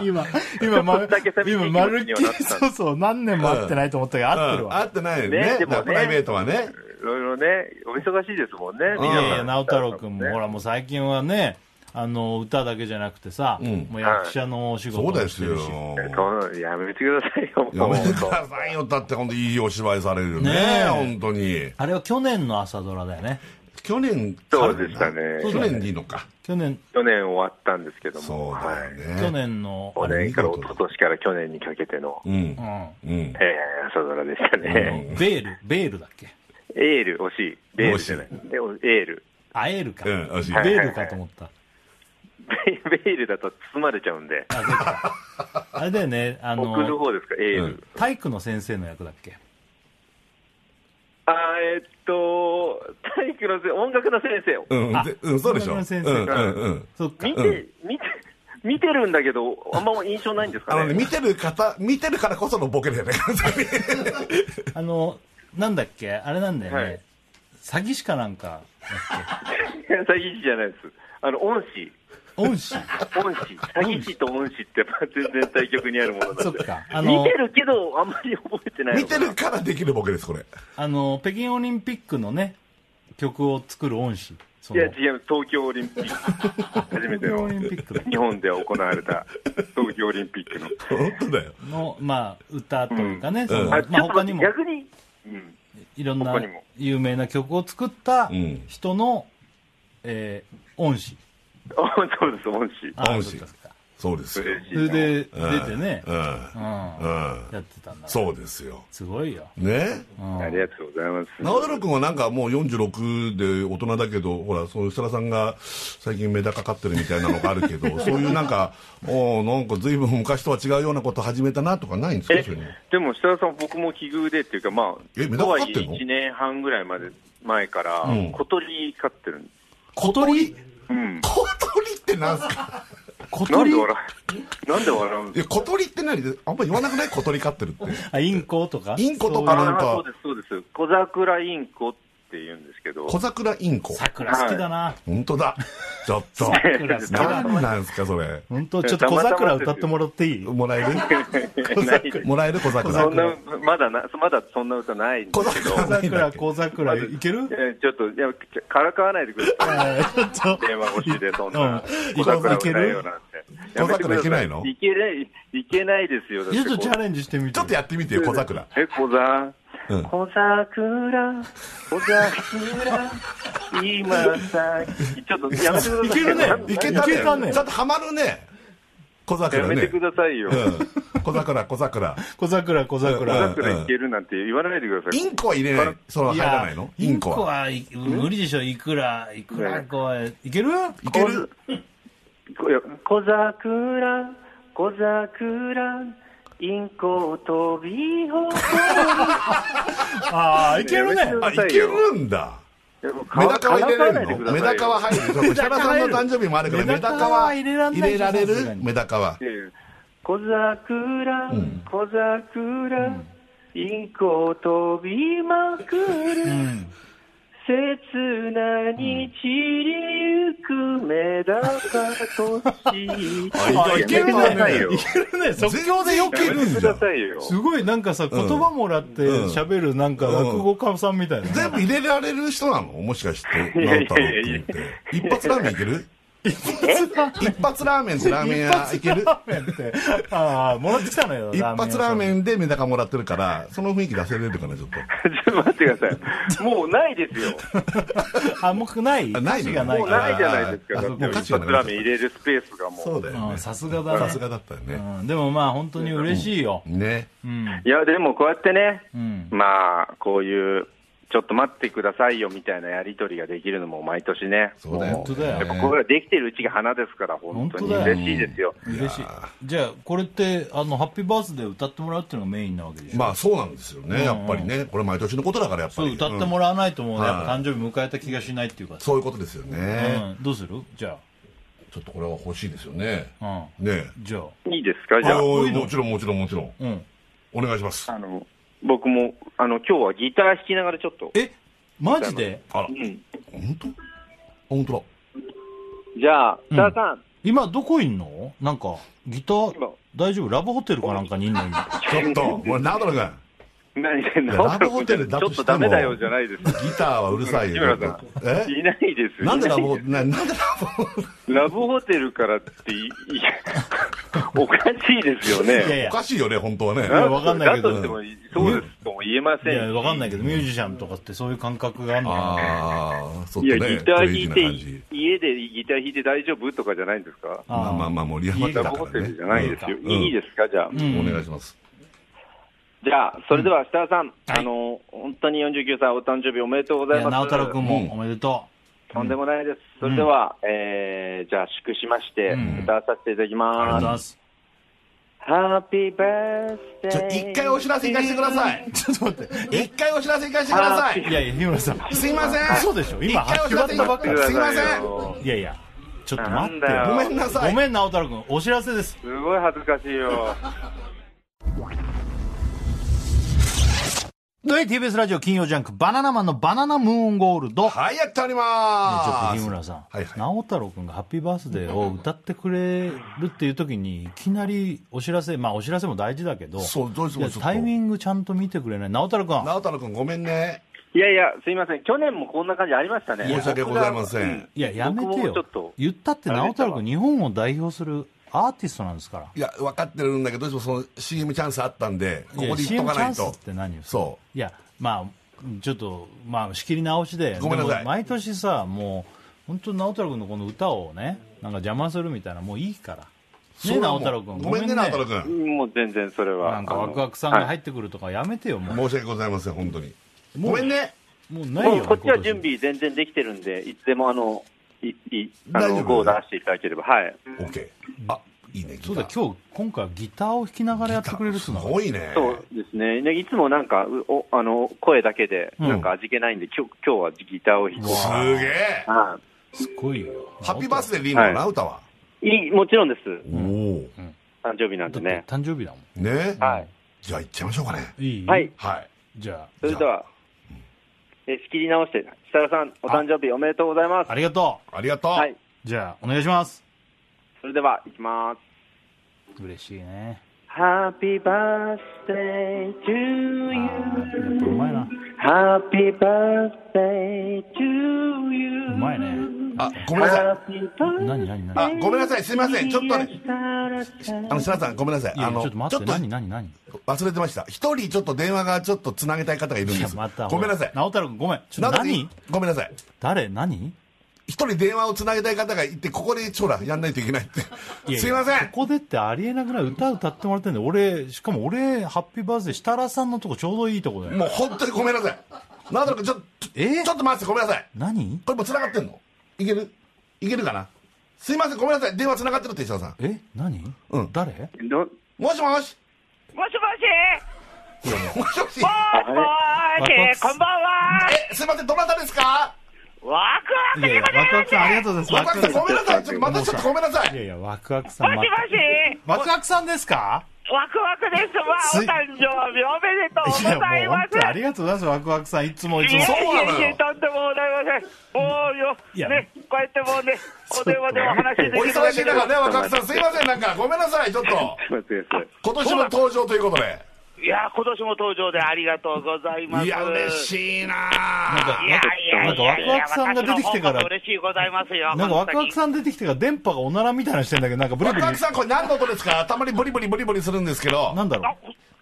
Speaker 13: 今。
Speaker 1: 今今ま
Speaker 13: ちょっとだけ寂しい気
Speaker 1: 今
Speaker 13: 持ちにはなった
Speaker 1: まるっきりそうそう何年も会ってないと思ったけど合ってる
Speaker 2: うん合
Speaker 1: わ
Speaker 2: ってないよね
Speaker 13: ね
Speaker 2: だ
Speaker 13: でも
Speaker 2: から
Speaker 13: ね
Speaker 2: プライベートはね
Speaker 13: いろいろね、お忙しいですもんね、
Speaker 1: い
Speaker 13: 皆さん
Speaker 1: やいや直太朗君もほらもう最近はねあの歌だけじゃなくてさ
Speaker 2: うん
Speaker 1: もう役者のお仕事
Speaker 2: そう
Speaker 1: も
Speaker 2: で
Speaker 1: し
Speaker 2: す
Speaker 1: て
Speaker 2: よ
Speaker 1: るし
Speaker 13: そうやめてくださいよ、
Speaker 2: や
Speaker 13: もう
Speaker 2: めてくださいよだって本当いいお芝居されるよね
Speaker 1: ねえ
Speaker 2: 本当に
Speaker 1: あれは去年の朝ドラだよね
Speaker 2: 去年
Speaker 13: そうでしたね
Speaker 2: 去年でいいのか
Speaker 1: 去年
Speaker 13: 去年終わったんですけども、
Speaker 2: そうだよね、
Speaker 1: 去年の
Speaker 13: はい、去年から
Speaker 2: 見
Speaker 13: 一
Speaker 2: 事だ
Speaker 13: 昨年から去年にかけての、
Speaker 2: うん
Speaker 1: うん
Speaker 2: うん
Speaker 13: えー、朝ドラでしたね、
Speaker 1: ベールベールだっけ
Speaker 13: エール、惜しい、ベールじゃない、でもエール、
Speaker 1: あエールか、
Speaker 2: うん惜しい
Speaker 1: ベールかと思った
Speaker 13: ベベールだと包まれちゃうんで、
Speaker 1: あそうかあれだよねあ
Speaker 13: 送る
Speaker 1: の
Speaker 13: 方ですか、エール。
Speaker 2: うん
Speaker 1: 体育の先生の役だっけ
Speaker 13: あーえっと、体育のせ音楽の先生を、
Speaker 2: うん、でうん、そうでしょ。う
Speaker 1: 中村
Speaker 2: ん、
Speaker 1: 先
Speaker 2: う
Speaker 1: 生
Speaker 2: ん、うん。
Speaker 1: そっか
Speaker 13: 見て、見て、見てるんだけど、あんま印象ないんです
Speaker 2: あ
Speaker 13: か
Speaker 2: のね、
Speaker 13: ね。
Speaker 2: 見てる方、見てるからこそのボケだよ ね。
Speaker 1: あのなんだっけあれなんだよね、
Speaker 13: はい
Speaker 1: 詐欺師かなんか
Speaker 13: 詐欺師じゃないです。あの、恩師。
Speaker 1: 恩 師。
Speaker 13: 恩師、詐欺師と恩 師ってやっぱ全然対極にあるものな
Speaker 1: そ
Speaker 13: ん
Speaker 1: っ
Speaker 13: で。
Speaker 1: か。あ
Speaker 13: 見
Speaker 1: の
Speaker 13: て、るけど、あんまり覚えてないの
Speaker 2: 見
Speaker 13: か
Speaker 2: て
Speaker 13: な
Speaker 2: るからできるボケです、これ。
Speaker 1: あの、北京オリンピックのね、曲を作る恩師。そ
Speaker 13: い
Speaker 1: の
Speaker 13: や、違う、東京オリンピック。初め て
Speaker 1: 東京オ
Speaker 13: の
Speaker 1: リンピックだ
Speaker 13: 日本で行われた東京オリンピックの。
Speaker 2: 本当だよ。
Speaker 1: の、まあ、歌というかね、その
Speaker 13: あ、ち
Speaker 1: まあ
Speaker 13: ょっ
Speaker 1: 他
Speaker 13: と待
Speaker 1: に
Speaker 13: っ
Speaker 1: も
Speaker 13: て、逆に、うん、
Speaker 1: いろんな
Speaker 13: 他にも
Speaker 1: 有名な曲を作った
Speaker 2: うん
Speaker 1: 人の、えー恩師。
Speaker 13: あそうです、恩師。
Speaker 1: あ
Speaker 2: 恩師
Speaker 1: そっかそっか
Speaker 2: そうですよ。
Speaker 13: 嬉しい
Speaker 1: それで出てね、
Speaker 2: うん。うん。
Speaker 1: うんやってたんだ。
Speaker 2: そうですよ。
Speaker 1: すごいよ。
Speaker 2: ね。
Speaker 13: なありがとうございます。
Speaker 2: 直太朗君はなんかもう46で大人だけど、ほら、そういう設楽さんが最近メダカ飼ってるみたいなのがあるけ ど、そういうなんか、おーなんか随分昔とは違うようなこと始めたなとかないんですか、
Speaker 13: え
Speaker 2: そういうの
Speaker 13: でも設楽さん、僕も奇遇でっていうか、ま
Speaker 2: えメダ
Speaker 13: あ、と
Speaker 2: カ
Speaker 13: は
Speaker 2: 飼っ
Speaker 13: い
Speaker 2: てん
Speaker 13: え
Speaker 2: の
Speaker 13: 1年半ぐらいまで前から
Speaker 2: うん、
Speaker 13: 小鳥飼ってるんで
Speaker 1: 小鳥
Speaker 13: す。うん。
Speaker 2: 小鳥ってなんす か
Speaker 1: 小
Speaker 13: なん
Speaker 1: 鳥
Speaker 13: で笑うなんで笑うん
Speaker 2: い
Speaker 13: です
Speaker 2: や、小鳥って何あんま言わなくない小鳥飼ってるって。
Speaker 1: あ、インコとか
Speaker 2: インコと
Speaker 13: か
Speaker 2: かなん
Speaker 13: ああ、そう
Speaker 2: か
Speaker 13: で、す、そうです。小桜インコって言うんですけど。
Speaker 2: 小桜インコ。
Speaker 1: 桜好きだな。
Speaker 2: 本当だ。ちょっと。何なんですか、それ。
Speaker 1: 本当ちょっと小桜歌ってもらっていい
Speaker 2: もらえ
Speaker 13: ない
Speaker 2: るもらえる小桜。
Speaker 13: そんな、まだな、まだそんな歌ないんで
Speaker 2: 小
Speaker 13: すけど。
Speaker 2: 桜
Speaker 1: 小桜、小桜、いける
Speaker 13: えーちょっと、いや、ちょからかわないでくだ さい。
Speaker 1: はいちょっと。
Speaker 13: 電話越しで、そんな。
Speaker 1: うん
Speaker 13: 小桜
Speaker 1: いけ
Speaker 13: 歌
Speaker 1: る
Speaker 13: えよなんて。やめてく
Speaker 2: 小桜
Speaker 13: ださ
Speaker 2: いけないの
Speaker 13: いけない、いけないですよ。だ
Speaker 1: ちょっ
Speaker 13: って
Speaker 1: と
Speaker 13: こう
Speaker 1: チャレンジしてみて。
Speaker 2: ちょっとやってみてよ、小桜。
Speaker 13: え、小ざ、
Speaker 2: うん
Speaker 13: 小桜、小桜、今さ、ちょっとやめてください。
Speaker 1: いけるね
Speaker 13: なん
Speaker 2: いけたね。
Speaker 1: いけたね
Speaker 2: ちゃんとハマるね。小
Speaker 13: や
Speaker 2: 桜ね。
Speaker 13: めてくださいよ。
Speaker 2: うん。小桜、小桜。
Speaker 1: 小桜、小桜。
Speaker 13: 小桜いけるなんて言わないでくださ
Speaker 2: イ
Speaker 13: い。
Speaker 2: ンコは入れない。その入らないのインコは。
Speaker 1: い無理でしょ、いくら、いくらこういける
Speaker 2: いける
Speaker 13: こいや小桜、小桜、インコ飛びほこ
Speaker 1: ああ、いけるね。
Speaker 2: あ、いけるんだ。
Speaker 13: り。
Speaker 2: メダカは入れれ
Speaker 13: からかわないで
Speaker 2: る
Speaker 13: く
Speaker 2: のメダカは入る。そう
Speaker 13: ださいよ
Speaker 2: 設楽さんの誕生日もあるから、メ
Speaker 1: メ
Speaker 2: ダ
Speaker 1: ダ
Speaker 2: カ
Speaker 1: カ
Speaker 2: は
Speaker 1: は
Speaker 2: 入
Speaker 1: 入
Speaker 2: れ
Speaker 1: れらんない
Speaker 2: られ
Speaker 1: さすが
Speaker 2: る
Speaker 1: に
Speaker 2: メダカは。
Speaker 13: 小桜、小桜、インコ飛びまくる、刹那に散りゆくメダカとし
Speaker 2: あいける
Speaker 13: やめてください
Speaker 2: ね。
Speaker 13: よ
Speaker 1: いけるね。即興でよけ
Speaker 13: や
Speaker 1: る
Speaker 13: めて
Speaker 1: んだ
Speaker 13: くだ
Speaker 1: よ。
Speaker 13: さいよ
Speaker 1: すごい、なんかさ、言葉もらって喋る、なんか落語家さんみたいな。
Speaker 2: 全部入れられる人なのもしかして、
Speaker 13: いや
Speaker 2: 直
Speaker 13: い
Speaker 2: 太
Speaker 13: や
Speaker 2: 朗
Speaker 13: いやい
Speaker 2: 君
Speaker 13: や
Speaker 2: って。一発ラーメンいける一発ラーメンってラーメン屋いける
Speaker 1: ラーメンって。ああ、もらってきたのよ。
Speaker 2: 一発ラー
Speaker 1: ン
Speaker 2: メンでメダカもらってるから、その雰囲気出せれるかな、ちょっと。
Speaker 13: ちょっと待ってください。もうないですよ。
Speaker 1: 屋さん。あ、もうない
Speaker 2: あないの
Speaker 1: 価値がない
Speaker 13: もう
Speaker 1: か
Speaker 13: な
Speaker 1: ら
Speaker 13: いじゃないです
Speaker 2: あ
Speaker 13: か。
Speaker 2: そう
Speaker 13: だって
Speaker 2: もう
Speaker 13: 一
Speaker 2: 価値がなか
Speaker 13: 発
Speaker 2: った
Speaker 13: ラーメン入れるスペースがもう。
Speaker 2: そうだよ
Speaker 1: う
Speaker 2: ね
Speaker 1: ん。さすがだ
Speaker 2: さ
Speaker 1: ね
Speaker 2: す。がだったよね。
Speaker 1: うんでもまあ、本当に嬉しいよ。
Speaker 2: ね。
Speaker 13: いや、でもこうやってね、
Speaker 1: ん
Speaker 13: まあ、こういう、ちょっと待ってくださいよみたいなやりとりができるのも毎年ね。
Speaker 2: そうだよ。
Speaker 13: も
Speaker 1: 本当だよ
Speaker 13: やっぱこれができてるうちが花ですから、本当
Speaker 1: 本
Speaker 13: に
Speaker 1: 当だよ
Speaker 13: 嬉しいですよ。
Speaker 1: 嬉しい。じゃあ、これって、あの、ハッピーバースデー歌ってもらうっていうのがメインなわけでしょ
Speaker 2: まあそうなんですよね、やっぱりね。これ毎年のことだから、やっぱ
Speaker 1: そう
Speaker 2: り。
Speaker 1: 歌って
Speaker 2: うん
Speaker 1: もらわないともう
Speaker 2: は
Speaker 1: ね、
Speaker 2: い
Speaker 1: やっぱ誕生日迎えた気がしないっていうかさ、
Speaker 2: そういうことですよね。
Speaker 1: うん、どうするじゃ
Speaker 2: ちょっとこれは欲しいですよね。
Speaker 1: あ、
Speaker 2: ね
Speaker 1: うん、じゃあ、
Speaker 13: いいですか
Speaker 2: え。
Speaker 13: じゃあ、
Speaker 2: おいおいもちろんもちろんもちろん。
Speaker 1: うん、
Speaker 2: お願いします。
Speaker 13: あの、僕も、あの、今日はギター弾きながらちょっと。
Speaker 1: えマジで
Speaker 2: あら、
Speaker 13: うん。
Speaker 2: 本当あ、本当だ。
Speaker 13: じゃあ、
Speaker 1: ん
Speaker 13: 北田さん。
Speaker 1: 今どこいんのなんかギタ
Speaker 13: 今
Speaker 1: ー大丈夫ラブホテルかなんかにいんの今
Speaker 2: ちょっと、俺、直太朗
Speaker 13: 何で
Speaker 2: やラブホテルだ
Speaker 13: ちょ
Speaker 2: と
Speaker 13: っ
Speaker 2: しても
Speaker 13: とダメだよじゃないですよ。
Speaker 2: 君、ギターはうるさ い
Speaker 13: 日
Speaker 2: よ
Speaker 13: 村。さん
Speaker 2: え
Speaker 13: いないですよ。
Speaker 2: なんでラブ
Speaker 13: い
Speaker 2: ホ、ななんでラブホ、
Speaker 13: ないラブホテルからってい、いや おかしいですよ
Speaker 1: いやい
Speaker 13: ね。
Speaker 1: や
Speaker 2: おかし いよね、本当はね。
Speaker 1: やわかんないけど
Speaker 13: だとしても、そうですとも言えませ
Speaker 1: い
Speaker 13: ん。
Speaker 1: やわかんないけどミュージシャンとかってそういう感覚があるのか
Speaker 2: ああ、そっ
Speaker 13: い
Speaker 2: と
Speaker 13: や、
Speaker 2: ね、
Speaker 13: ギター弾
Speaker 2: クレイジーない感じ。
Speaker 13: て、家でギター弾いて大丈夫とかじゃないんですか
Speaker 1: な
Speaker 2: まあまあまあ、盛り上がって
Speaker 13: ラ
Speaker 2: た
Speaker 13: ブ
Speaker 2: か
Speaker 13: ホテ
Speaker 2: ら
Speaker 13: ルじゃないですよ。
Speaker 2: ん
Speaker 13: いいですか、じゃあ。
Speaker 2: ね。お願いします。
Speaker 13: じゃあ、それでは、設楽さん、あの、本当に49歳、お誕生日おめでとうござ
Speaker 1: い
Speaker 13: い
Speaker 1: や
Speaker 13: ます。
Speaker 1: 直太朗君
Speaker 2: うん
Speaker 1: もおめでと
Speaker 13: とんでもないです。それでは、えー、じゃあ、祝しまして、歌わさせていただき
Speaker 1: う、ありがとうござい
Speaker 13: ま。
Speaker 1: ますす
Speaker 13: ハッピーバース
Speaker 2: ち
Speaker 13: デ
Speaker 2: ょ
Speaker 13: ー。
Speaker 2: 一回お知らせ行かしてください。
Speaker 1: ちょっと待って
Speaker 2: 一回お知らせ行かしてください。
Speaker 1: いやいや日村さん
Speaker 2: すいません。
Speaker 1: そうでしょ
Speaker 2: 一
Speaker 1: 今
Speaker 2: 回お知
Speaker 1: 始
Speaker 2: ら
Speaker 1: まっ
Speaker 2: せ
Speaker 1: た
Speaker 2: 行
Speaker 1: ば
Speaker 2: か
Speaker 1: っ
Speaker 2: し
Speaker 1: か
Speaker 2: て
Speaker 1: り
Speaker 2: ください。すいません。
Speaker 1: い
Speaker 13: せ
Speaker 1: やいやちょっと
Speaker 13: な
Speaker 1: 待
Speaker 13: ん
Speaker 1: って
Speaker 13: だよ。
Speaker 2: ごめんなさ
Speaker 1: ご
Speaker 2: い。
Speaker 1: めん直太朗君お知らせです
Speaker 13: すごい恥ずかしいよ。
Speaker 1: はい、TBS ラジオ金曜ジャンク、バナナマンのバナナムーンゴールド。
Speaker 2: はい、やっており
Speaker 1: ちょっ
Speaker 2: ま
Speaker 1: と
Speaker 2: ー
Speaker 1: 日
Speaker 2: す。
Speaker 1: 村さん、
Speaker 2: はいはい
Speaker 1: 直太朗君が「ハッピーバースデー」を歌ってくれるっていう時にいきなりお知らせまあお知らせも大事だけど
Speaker 2: そうどうして
Speaker 1: い
Speaker 2: も
Speaker 1: や
Speaker 2: ちょっと
Speaker 1: タイミングちゃんと見てくれない直太朗君
Speaker 2: 直太郎君ごめんね。
Speaker 14: いやいや、すいません、去年もこんな感じありましたね。
Speaker 2: 申し訳ございませ。
Speaker 14: うん
Speaker 1: いややめて
Speaker 14: 僕もちょ
Speaker 1: よ
Speaker 14: っと
Speaker 1: 言ったって直太朗君日本を代表するアーティストなんですから
Speaker 2: いや、分かってるんだけど、どうしてもその CM チャンスあったんで、ここで言っとかない
Speaker 1: いや CM チャン
Speaker 2: と
Speaker 1: スっ。て何よ
Speaker 2: そ
Speaker 1: いやまあちょっとまあ仕切り直しで
Speaker 2: ごめんなさい
Speaker 1: でも毎年さもう本当直太朗君のこの歌をねなんか邪魔するみたいなもういいから
Speaker 2: う。
Speaker 1: ね
Speaker 2: それはもう
Speaker 1: 直太朗君
Speaker 2: ごめんね、直太朗君。
Speaker 14: もう全然それは。
Speaker 1: なんかワクワクさん
Speaker 14: あの
Speaker 1: が入ってくるとかやめてよ、も
Speaker 2: 申し訳ございません、本当に。ごめんね。
Speaker 1: う。もうない
Speaker 14: も
Speaker 1: よ。
Speaker 14: うこっちは
Speaker 1: 今年
Speaker 14: 準備全然できてるんで、いつでもあの、い、い、あ
Speaker 2: 大丈
Speaker 14: の、
Speaker 2: 夫
Speaker 14: 号を出していただければ。はい。
Speaker 2: OK。あ、いいね、
Speaker 1: そうだ、今日、今回はギターを弾きながらやってくれるっ
Speaker 2: す
Speaker 1: つうの
Speaker 2: ごいね。
Speaker 14: そうですね。ねいつもなんか、うお、あの、声だけで、なんか味気ないんで、今日、今日はギターを弾いて。
Speaker 2: すげえ。
Speaker 14: は
Speaker 1: すごいよ。
Speaker 2: ハッピーバースデーリーの
Speaker 14: はい
Speaker 2: な歌は。
Speaker 14: い。いい、もちろんです。
Speaker 2: おお。
Speaker 14: 誕生日なんでね。
Speaker 1: だって誕生日だも
Speaker 2: ね。
Speaker 14: はい。
Speaker 2: じゃあ行っちゃいましょうかね。
Speaker 1: ん。いい
Speaker 14: はい。
Speaker 2: はい。
Speaker 1: じゃ
Speaker 14: それでは、え仕切り直して、設楽さん、お誕生日おめでとうございま
Speaker 1: あ、
Speaker 14: す。
Speaker 1: ありがと
Speaker 2: ありがとう。
Speaker 14: はい。
Speaker 1: う。じゃあ、お願いします。
Speaker 14: それでは、いきます。
Speaker 1: 嬉しいね。
Speaker 14: Happy
Speaker 1: あ
Speaker 14: birthday to you.
Speaker 1: ーうまいな。
Speaker 14: Happy birthday to you.
Speaker 1: うまいね。
Speaker 2: あ、ごめんなさい。
Speaker 1: 何、何、何。
Speaker 2: あ、ごめんなさい。すみません。ちょっとね。あの、白さん、ごめんなさい。
Speaker 1: いや
Speaker 2: あ
Speaker 1: いや
Speaker 2: の、
Speaker 1: ちょっと待って、何、何、何。い
Speaker 2: 忘れてました。一人ちょっと電話がちょっとつなげたい方がいるんで
Speaker 1: や、
Speaker 2: す。
Speaker 1: また。
Speaker 2: ごめんなさい。
Speaker 1: 直太郎君、ごめん。ちょっ
Speaker 2: なの
Speaker 1: と
Speaker 2: に
Speaker 1: 何
Speaker 2: ごめんなさい。
Speaker 1: 誰何
Speaker 2: 一人電話をつなげたい方がいて、ここで、ほら、やんないといけないって。
Speaker 1: いや
Speaker 2: すいません。
Speaker 1: ここでってありえなくない歌歌ってもらってんで、俺、しかも俺、ハッピーバースデー、設楽さんのとこちょうどいいとこだよ。
Speaker 2: もう本当にごめんなさい。なんとなくちょっと、
Speaker 1: え
Speaker 2: ちょっと待って、ごめんなさい。
Speaker 1: 何
Speaker 2: これもう繋がってんのいけるいけるかなすいません、ごめんなさい。電話繋がってるって、石田さん。
Speaker 1: え何
Speaker 2: うん
Speaker 1: 誰
Speaker 14: どもし
Speaker 2: もしもし
Speaker 14: もし
Speaker 2: もしもし
Speaker 14: もしもしこんばんは
Speaker 2: え、すいません、どなたですか
Speaker 14: ワクワク
Speaker 1: いやいや、ワクワクさん、ありがとうござい
Speaker 2: ワ
Speaker 1: ま
Speaker 2: ク
Speaker 1: す。
Speaker 2: ワクさん、ごめんなさい。ちょっと、またちょっとごめんなさ
Speaker 1: い
Speaker 2: い。
Speaker 1: やいや、ワクワクさん、
Speaker 14: もしもし
Speaker 1: ワクワクさんですか
Speaker 14: ワクワクですわ
Speaker 1: す
Speaker 14: お誕生日おめでと
Speaker 1: いや、
Speaker 14: うご
Speaker 1: も
Speaker 14: ざいうま
Speaker 1: 本
Speaker 14: す
Speaker 1: 当ありがとうございます、ワクワクさん。いつもいつ
Speaker 14: い
Speaker 1: も
Speaker 14: や。
Speaker 2: そうなのよ
Speaker 14: いやいやとんでもございませんもうよ
Speaker 1: いや
Speaker 14: ねこうやってもうねお電話でお話しでき
Speaker 2: お
Speaker 14: るだ
Speaker 2: 忙
Speaker 14: け
Speaker 2: しい
Speaker 14: で
Speaker 2: 中ね、ワクワクさん、すいません、なんか、ごめんなさい、ちょっと。今年の登場ということで。
Speaker 14: いや今年も登場でありがとうございます
Speaker 2: いや、嬉しいな
Speaker 1: なん
Speaker 2: ぁ
Speaker 1: か
Speaker 14: いやいやいや
Speaker 1: なんかワクワクさんが出てきてから
Speaker 14: 私の方こそ嬉しいございますよ。
Speaker 1: なんかワクワクさん出てきてから電波がおならみたいなのしてんだけど、なんかブリ
Speaker 2: ワク
Speaker 1: ブリ
Speaker 2: ワク。さん、これ何の音ですかたまにブリブリブリブリするんですけど。
Speaker 1: なんだろ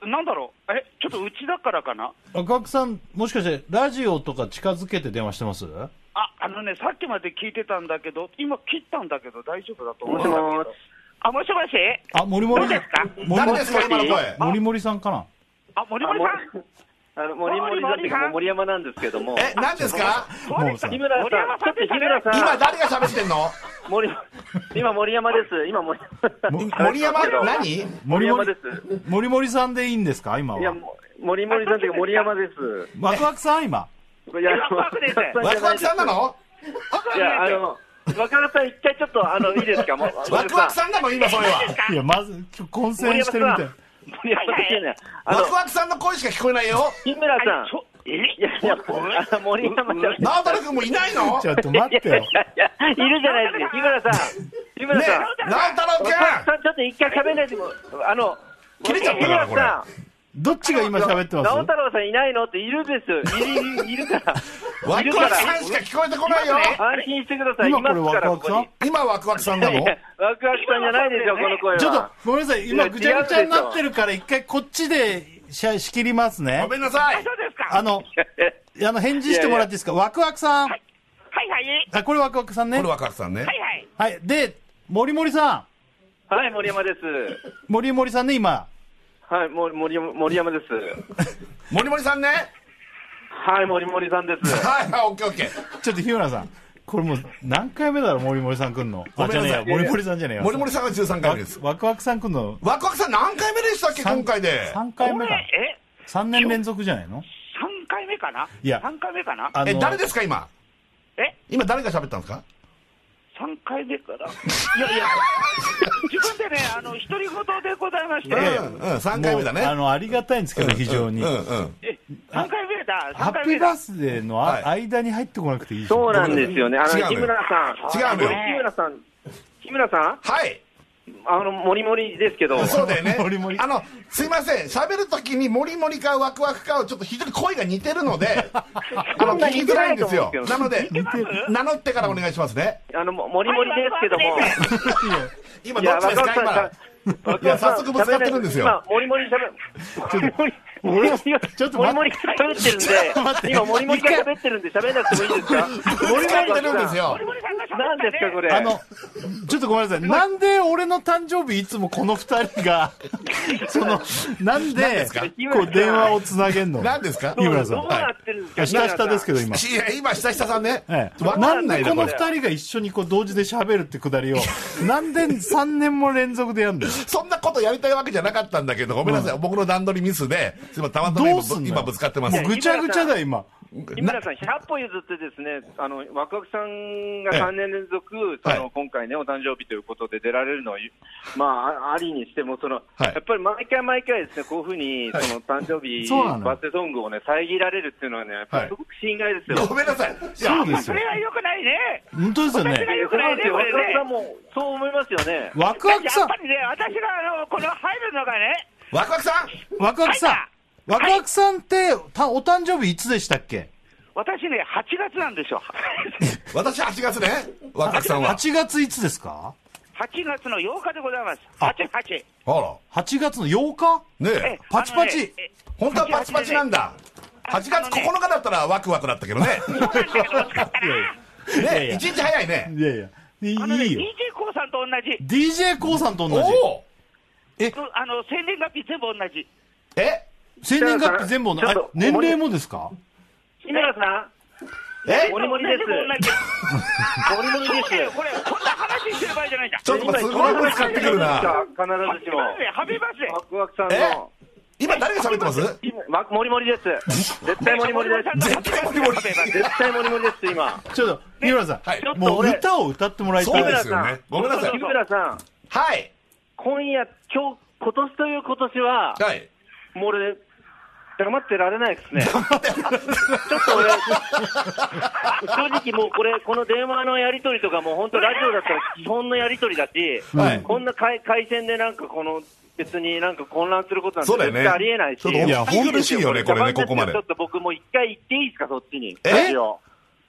Speaker 14: あなんだろうえ、ちょっとうちだからかな
Speaker 1: う。ワクワクさん、もしかしてラジオとか近づけて電話してます
Speaker 14: あ、あのね、さっきまで聞いてたんだけど、今切ったんだけど大丈夫だと思うんだけど。あ、もしもし
Speaker 1: あ、モリモリ。
Speaker 14: どうですか
Speaker 1: モリ
Speaker 2: 誰
Speaker 1: モリ
Speaker 2: ですか、今の声。
Speaker 1: モリモリさんかな
Speaker 14: あ、森森さん
Speaker 13: あの、森森さんっていうか、もう森山なんですけども、
Speaker 2: え、何ですか
Speaker 1: もうさ、
Speaker 13: 日村さん、
Speaker 14: 森山
Speaker 13: ちょ
Speaker 14: さん
Speaker 13: っと日村さん、
Speaker 2: 今、誰が喋ってんの
Speaker 13: 森、今森山です。今森山。
Speaker 2: 森山、何
Speaker 1: モリモリ
Speaker 13: 森山で、
Speaker 1: モリモリさんでいいんですか今
Speaker 13: いや、
Speaker 1: は。
Speaker 13: も森森さんっていうか森山です。
Speaker 1: ワクワクさん今。
Speaker 13: いや、
Speaker 14: ワクワクです
Speaker 2: ワクワクさんなの
Speaker 13: いや、あの、ワクワクさん一回ちょっと、あの、いいですかもう。
Speaker 2: ワクワクさんなの今、それは。
Speaker 1: いや、まず、今日混戦してるみたいな。
Speaker 13: 森山さんっていうのはあ
Speaker 2: ワ
Speaker 13: の
Speaker 2: ク、ワクさんの声しか聞こえないよ。
Speaker 13: 日村さん
Speaker 14: ち。ょえ
Speaker 13: いやいや、あの森山じゃない。
Speaker 2: 直太くんもいないの
Speaker 1: ちょっと待ってよ。
Speaker 13: いや、いるじゃないですか。日村さん。日村
Speaker 2: ね
Speaker 13: さん。
Speaker 2: え、直太郎
Speaker 13: ワクワクさん、ちょっと一回喋んないでも、あの、
Speaker 2: 切れちゃったから
Speaker 13: 日村さん
Speaker 1: どっちが今喋ってます
Speaker 13: 直太朗さんいないのっているんですよ。いる、いるから。
Speaker 2: 君ワ
Speaker 13: いる
Speaker 2: ク
Speaker 13: か
Speaker 2: ワ
Speaker 13: ら
Speaker 2: クさんしか聞こえてこないよ。
Speaker 13: 安心してください。
Speaker 1: 今
Speaker 13: いま
Speaker 1: こ
Speaker 13: す
Speaker 1: れワク
Speaker 13: から
Speaker 1: ワク
Speaker 13: ここ
Speaker 1: さん
Speaker 13: に。
Speaker 2: 今、ワクワクさんなの
Speaker 13: いやワクワクさんじゃないですよ、この声は。
Speaker 1: ちょっとごめんなさい、今
Speaker 13: いや
Speaker 1: ぐちゃぐちゃになっ
Speaker 13: 違うんです
Speaker 1: てるから、一回こっちでしゃ仕切りますね
Speaker 2: ご。めんなさい。
Speaker 14: そうですか
Speaker 1: あの、あの返事してもらっていいですか、ワクワクさん、
Speaker 14: はいはい。
Speaker 1: あこれワクワクさんね
Speaker 2: これ、ワクワクさんね。
Speaker 14: はいはい。
Speaker 1: はい、で、森森さ
Speaker 13: はい、森山です。
Speaker 1: ん、森森さんね、今、
Speaker 13: はい、もう森山森山です。
Speaker 2: 森森さんね。
Speaker 13: はい、森森さんです。
Speaker 2: はい、はい、オッケーオッケー。
Speaker 1: ちょっと日村さん、これもう何回目だろう、森森さん来んの、あ
Speaker 2: ごめ
Speaker 1: じ
Speaker 2: ん
Speaker 1: ゃ
Speaker 2: な
Speaker 1: ねえ
Speaker 2: さ
Speaker 1: や
Speaker 2: い、
Speaker 1: 森森さんじゃねえよ、
Speaker 2: 森森さんが13回目です。
Speaker 1: ワクワクさん来んの、
Speaker 2: ワクワクさん何回目でしたっけ今回で。
Speaker 1: 3回目か、
Speaker 14: え、
Speaker 1: 3年連続じゃないの
Speaker 14: 3回目かない
Speaker 1: や
Speaker 14: 3回目かな
Speaker 1: あの
Speaker 2: え、誰ですか今。
Speaker 14: え
Speaker 2: 今誰が喋ったんですか
Speaker 14: ?3 回目かないやいや、自分でね、あの、独り言でございまして、
Speaker 2: うん、うん、3回目だね。
Speaker 1: もうあのありがたいんですけど、非常に。
Speaker 2: うん、うん。
Speaker 1: え
Speaker 13: 3回増えた、
Speaker 1: ハッ
Speaker 13: 3回
Speaker 1: ピー
Speaker 13: 増え
Speaker 1: バ
Speaker 13: た
Speaker 1: ー。スデーのあ間に入ってこなくていい
Speaker 13: そうなんですよね。あ
Speaker 1: 違う
Speaker 13: の、
Speaker 1: の
Speaker 13: 日村さん。
Speaker 1: 違うのよ
Speaker 13: 日村さん。日村さん
Speaker 2: はい。
Speaker 13: あの、もりもりですけど。
Speaker 2: そうだよ ね。あの、すいません。喋るときに、モリモリかワクワクかを、ちょっと非常に声が似てるの で、あの、聞きづらいんですよ。なので、名乗ってからお願いしますね。
Speaker 13: あの、ももりもりですけども。
Speaker 2: 今どっちですか今。いや、早速ぶつかってるんですよ。
Speaker 13: 今、もりもり喋る。もりもり、ちょっと、もりもり喋ってるん
Speaker 2: ちょっと待って
Speaker 13: で、今、もりもりが喋ってるんで、喋らなくてもいいですか
Speaker 1: もりもり喋ってるんですよ
Speaker 13: 何ですか、これ。
Speaker 1: あの、ちょっとごめんなさい。なんで俺の誕生日いつもこの二人 が、その、なん
Speaker 13: 何
Speaker 1: で
Speaker 13: ですか、
Speaker 1: こう電話をつなげんの
Speaker 13: 何ですか
Speaker 1: 井村さん。
Speaker 13: どうなってるんですか
Speaker 1: はい下下ですけど、今。
Speaker 13: いや今下下さんね
Speaker 1: ええ
Speaker 13: わ
Speaker 1: な
Speaker 13: か
Speaker 1: ん
Speaker 13: んない
Speaker 1: で
Speaker 13: な
Speaker 1: この
Speaker 13: これ
Speaker 1: 二人が一緒にこう同時で喋るってくだりを、なんで3年も連続でやるんだよ。
Speaker 2: そんなことやりたいわけじゃなかったんだけど、ごめんなさい。僕の段取りミスで、すいません。たまたま
Speaker 1: どうすん
Speaker 2: 今
Speaker 1: の
Speaker 2: 今ぶつかってます。
Speaker 1: もうぐちゃぐちゃだよ、今。
Speaker 13: 井村さん、100歩譲ってですね、あの、ワクワクさんが
Speaker 1: ええ
Speaker 13: 3年連続、その、今回ね、お誕生日ということで出られるのは、まあ、あありにしても、その、
Speaker 14: はい
Speaker 13: やっぱり毎回毎回ですね、こういうふうに、その、誕生日、
Speaker 14: そうなの
Speaker 13: バースデーソングをね、遮られるっていうのはね、やっぱりすごく心外ですよ。
Speaker 2: ごめんなさい。
Speaker 1: そうですよ
Speaker 13: れは良くないね。
Speaker 1: 本当ですよね
Speaker 13: 私が良くないね。ワクワクさんも、そう思いますよね。
Speaker 1: ワクワクさん
Speaker 14: やっぱりね、私があの、この入るのがね、
Speaker 2: ワクワクさん
Speaker 1: ワクワクさんワクワクさんって、たお誕生日いつでしたっけ
Speaker 14: 私ね、8月なんですよ。
Speaker 2: 私8月ね。ワクワクさんは。
Speaker 1: 8月いつですか
Speaker 14: 8月の8日でございます。8、8。
Speaker 2: あら。
Speaker 1: 8月の8日
Speaker 2: ね
Speaker 14: え
Speaker 2: え。
Speaker 1: パチパチ
Speaker 14: あのねえ
Speaker 2: 本当はパチパチなんだ。8月9日だったらワクワクだったけ どね。ね
Speaker 1: いやいや
Speaker 2: 一日早いね。
Speaker 1: いやいや。い
Speaker 14: あのね、
Speaker 1: いいよ
Speaker 14: d。j k o さんと同じ。
Speaker 1: DJ コウさんと同じ。え
Speaker 14: あの、生年月日全部同じ。
Speaker 2: え
Speaker 1: 生年月日全部の、
Speaker 14: ちょっ
Speaker 1: あ
Speaker 14: と
Speaker 1: 年齢もですか
Speaker 14: 日村さん。
Speaker 2: え
Speaker 14: モリモリです。モリモリです。これ、こんな話してる場合じゃないんだ。
Speaker 2: ちょっと待ってすごいこと使ってくるな
Speaker 13: 必ずしも。
Speaker 14: ハッピーバースデーハッピーバースデー
Speaker 13: ワクワクさんの。
Speaker 2: 今誰が喋って ます
Speaker 13: ま、もりもりです。絶対もりもりです。絶対もりもり。絶対もりもりです、今。
Speaker 1: ちょっと、三村さ
Speaker 13: ちょっ
Speaker 1: ん、
Speaker 13: と
Speaker 1: もう
Speaker 13: 俺
Speaker 1: 歌を歌ってもらいたい
Speaker 13: 木村さん木村さん。
Speaker 2: はい。
Speaker 13: 今夜、今日、今年という今年は、
Speaker 2: はい。
Speaker 13: もう俺、黙ってられないですね。ちょっと俺、正直もうこれ、この電話のやりとりとかもう本当ラジオだったら基本のやりとりだし、
Speaker 1: はい
Speaker 13: こんな回回線でなんかこの、別になんか混乱することなんて
Speaker 2: そうだ
Speaker 13: 絶
Speaker 2: よね
Speaker 13: 対ありえないし。
Speaker 2: ちょっといや本当苦しいよねこれねここまで
Speaker 13: ちょっと僕もう一回行っていいですか、そっちに。
Speaker 2: え
Speaker 13: ラジオ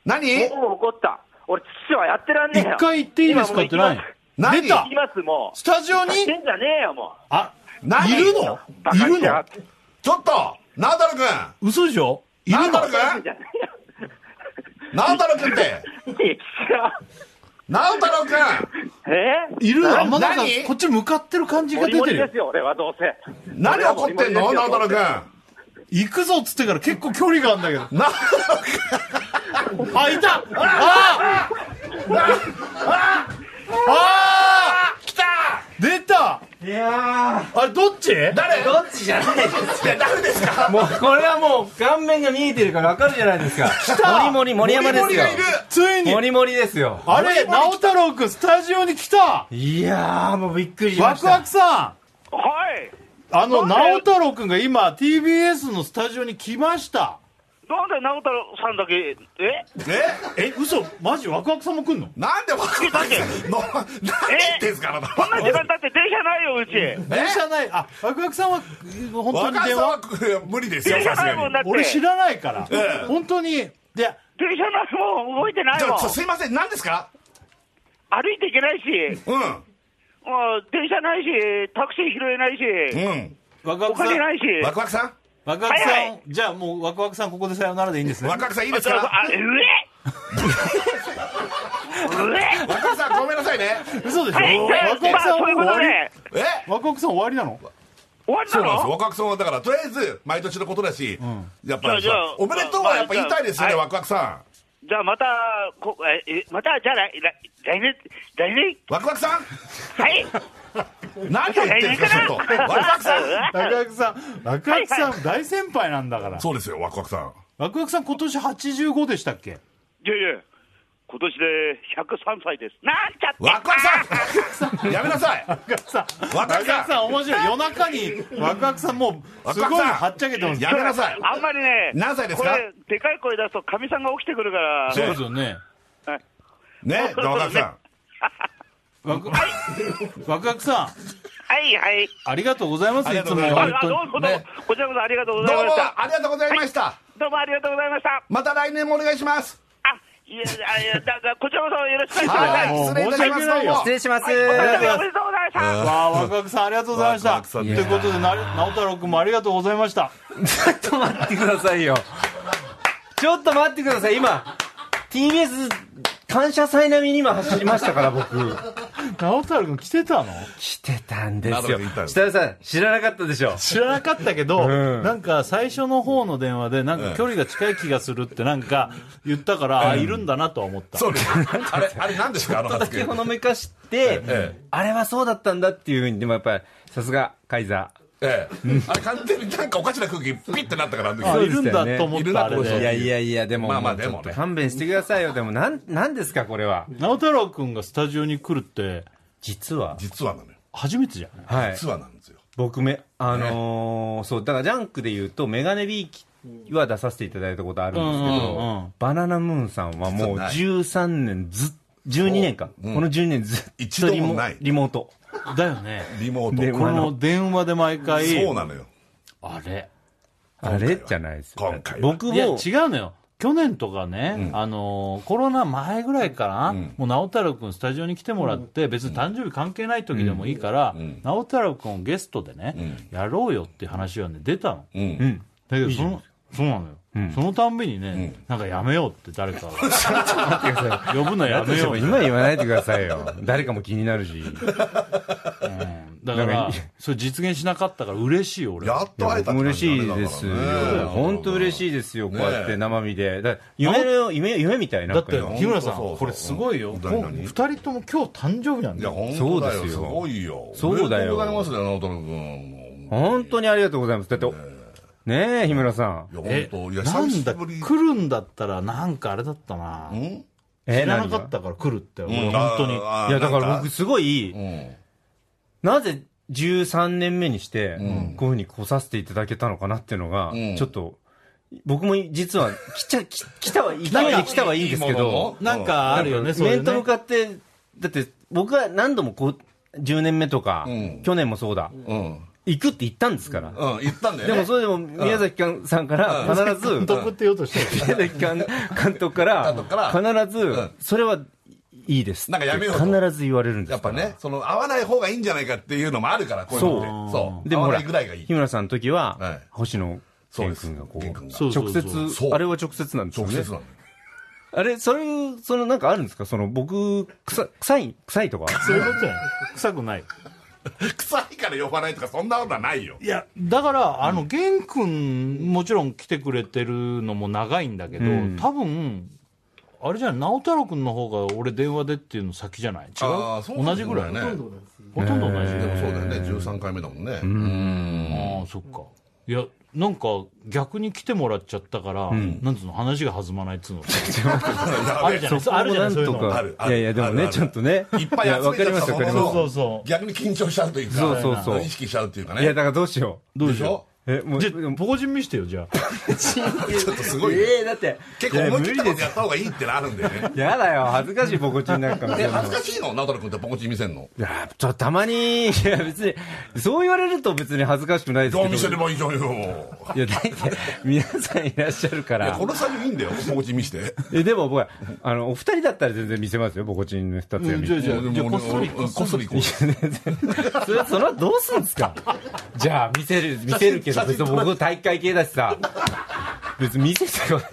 Speaker 2: 何
Speaker 13: もう怒った。俺、父はやってらんねえよ。
Speaker 1: 一回行っていいですかって
Speaker 13: 今もう
Speaker 1: 何
Speaker 13: 行
Speaker 1: 何出
Speaker 13: きます
Speaker 1: た
Speaker 13: 行きます、もう。
Speaker 1: スタジオに
Speaker 13: 行ってんじゃねえよ、もう。
Speaker 1: あ、
Speaker 2: 何
Speaker 1: いるのいるの
Speaker 2: ちょっとナダル君
Speaker 1: 嘘でしょいるの
Speaker 2: ナダル君ナダル君ってナダル君
Speaker 13: え
Speaker 1: いるの
Speaker 2: な
Speaker 1: あんまなんか
Speaker 2: 何、
Speaker 1: こっち向かってる感じが出
Speaker 13: モ
Speaker 1: て
Speaker 13: リ
Speaker 1: る
Speaker 13: モ
Speaker 1: よ
Speaker 13: リで。すよ、俺はどうせ。
Speaker 2: 何怒ってんのナダル君
Speaker 1: 行くぞっつってから結構距離があるんだけど。あ、いたああ
Speaker 2: 来た
Speaker 1: 出た
Speaker 3: いや
Speaker 1: あれ、どっち
Speaker 2: 誰
Speaker 3: どっちじゃないです
Speaker 2: いや誰ですか
Speaker 3: もうこれはもう顔面が見えてるからわかるじゃないですか。来
Speaker 1: た
Speaker 3: 森森森山ですよ。
Speaker 1: 森森がいるついに
Speaker 3: 森森ですよ。
Speaker 1: あれ、直太郎くん、スタジオに来た
Speaker 3: いやーもうびっくりしま
Speaker 1: ワ
Speaker 3: し
Speaker 1: ク
Speaker 3: た。
Speaker 1: ワクさん
Speaker 14: はい。
Speaker 1: あの、
Speaker 14: どうだ
Speaker 1: 直
Speaker 14: よ
Speaker 1: 太郎くんが今、TBS のスタジオに来ました。
Speaker 14: なんで直太朗さんだけ、え
Speaker 1: ええ、嘘マジワクワクさんも来んの
Speaker 2: なんでワクワクさんの何言ってんすかあな
Speaker 14: こんな時間だって電車ないよ、うち。
Speaker 1: 電車ない。あ、ワクワクさんは、本当に
Speaker 2: 若
Speaker 1: 電
Speaker 2: さん
Speaker 1: 話
Speaker 2: は。いや無理ですよ
Speaker 14: いや
Speaker 2: さすが
Speaker 14: もうだ
Speaker 2: に
Speaker 14: って
Speaker 1: 俺知らないから
Speaker 2: え。え
Speaker 1: 本当に。で、
Speaker 14: 電車ないもん、動いてない
Speaker 2: ち
Speaker 14: も
Speaker 2: ょ
Speaker 14: ん
Speaker 2: ち。ょすいません何ですか
Speaker 14: 歩いていけないし、
Speaker 2: うん
Speaker 14: もう電車ないし、タクシー拾えないし、
Speaker 2: うん
Speaker 1: ワクワ
Speaker 14: お
Speaker 1: クさん
Speaker 14: 金、ないし。
Speaker 2: ワクワクさん
Speaker 1: ワクワクさ
Speaker 14: はい
Speaker 1: ん、じゃあもうワクワクさんここでさよならでいいんですね。
Speaker 2: ワクワクさんいいです
Speaker 14: あ
Speaker 2: か
Speaker 14: あえ うえ
Speaker 2: ワクワクさんごめんなさいね
Speaker 1: 嘘でしょ
Speaker 14: はい
Speaker 1: ワクワクさん
Speaker 14: まあそういう
Speaker 1: もう終
Speaker 14: こ
Speaker 1: わ
Speaker 14: と
Speaker 1: り
Speaker 14: で
Speaker 2: え
Speaker 1: ワクワクさん終わりなの
Speaker 14: 終わり
Speaker 2: そ
Speaker 14: な
Speaker 2: うなんですよ。
Speaker 14: の
Speaker 2: ワクワクさんは、だから、とりあえず、毎年のことだし、やっぱり
Speaker 14: じゃあじゃあ、
Speaker 2: おめでとうはやっぱ言いたいですよね、
Speaker 14: まあ
Speaker 2: ワクワクさ
Speaker 14: じゃあまた、こええまた、じゃあ来来来年、来年、
Speaker 2: ん。ワクワクさん
Speaker 14: はい。
Speaker 2: 何を言ってんですか、ちょっと。ワクワク さん
Speaker 1: ワクワクさん、ワクワクさん大先輩なんだから。
Speaker 2: そうですよ、ワクワクさん。
Speaker 1: ワクワクさん今年85でしたっけ
Speaker 14: いやいや、今年で103歳です。なんちゃって
Speaker 2: 若さんやめなさい
Speaker 1: 若さん
Speaker 2: 若さん
Speaker 1: 面白い夜中に若草さんもうすごいのはっちゃけてます
Speaker 2: やめなさい
Speaker 14: あんまりね、
Speaker 2: 何歳ですか
Speaker 14: これ、でかい声出すと、かみさんが起きてくるから、
Speaker 1: そうですよね
Speaker 14: はい
Speaker 2: ね若さん
Speaker 1: 若 若草さん
Speaker 14: はいはい。
Speaker 1: ありがとうございますいつも本
Speaker 14: ああどうもど
Speaker 1: 当
Speaker 14: う
Speaker 1: に
Speaker 14: も
Speaker 1: ね、
Speaker 14: こちらこそありがとう
Speaker 2: ど
Speaker 14: ご
Speaker 2: う
Speaker 14: ざいま
Speaker 2: も
Speaker 14: した。
Speaker 2: ありがとうございました、
Speaker 14: どうもありがとうございました。
Speaker 2: また来年もお願いします
Speaker 14: あ、いや、あいや、だだこちらこそよろしくお願いします。
Speaker 2: はい
Speaker 1: もう
Speaker 2: 失礼いたしま
Speaker 1: 申
Speaker 2: す
Speaker 1: し訳な
Speaker 2: どう
Speaker 1: いよ
Speaker 2: も
Speaker 3: 失礼します。
Speaker 14: おめでとうございました。
Speaker 1: わあ若草さんありがとうございましたということでな直太朗君もありがとうございました
Speaker 3: ちょっと待ってくださいよ。ちょっと待ってください。今、TBS 感謝祭並みに今走りましたから、僕。
Speaker 1: 直太朗君来てたの
Speaker 3: 来てたんで
Speaker 2: なる
Speaker 3: す
Speaker 2: ほ
Speaker 3: よ
Speaker 2: どいたん。です
Speaker 3: 設楽さん、知らなかったでしょ。
Speaker 1: 知らなかったけど、
Speaker 3: うん
Speaker 1: なんか最初の方の電話でなんか距離が近い気がするってなんか言ったから、あいるんだなとは思った
Speaker 2: そうですあれあれ何ですかあの発
Speaker 3: だけ
Speaker 2: 言
Speaker 3: ほのめかして、あれはそうだったんだっていうふうに、でもやっぱり、さすが、カイザー。
Speaker 2: ええ、あれ完全になんかおかしな空気ピッてなったからあの
Speaker 1: あ
Speaker 2: 時
Speaker 3: そう
Speaker 1: い
Speaker 3: で
Speaker 1: るん
Speaker 3: したよ
Speaker 1: だ
Speaker 3: ね
Speaker 1: と思っ
Speaker 2: いるな
Speaker 1: たあれ
Speaker 2: そう
Speaker 3: いや
Speaker 1: で
Speaker 3: いやいや、でも、
Speaker 2: まあまあ
Speaker 3: もうちょっと
Speaker 2: でもね
Speaker 3: 勘弁してくださいよ。でも、なん、なんですか、これは。
Speaker 1: 直太朗君がスタジオに来るって
Speaker 3: 実は、
Speaker 2: 実はなのよ
Speaker 1: 初めてじゃん
Speaker 3: はい。
Speaker 2: 実はなんですよ
Speaker 3: 僕め、あのーそう、だからジャンクで言うと、メガネビーキは出させていただいたことあるんですけど、
Speaker 1: うんうんうん
Speaker 3: バナナムーンさんはもう
Speaker 2: 実はない
Speaker 3: 13年ずっ、12年か、この12年ずっ
Speaker 2: 一
Speaker 3: と
Speaker 2: 度
Speaker 3: リ
Speaker 2: も
Speaker 3: モ
Speaker 2: ない
Speaker 3: リモート。
Speaker 1: だよね
Speaker 2: リモー
Speaker 3: で
Speaker 2: ト
Speaker 1: こ
Speaker 3: あの
Speaker 1: の電話で毎回
Speaker 2: そうなのよ
Speaker 1: あれ
Speaker 3: あれじゃないですよ
Speaker 2: 今回は
Speaker 3: 僕
Speaker 1: いや違
Speaker 3: も
Speaker 1: う、のよ去年とかね、あのーコロナ前ぐらいかな、もう直太朗君スタジオに来てもらって、別に誕生日関係ない時でもいいから、直太朗君をゲストでね、やろうよっていう話はね出たの、
Speaker 2: うん
Speaker 3: うん。
Speaker 1: だけどそのそうなのよ、
Speaker 3: ん
Speaker 1: そのたんびにね、なんかやめようって誰かが呼ぶのやめよう
Speaker 3: 今言わないでくださいよ。 誰かも気になるし。
Speaker 1: うんだからそれ実現しなかったから嬉しいよ俺
Speaker 2: やっと会えたって感
Speaker 3: 嬉
Speaker 2: じ
Speaker 3: し
Speaker 2: だ
Speaker 3: い
Speaker 2: ね
Speaker 3: ですよ
Speaker 2: だからね。
Speaker 3: 本当嬉しいですよ。こうやって生身で。だ夢の、夢、夢みたいな。
Speaker 1: だって
Speaker 3: これ
Speaker 1: 日村さん
Speaker 2: そうそうそう
Speaker 1: これすごいよ
Speaker 2: 何
Speaker 1: 2
Speaker 2: 何
Speaker 1: 人とも今日誕生日なん
Speaker 2: い
Speaker 1: だ
Speaker 2: や
Speaker 1: よ
Speaker 2: 本当だ
Speaker 3: そう
Speaker 2: よ
Speaker 3: です
Speaker 2: す
Speaker 3: よ
Speaker 2: ごいよ
Speaker 3: そうだよ
Speaker 2: おめでとうございますよ直太朗君
Speaker 3: 本当にありがとうございます。だって、ねえ、日村さん。
Speaker 2: いや本当いや
Speaker 1: なん
Speaker 2: 久
Speaker 1: だ
Speaker 2: しぶり
Speaker 1: 来るんだったらなんかあれだったな
Speaker 2: うん
Speaker 3: え
Speaker 1: 知らなか
Speaker 3: 何
Speaker 1: っ
Speaker 3: が
Speaker 1: たから来るって俺
Speaker 2: うん
Speaker 1: 本当に
Speaker 2: あー
Speaker 3: いや、だか
Speaker 2: な
Speaker 3: ら
Speaker 2: ん
Speaker 3: 僕すごい、
Speaker 2: うん
Speaker 3: なぜ13年目にして、こういうふうに来させていただけたのかなっていうのが、
Speaker 2: ん
Speaker 3: ちょっと、僕も実は、来ちゃ、き来た はいい、来た
Speaker 1: な
Speaker 3: は
Speaker 1: ん
Speaker 3: い
Speaker 1: か
Speaker 3: い、来たはいいんです
Speaker 2: い
Speaker 3: け
Speaker 2: いもの
Speaker 3: ど
Speaker 2: も、
Speaker 1: なんかあるよねそういう
Speaker 3: 面と
Speaker 1: ね
Speaker 3: 向かって、だって僕は何度もこう、10年目とか、
Speaker 2: うん
Speaker 3: 去年もそうだ、
Speaker 2: うん
Speaker 3: 行くって言ったんですから。
Speaker 2: うん言ったんだよ
Speaker 3: で
Speaker 2: ね
Speaker 3: もそれでも宮崎さんから必ず、
Speaker 1: 監督って言おうとしてる
Speaker 3: 宮崎監監督から
Speaker 2: 監督から
Speaker 3: 必ず
Speaker 2: ん
Speaker 3: それはいいです
Speaker 2: なんかやめようと
Speaker 3: 必ず言われるんです
Speaker 2: やっ
Speaker 3: か
Speaker 2: ぱ
Speaker 3: ら
Speaker 2: ねその合わない方がいいんじゃないかっていうのもあるからこういうのってそう
Speaker 3: でも
Speaker 2: 合
Speaker 3: ほ
Speaker 2: わ
Speaker 3: ら
Speaker 2: ないぐらいがいい
Speaker 3: 日村さんの時は、
Speaker 2: はい
Speaker 3: 星野
Speaker 2: そうで
Speaker 3: 源
Speaker 2: す
Speaker 3: 君がこう
Speaker 2: 玄君が
Speaker 1: そうそう
Speaker 3: 直
Speaker 1: そう
Speaker 3: 接
Speaker 2: そう
Speaker 3: あれは直接なんですよ
Speaker 2: 直
Speaker 3: ね
Speaker 2: 接なのよ
Speaker 3: あれそういうそのなんかあるんですかその僕臭臭い臭いとか
Speaker 1: そういうことやん臭くない
Speaker 2: 臭いから呼ばないとかそんなことはないよ
Speaker 1: いやだからあの玄君もちろん来てくれてるのも長いんだけど、
Speaker 3: うん
Speaker 1: 多分あれじゃない直太朗君の方が俺電話でっていうの先じゃない違う
Speaker 2: あーそう
Speaker 1: 同じぐらい
Speaker 2: ね
Speaker 1: ほ
Speaker 2: で
Speaker 1: とんど
Speaker 2: も
Speaker 1: ほとんど同じ、
Speaker 2: そうだよね13回目だもんね
Speaker 1: ああそっかいやなんか逆に来てもらっちゃったから、なんつうの話が弾まないっ つうのあるじゃないあるじゃないそういうの
Speaker 2: あるあ
Speaker 3: い
Speaker 2: る
Speaker 3: やいやでも
Speaker 2: あるあ
Speaker 3: ね
Speaker 2: る
Speaker 3: ちょっとね
Speaker 2: いっぱい集
Speaker 3: わ
Speaker 2: め
Speaker 3: か
Speaker 2: ち
Speaker 3: り
Speaker 2: ゃ
Speaker 3: ま
Speaker 2: っ
Speaker 3: す
Speaker 2: た
Speaker 3: わ
Speaker 2: も
Speaker 3: かります
Speaker 1: そ
Speaker 2: の
Speaker 1: うそうそう
Speaker 2: 逆に緊張しちゃうというか
Speaker 3: そうそうそう
Speaker 2: 意識しちゃうっていうか
Speaker 3: いや
Speaker 2: ね
Speaker 3: だからどうしよう
Speaker 1: どう
Speaker 2: で
Speaker 1: し
Speaker 2: し
Speaker 1: よ
Speaker 2: ょ
Speaker 3: えも
Speaker 1: う
Speaker 3: う
Speaker 1: じゃ
Speaker 3: でも
Speaker 1: あポコチン見してよじゃあ
Speaker 2: ちょっとすごいね
Speaker 3: ええだって
Speaker 2: 結構思い切ったことやった方がいいってのあるんだよね
Speaker 3: やだよ恥ずかしいぼこちんなんか見せ
Speaker 2: え
Speaker 3: るの
Speaker 2: 恥ずかしいの直太朗君ってポコチン見せんの
Speaker 3: いやちょっとたまにいや別にそう言われると別に恥ずかしくないです
Speaker 2: どう
Speaker 3: け
Speaker 2: 見せれ
Speaker 3: ど
Speaker 2: ばいいじゃんよ
Speaker 3: いやだって皆さんいらっしゃるか
Speaker 2: いや
Speaker 3: ら
Speaker 2: この作業いいんだよポコチン見せて
Speaker 3: えでも僕はあのお二人だったら全然見せますよボコチンの二つや見
Speaker 1: じゃあ
Speaker 3: て
Speaker 1: じゃあじゃあこっそり
Speaker 2: うんこっそり行こう
Speaker 3: それその後どうするんですかじゃあ見せる見せるけど別に僕大会系だしさ別に見せて よいや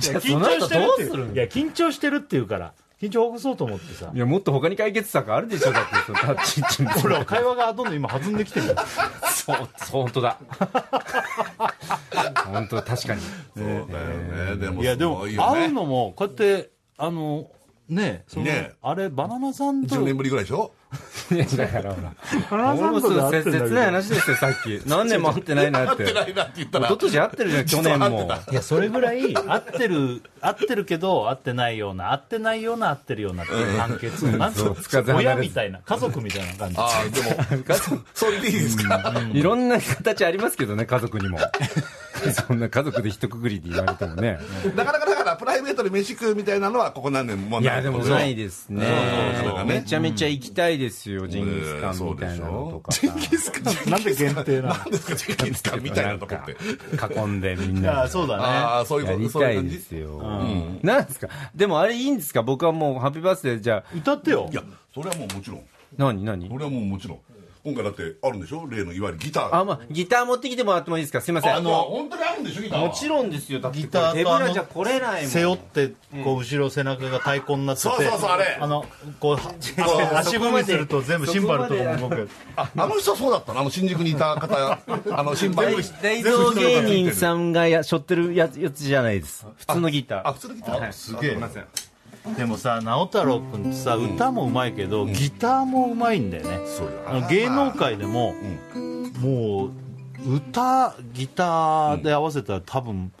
Speaker 3: じゃあそ
Speaker 1: 緊
Speaker 3: の
Speaker 1: 張
Speaker 3: 後
Speaker 1: してる
Speaker 3: ど
Speaker 1: っ
Speaker 3: う
Speaker 1: て
Speaker 3: する
Speaker 1: い
Speaker 3: ん
Speaker 1: ういや緊張してるっていうから緊張をほぐそうと思ってさ
Speaker 3: いやもっと他に解決策あるでしょだってそのタッチって
Speaker 1: ほら会話がどんどん今弾んできてる
Speaker 3: そうそう本当だ 本当確かに
Speaker 2: そうだよねでも
Speaker 1: いやでも
Speaker 2: すごいよね
Speaker 1: 会うのもこうやってあのねその
Speaker 2: ね
Speaker 1: あれバナナさんと
Speaker 2: 10年ぶりぐらいでしょ
Speaker 3: いやだからほら
Speaker 15: 原
Speaker 3: 俺も
Speaker 15: さんとで合ってんだけど
Speaker 3: 切ない話ですよさっき何年も会ってないなって
Speaker 15: 会ってないなって言ったら
Speaker 3: 一昨年会ってるじゃん去年も
Speaker 1: いやそれぐらい合ってる 合ってるけど合ってないような合ってないような合ってるようなっていう判決
Speaker 3: うん
Speaker 1: なんつうの
Speaker 3: そうつかず離れず
Speaker 1: 親みたいな家族みたいな感じ
Speaker 3: あ ーでも
Speaker 2: それでいいです
Speaker 3: かいろんな形ありますけどね家族 にもそんな家族で一括りで言われてもね
Speaker 2: なかなかだからプライベートで飯食うみたいなのはここ何年も
Speaker 3: い
Speaker 2: な
Speaker 3: や
Speaker 2: い
Speaker 3: でもないですね
Speaker 2: そうそうそう
Speaker 3: めちゃめちゃ行きたいですよジンギスカンみたいなのとか
Speaker 1: ジンギスカンなんで限定なの
Speaker 2: なんですかジンギスカンみたいなとこって
Speaker 3: 囲んでみん なで
Speaker 1: あーそうだねあーそういうこと
Speaker 3: やり
Speaker 1: そう
Speaker 3: た
Speaker 1: いう
Speaker 3: い
Speaker 1: 感じ
Speaker 3: ですよ
Speaker 1: うん
Speaker 3: なんですかでもあれいいんですか僕はもうハッピーバースデーじゃあ
Speaker 1: 歌ってよ
Speaker 3: いや
Speaker 2: それはもうもちろん
Speaker 3: 何何
Speaker 2: それはもうもちろん今回だってあるんでしょ例のいわゆるギター
Speaker 3: あまあギター持ってきてもらってもいいですかすいません
Speaker 2: あの本当にあるんでしょギターは
Speaker 3: もちろんですよだって
Speaker 1: ギターと
Speaker 3: 手ぶらじゃ来れないもん
Speaker 1: 背負ってこう後ろ背中が太鼓になってて
Speaker 3: そうそうそうあれ
Speaker 1: のこう はこう足踏みすると全部シンバルとかも動く
Speaker 2: ああの人そうだったのあの新宿にいた 方あの心配
Speaker 3: 大道芸人さんがやしょってるやつやつじゃないです普通のギターあ
Speaker 2: 普通のギ
Speaker 3: タ
Speaker 1: ーすげえ
Speaker 3: すいません
Speaker 1: でもさ直太朗君ってさ、歌もうまいけど、ギターもうまいんだよねあの芸能界でも、もう歌ギターで合わせたら多分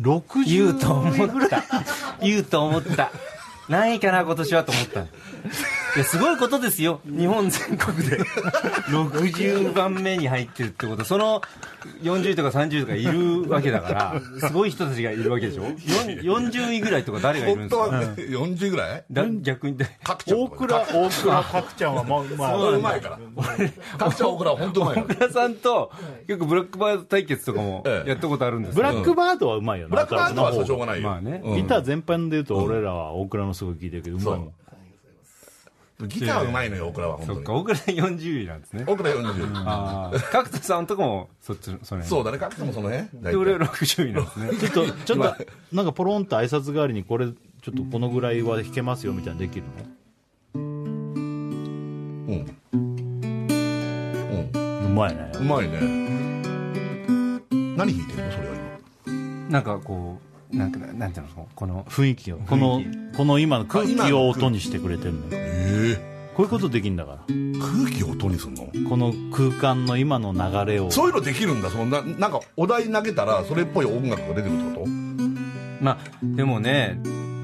Speaker 1: 60
Speaker 3: 言うと思った言うと思ったないかな今年はと思ったいやすごいことですよ日本全国で60番目に入ってるってことその40位とか30位とかいるわけだからすごい人たちがいるわけでしょよん40位ぐらいとか誰がいるんですか
Speaker 2: 本当はね40位ぐらい
Speaker 3: だ逆に
Speaker 1: 大倉大倉角ちゃんはまあまあ
Speaker 3: そうなんだ
Speaker 2: 各社大倉本当うまい
Speaker 3: 大倉さんとよくブラックバード対決とかもやったことあるんです
Speaker 1: ブラックバードはうまいよね
Speaker 3: ブラックバードは
Speaker 1: あと
Speaker 3: しょうがないよまあねうん
Speaker 1: ギター全般で言うと俺らは大倉のすごい聞いてるけどうまいもん
Speaker 2: ギターはうまいのよ大倉は本当に
Speaker 3: そっか大倉40位なんですね
Speaker 2: 大倉40位
Speaker 3: ああ角田さんとかもそっちのその
Speaker 2: そ
Speaker 3: 辺
Speaker 2: うだね角田もその辺
Speaker 3: で俺は60位なんですね
Speaker 1: ちょっとちょっとなんかポロンと挨拶代わりにこれちょっとこのぐらいは弾けますよみたいなできるの
Speaker 2: うん
Speaker 1: うまいね
Speaker 2: うまいね何弾いてるのそれは
Speaker 3: なんかこうなんかなんていうのこの
Speaker 1: 雰囲気をこのこの今の空
Speaker 3: あ
Speaker 1: 気
Speaker 3: 今
Speaker 1: を
Speaker 3: の
Speaker 1: 音にしてくれてるのよこういうことできるんだから
Speaker 2: 空気を音にするの
Speaker 1: この空間の今の流れを
Speaker 2: そういうのできるんだそんななんかお題投げたらそれっぽい音楽が出てくるってこと
Speaker 3: まあでもね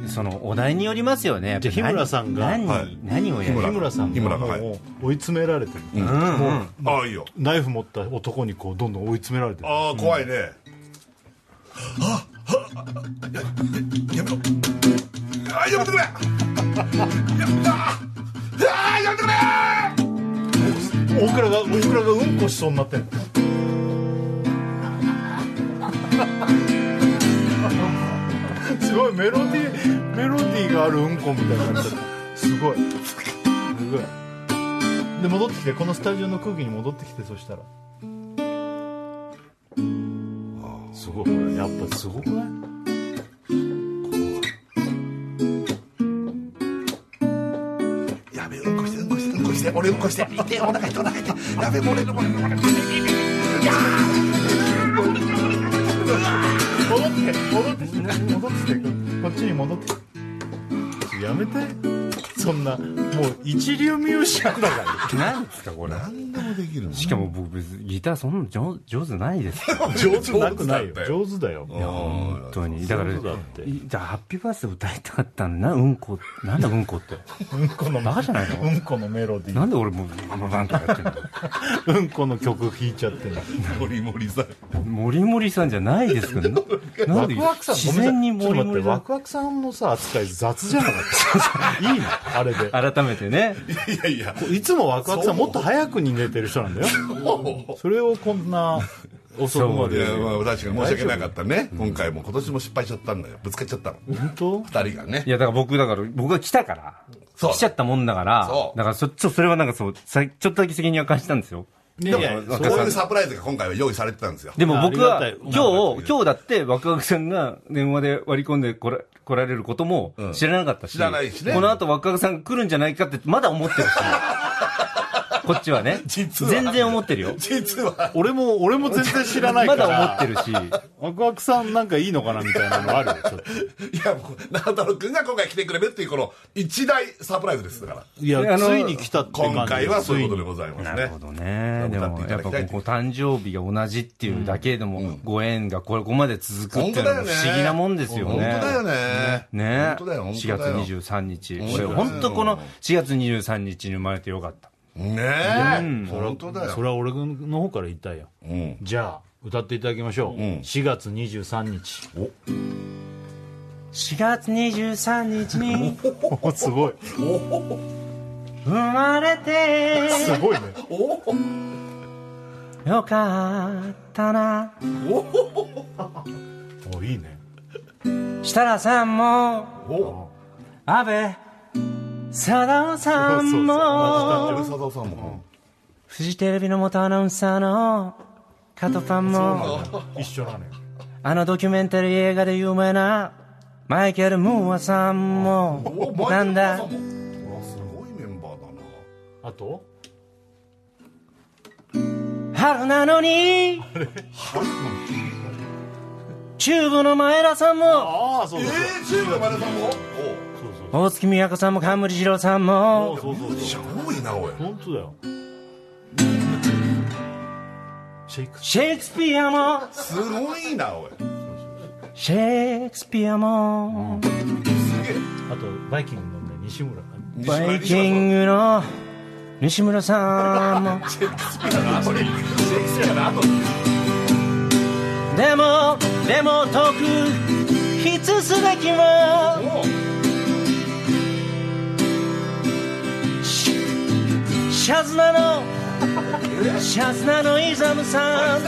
Speaker 3: そのお題によりますよね
Speaker 1: じゃあ日村さんが
Speaker 3: 何,、
Speaker 1: はい
Speaker 3: 何をや
Speaker 1: 日
Speaker 3: る
Speaker 1: 村さんがもう追い詰められてる、
Speaker 3: うん
Speaker 1: も
Speaker 3: うん
Speaker 2: ああいいよ
Speaker 1: ナイフ持った男にこうどんどん追い詰められてる
Speaker 2: ああ怖いね、あやめてくれあやめてくれ
Speaker 1: 大倉が大倉がうんこしそうになってる すごいメロディーメロディーがあるうんこみたいになっちゃったすごいすごいで戻ってきてこのスタジオの空気に戻ってきてそしたらすごいこれやっぱすごくない
Speaker 2: やべえうんこしてうんこしてうんこして俺うんこして痛えお腹痛いお腹痛いやべえ漏れる漏れる漏れる
Speaker 1: 戻って戻ってきて戻ってきてこっちに戻ってきてやめてそんなもう一流ミュージシャンだから
Speaker 3: 何ですかこれ
Speaker 2: 何でもで きる
Speaker 3: しかも僕別にギターそんなの上上手ないです
Speaker 1: 上手なくないよ上手だよ
Speaker 3: いや 本当にだから
Speaker 1: 上手だっ
Speaker 3: いじゃあハッピーバースデー歌いたかったのになうんこなんだうんこって
Speaker 1: うんこの
Speaker 3: バカじゃないの
Speaker 1: うんこのメロディー
Speaker 3: なんで俺もバンバンバンとかやってんの
Speaker 1: うんこの曲弾いちゃってんの
Speaker 2: モリモリさん
Speaker 3: モリモリさんじゃないですけどなな
Speaker 1: ワ
Speaker 3: んで
Speaker 1: クワクさん
Speaker 3: 自然に
Speaker 1: ごめ
Speaker 3: モ
Speaker 1: んなさ
Speaker 3: リ
Speaker 1: いちょっと待っ
Speaker 3: モリ
Speaker 1: て
Speaker 3: さ
Speaker 1: ワ
Speaker 3: ん
Speaker 1: クワクさんのさ扱い雑じゃなかった いいのあれで
Speaker 3: 改めてね
Speaker 2: いやいや
Speaker 1: いつもワクワクさんもっと早くに寝てる人なんだよそれをこんな遅くま
Speaker 2: い
Speaker 1: で
Speaker 2: やまあ確かに申し訳なかったね今回も今年も失敗しちゃったんだよぶつかっちゃったの
Speaker 1: 本当
Speaker 2: 二人がね
Speaker 3: いや、だから僕、だから、僕が来たから。
Speaker 2: そう
Speaker 3: 来ちゃったもんだから。
Speaker 2: そう
Speaker 3: だからそ、ちょ、それはなんかそう、さちょっとだけ責任は感じたんですよ。
Speaker 2: でもこういうサプライズが今回は用意されてたんですよ
Speaker 3: でも僕
Speaker 2: あ
Speaker 3: は、
Speaker 2: りがたい
Speaker 3: 今日、今日だって、ワクワクさんが電話で割り込んでこら来られることも
Speaker 2: うん
Speaker 3: 知らなかったし、
Speaker 2: 知らないしね
Speaker 3: この後ワクワクさんが来るんじゃないかってまだ思ってるし、こっちはね。
Speaker 16: 実
Speaker 5: は
Speaker 3: 全然思ってるよ。
Speaker 16: 実は。
Speaker 5: 俺も、俺も全然知らないから。
Speaker 3: まだ思ってるし。
Speaker 5: ワクワクさんなんかいいのかなみたいなのあるよ、ちょっと。
Speaker 2: いや、もう、直太朗君が今回来てくれるっていう、この一大サプライズですだから。
Speaker 5: いや、ついに来たって感じ
Speaker 2: 今回はそういうことでございますね。
Speaker 3: なるほどね。で
Speaker 2: 歌っ
Speaker 3: も、
Speaker 2: ていた
Speaker 3: やっ
Speaker 2: だ
Speaker 3: ぱ
Speaker 2: き
Speaker 3: こ
Speaker 2: たい
Speaker 3: こ誕生日が同じっていうだけでも、ご縁がここまで続くっていうのも不思議なもんですよね。
Speaker 2: 本当だよね。
Speaker 3: ね
Speaker 2: 本当だよ、本当
Speaker 3: 4
Speaker 2: だ
Speaker 3: 月
Speaker 2: よ。
Speaker 3: 23日。
Speaker 2: 本当だ
Speaker 3: 俺、
Speaker 2: よ
Speaker 3: 本当この4月23日に生まれてよかった。
Speaker 2: ねえ。
Speaker 1: それは
Speaker 2: 本当だよ
Speaker 1: そ。れは俺の方から言いたいよ、じゃあ歌っていただきましょう、4月23日
Speaker 3: 4月23日 に
Speaker 5: おすごい
Speaker 3: 生まれて、
Speaker 5: すごいね
Speaker 3: よかったな。
Speaker 5: おいいね
Speaker 3: 設楽さんも、安倍、貞夫さんも、
Speaker 2: 俺、佐藤さんも。
Speaker 3: フジテレビの元アナウンサーの加藤パンも、
Speaker 5: 一緒なのよ
Speaker 3: あのドキュメンタリー映画で有名なマイケル・ムーアさんも、なんだ、
Speaker 2: あすごいメンバーだな。
Speaker 5: あと
Speaker 3: 春なのに、チューブの前田さんも、
Speaker 5: ああそうそ
Speaker 2: え
Speaker 5: う
Speaker 2: ー、チームの前田さんも
Speaker 3: 大月美和子さんも、冠二郎さんも、
Speaker 5: そうそうそう
Speaker 2: 多いな、おい。
Speaker 5: 本当だよシェイクス
Speaker 3: シェイクスピアも、
Speaker 2: すごいな、おい。
Speaker 3: シェイクスピアも、
Speaker 5: あとバイキングのね西村
Speaker 3: バイキングの西村さんも、でもでも解く必すべきはシシャズナのシャズナのイザムさん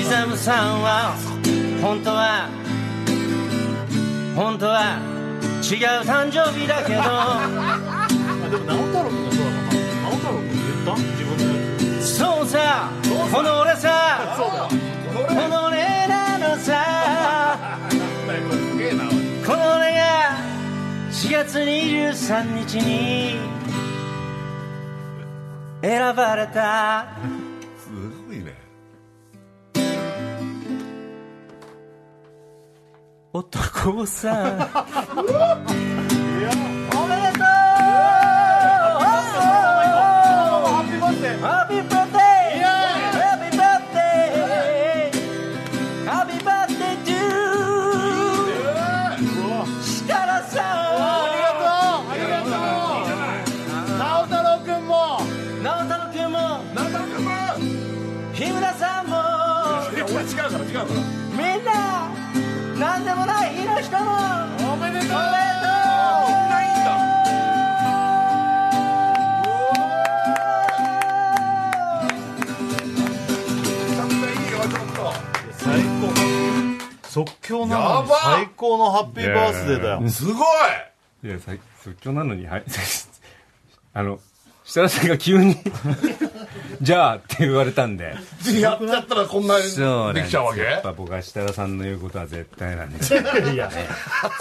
Speaker 3: イザムさんは本当は本当は違う誕生日だけ ど
Speaker 5: あでも直太朗君がそうだから直太朗君言った自分のや
Speaker 3: そうさこの俺さこの俺なの さこの俺が4月23日に選ばれた
Speaker 2: すごいね。
Speaker 3: 男さんおめでとうハッピーバースデーハッピーバースデーハッピーバースデートゥー設楽さん
Speaker 5: ありがとう直太朗君も
Speaker 3: 直太朗君も日村さんも
Speaker 2: 違うから、違うから。
Speaker 3: みんな何でもない日の人もおめでとう
Speaker 5: 最高即興なの
Speaker 2: や
Speaker 5: に
Speaker 2: ば
Speaker 5: 最高のハッピーバースデーだよ
Speaker 2: すごい
Speaker 3: いや、さ即興なのに、はい。 あの、設楽さんが急に、 じゃあって言われたんで。
Speaker 2: やっちゃったらこんなに
Speaker 3: そう
Speaker 2: で
Speaker 3: な
Speaker 2: きち
Speaker 3: んです
Speaker 2: ゃう
Speaker 3: よ
Speaker 2: わけ
Speaker 3: やっぱ僕は設楽さんの言うことは絶対なんですよ。
Speaker 5: いや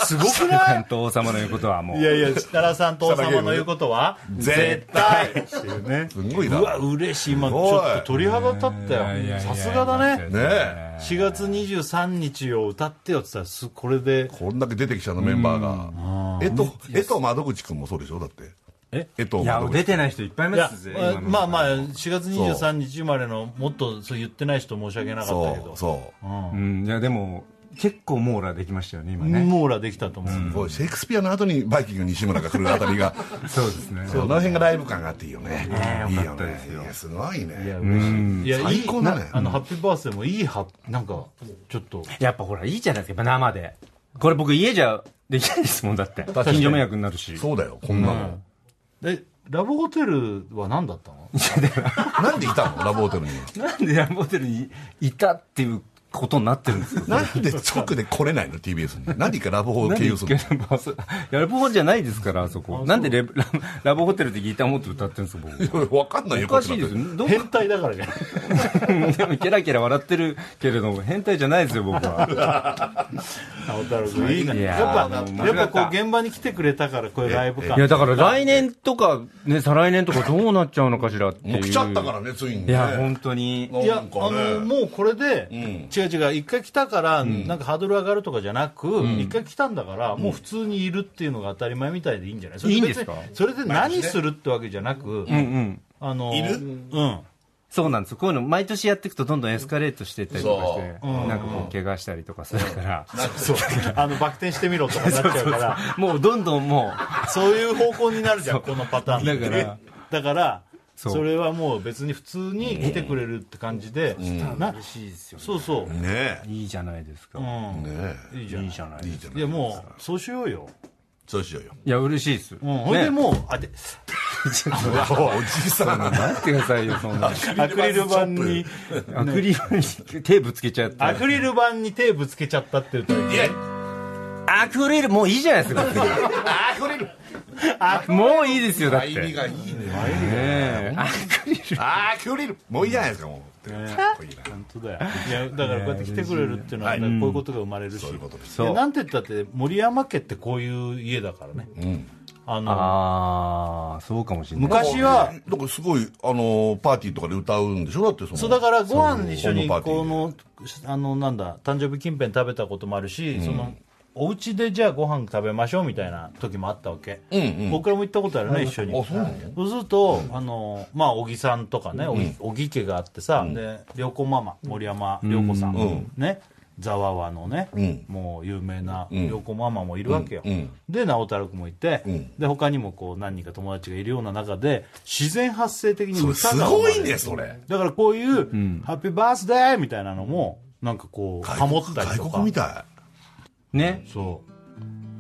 Speaker 3: すごくないと王様の言うことはもう。
Speaker 5: いやいや設楽さんと王様の言うことは
Speaker 2: 絶
Speaker 5: 対っていうね
Speaker 2: すごいうな。
Speaker 5: わ嬉しい今ちょっと鳥肌立った
Speaker 3: いやいやい
Speaker 5: よ
Speaker 3: や
Speaker 5: さすがだね
Speaker 2: ねえ。
Speaker 5: 4月23日を歌ってよって言ったらすこれで
Speaker 2: こんだけ出てきちゃうのメンバーが。えと、えと窓口くんもそうでしょだって。
Speaker 5: え
Speaker 2: えと
Speaker 3: いや
Speaker 2: 窓口。
Speaker 3: 出てない人いっぱいい
Speaker 5: い
Speaker 3: ま
Speaker 5: や
Speaker 3: すぜ。今の
Speaker 5: まあまあ4月23日生まれのもっとそう言ってない人申し訳なかったけ
Speaker 2: そ
Speaker 5: ど
Speaker 2: う、そう。
Speaker 3: うん、いやでも、結構網羅できましたよね、今
Speaker 5: うん
Speaker 3: ね。
Speaker 5: 網羅できたと思う
Speaker 2: こうシェイクスピアの後にバイキング西村が来るあたりが、
Speaker 3: そうですね。
Speaker 2: その辺がライブ感があっていいよね。いいよ
Speaker 3: たで
Speaker 2: ね。いやすごい
Speaker 5: いや
Speaker 2: ね。
Speaker 5: 嬉しいいやいい
Speaker 2: 最高だね
Speaker 5: なあのハッピーバースデーもいいはなんかちょっと
Speaker 3: やっぱほら、いいじゃないですか、やっぱ生で。これ僕家じゃできないですもん、だって。
Speaker 2: かに
Speaker 3: 近所迷惑になるし。
Speaker 2: そうだよ、こんなの。
Speaker 5: えラブホテルは何だったの
Speaker 2: なんでいたのラブホテルに。
Speaker 3: なんでラブホテルにいたっていうことになってるんですよ
Speaker 2: なんで直で来れないの TBS に何かラブホを経由するの
Speaker 3: 何かラブホいやラブホじゃないですからあそこなんでレラブラブホテルでギター持って歌ってるんですか僕
Speaker 2: 分かんないよ
Speaker 3: おかしいですよ変態だからじゃでもケラケラ笑ってるけれども変態じゃないですよ僕は
Speaker 1: 直太朗君いいなやっぱやっぱこう現場に来てくれたからこういうライブ感
Speaker 3: いやだから来年とか、ね、再来年とかどうなっちゃうのかしらっていう
Speaker 2: もう来ちゃったからねついにね
Speaker 3: いや本当に
Speaker 1: いやあのもうこれで、違う違う一回来たから、なんかハードル上がるとかじゃなく一、回来たんだから、もう普通にいるっていうのが当たり前みたいでいいんじゃないそれ
Speaker 3: いいんですか
Speaker 1: 別にそれで何するってわけじゃなく、
Speaker 3: うんうん
Speaker 1: あのいるうん
Speaker 3: そうなんですよこういうの毎年やっていくとどんどんエスカレートしていったりとかして、なんかこう怪我したりとかするから
Speaker 1: そう あのバク転してみろとかなっち ゃうから
Speaker 3: もうどんどんも
Speaker 1: そういう方向になるじゃんこのパターンって
Speaker 3: だから
Speaker 1: だから
Speaker 3: そう
Speaker 1: それはもう別に普通に来てくれるって感じで、な
Speaker 3: うしいですよ
Speaker 1: そうそう、
Speaker 2: ね
Speaker 3: いいじゃないですか、
Speaker 1: うん
Speaker 2: ね
Speaker 1: いいじゃん
Speaker 3: いいじゃないですか
Speaker 1: いやもうそうしようよ、
Speaker 2: そうしようよ
Speaker 3: いや嬉しいです、
Speaker 1: うん、ほいで
Speaker 3: ね
Speaker 1: もうあで
Speaker 2: おじい さんが
Speaker 3: 待ってくださいよそんな
Speaker 1: アクリル板に
Speaker 3: アクリルにテープつけちゃって
Speaker 1: アクリル板に手ぶつけちゃったっていうと
Speaker 2: いや
Speaker 3: アクリルもういいじゃないですかアクリル もういいですよだって
Speaker 2: 意味がいいね
Speaker 3: ねえアクリル
Speaker 2: ああキュリルもういいじゃないですかもうかっこいいな
Speaker 1: 本当だよいやだからこうやって来てくれるっていうのは、
Speaker 2: はい
Speaker 1: こういうことが生まれるし、
Speaker 2: そういうことです
Speaker 3: そう
Speaker 1: いやなんて言ったって森山家ってこういう家だからね、あの
Speaker 3: ああそうかもしれない
Speaker 1: 昔は
Speaker 2: だからすごいあのパーティーとかで歌うんでしょだってその
Speaker 1: そうだからご飯一緒
Speaker 2: ホー
Speaker 1: に
Speaker 2: ムパーティ
Speaker 1: こ
Speaker 2: ーで
Speaker 1: のあのなんだ誕生日近辺食べたこともあるし、そのお家でじゃあご飯食べましょうみたいな時もあったわけ、僕らも行ったことあるね一緒に
Speaker 2: あそうなの
Speaker 1: そうすると、あのまあ小木さんとかね小木小木家があってさ、で良子ママ森山良子さん、ねざわわのね、
Speaker 2: ん
Speaker 1: もう有名な良子ママもいるわけよ、
Speaker 2: うんうん
Speaker 1: で直太朗君もいて、
Speaker 2: ん
Speaker 1: で他にもこう何人か友達がいるような中で自然発生的に
Speaker 2: それ
Speaker 1: 歌
Speaker 2: す
Speaker 1: が生ま
Speaker 2: ご
Speaker 1: れる
Speaker 2: いねそれ
Speaker 1: だからこういう、ハッピーバースデーみたいなのも、なんかこう、ハモったりと
Speaker 2: 外
Speaker 1: か
Speaker 2: 国。みた
Speaker 3: ね
Speaker 1: そ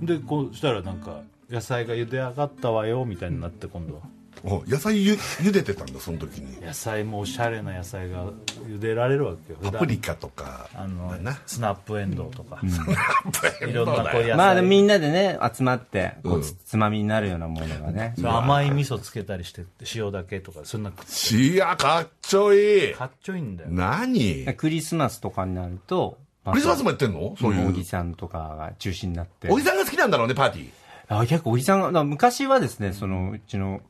Speaker 1: う。で、こうしたらなんか、野菜が茹で上がったわよ、みたいになって、今度は。
Speaker 2: いお野菜ゆ茹でてたんだその時に
Speaker 1: 野菜もおしゃれな野菜が茹でられるわけよ。
Speaker 2: パプリカとか
Speaker 1: あの
Speaker 2: だな、
Speaker 1: スナップエンドウとか。 いろんなこう野菜。
Speaker 3: まあでもみんなでね集まってこ
Speaker 2: うん
Speaker 3: うつつまみになるようなものがね
Speaker 1: そう甘い味噌つけたりして、塩だけとか、そんな、か
Speaker 2: いやかっちょいい
Speaker 1: っちょいいんだよ。
Speaker 2: 何ク
Speaker 3: クリスマスとかになるとク
Speaker 2: リスマスもやってんのそうい
Speaker 3: 小木
Speaker 2: う
Speaker 3: さんとかが中心になって
Speaker 2: おじさんが好きなんだろうねパーティー
Speaker 3: あ結構おじさんがだから昔はですねそのうちの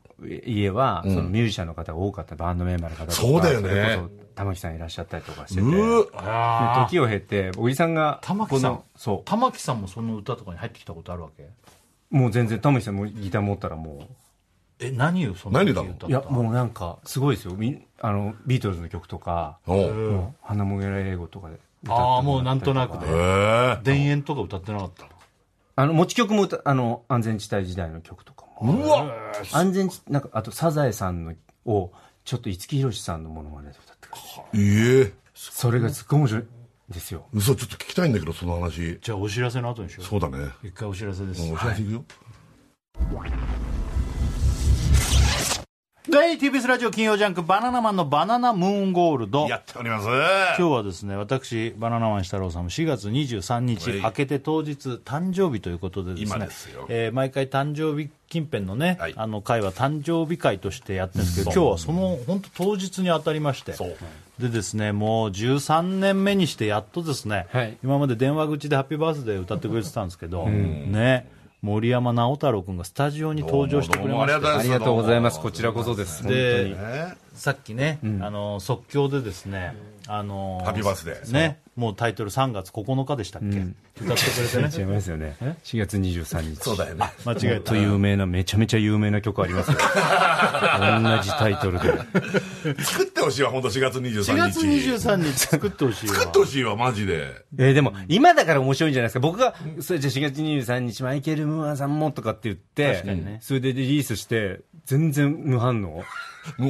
Speaker 3: 家は、そのミュージシャンの方が多かったバンドメンバーの方とか
Speaker 2: そうだよね
Speaker 3: それこそ玉木さんいらっしゃったりとかしてて
Speaker 2: うー
Speaker 1: あ
Speaker 3: 時を経ておじさんが
Speaker 1: 玉木さん
Speaker 3: このそ
Speaker 1: 玉木さんもその歌とかに入ってきたことあるわけ
Speaker 3: うもう全然玉木さんもギター持ったらも
Speaker 1: え、何よ、その
Speaker 2: 何
Speaker 1: 時
Speaker 2: だろう
Speaker 1: 歌っ
Speaker 3: ういや
Speaker 1: たの
Speaker 3: もうなんかすごいですよみあのビートルズの曲とか
Speaker 2: おう
Speaker 3: もう花もげら英語とかで歌って
Speaker 1: ああ、もうなんとなく
Speaker 2: へ
Speaker 1: で。
Speaker 2: え
Speaker 1: 田園とか歌ってなかった
Speaker 3: あの持ち曲も歌あの安全地帯時代の曲とかも
Speaker 2: うわ
Speaker 3: 安全地なんかあとサザエさんのをちょっと五木ひろしさんのものまねで歌ってくれて
Speaker 2: いえ
Speaker 3: それがすっごい面白いんですよ
Speaker 2: 嘘ちょっと聞きたいんだけどその話
Speaker 1: じゃあお知らせの後にしよう
Speaker 2: そうだね
Speaker 1: 一回お知らせです
Speaker 2: うんお知らせいくよ
Speaker 1: はい TBS ラジオ金曜ジャンク「バナナマンのバナナムーンゴールド」
Speaker 2: やっております
Speaker 1: 今日はですね私バナナマン設楽さんも4月23日、
Speaker 2: はい
Speaker 1: 明けて当日誕生日ということでです
Speaker 2: 今
Speaker 1: ね
Speaker 2: ですよ
Speaker 1: えー毎回誕生日近辺のね、
Speaker 2: はい
Speaker 1: あの会は誕生日会としてやってるんですけど今日はその本当当日に当たりまして
Speaker 2: そう
Speaker 1: でですねもう13年目にしてやっとですね、
Speaker 3: はい
Speaker 1: 今まで電話口で「ハッピーバースデー」歌ってくれてたんですけど、ね森山直太朗君がスタジオに登場してくれました
Speaker 3: ありがとうございますこちらこそです
Speaker 1: で
Speaker 3: 本当に
Speaker 1: さっきね、あの即興でですね、あの
Speaker 2: ハッピーバースデー
Speaker 1: ね、もうタイトル3月9日でしたっけ、歌って くれて
Speaker 3: 違い
Speaker 1: ね、
Speaker 3: ますよね4月23日
Speaker 2: そうだよね
Speaker 1: 間違え た
Speaker 3: と有名なめちゃめちゃ有名な曲あ りますよ同じタイトルで
Speaker 2: 作ってほしいわ本当4月23日
Speaker 1: 4月23日作ってほしいわ
Speaker 2: 作ってほしいわマジで
Speaker 3: えーでも今だから面白いんじゃないですか僕がそれじゃあ4月23日マイケル・ムーアさんもとかって言って
Speaker 1: 確かにね
Speaker 3: それでリリースして全然無反応
Speaker 2: 無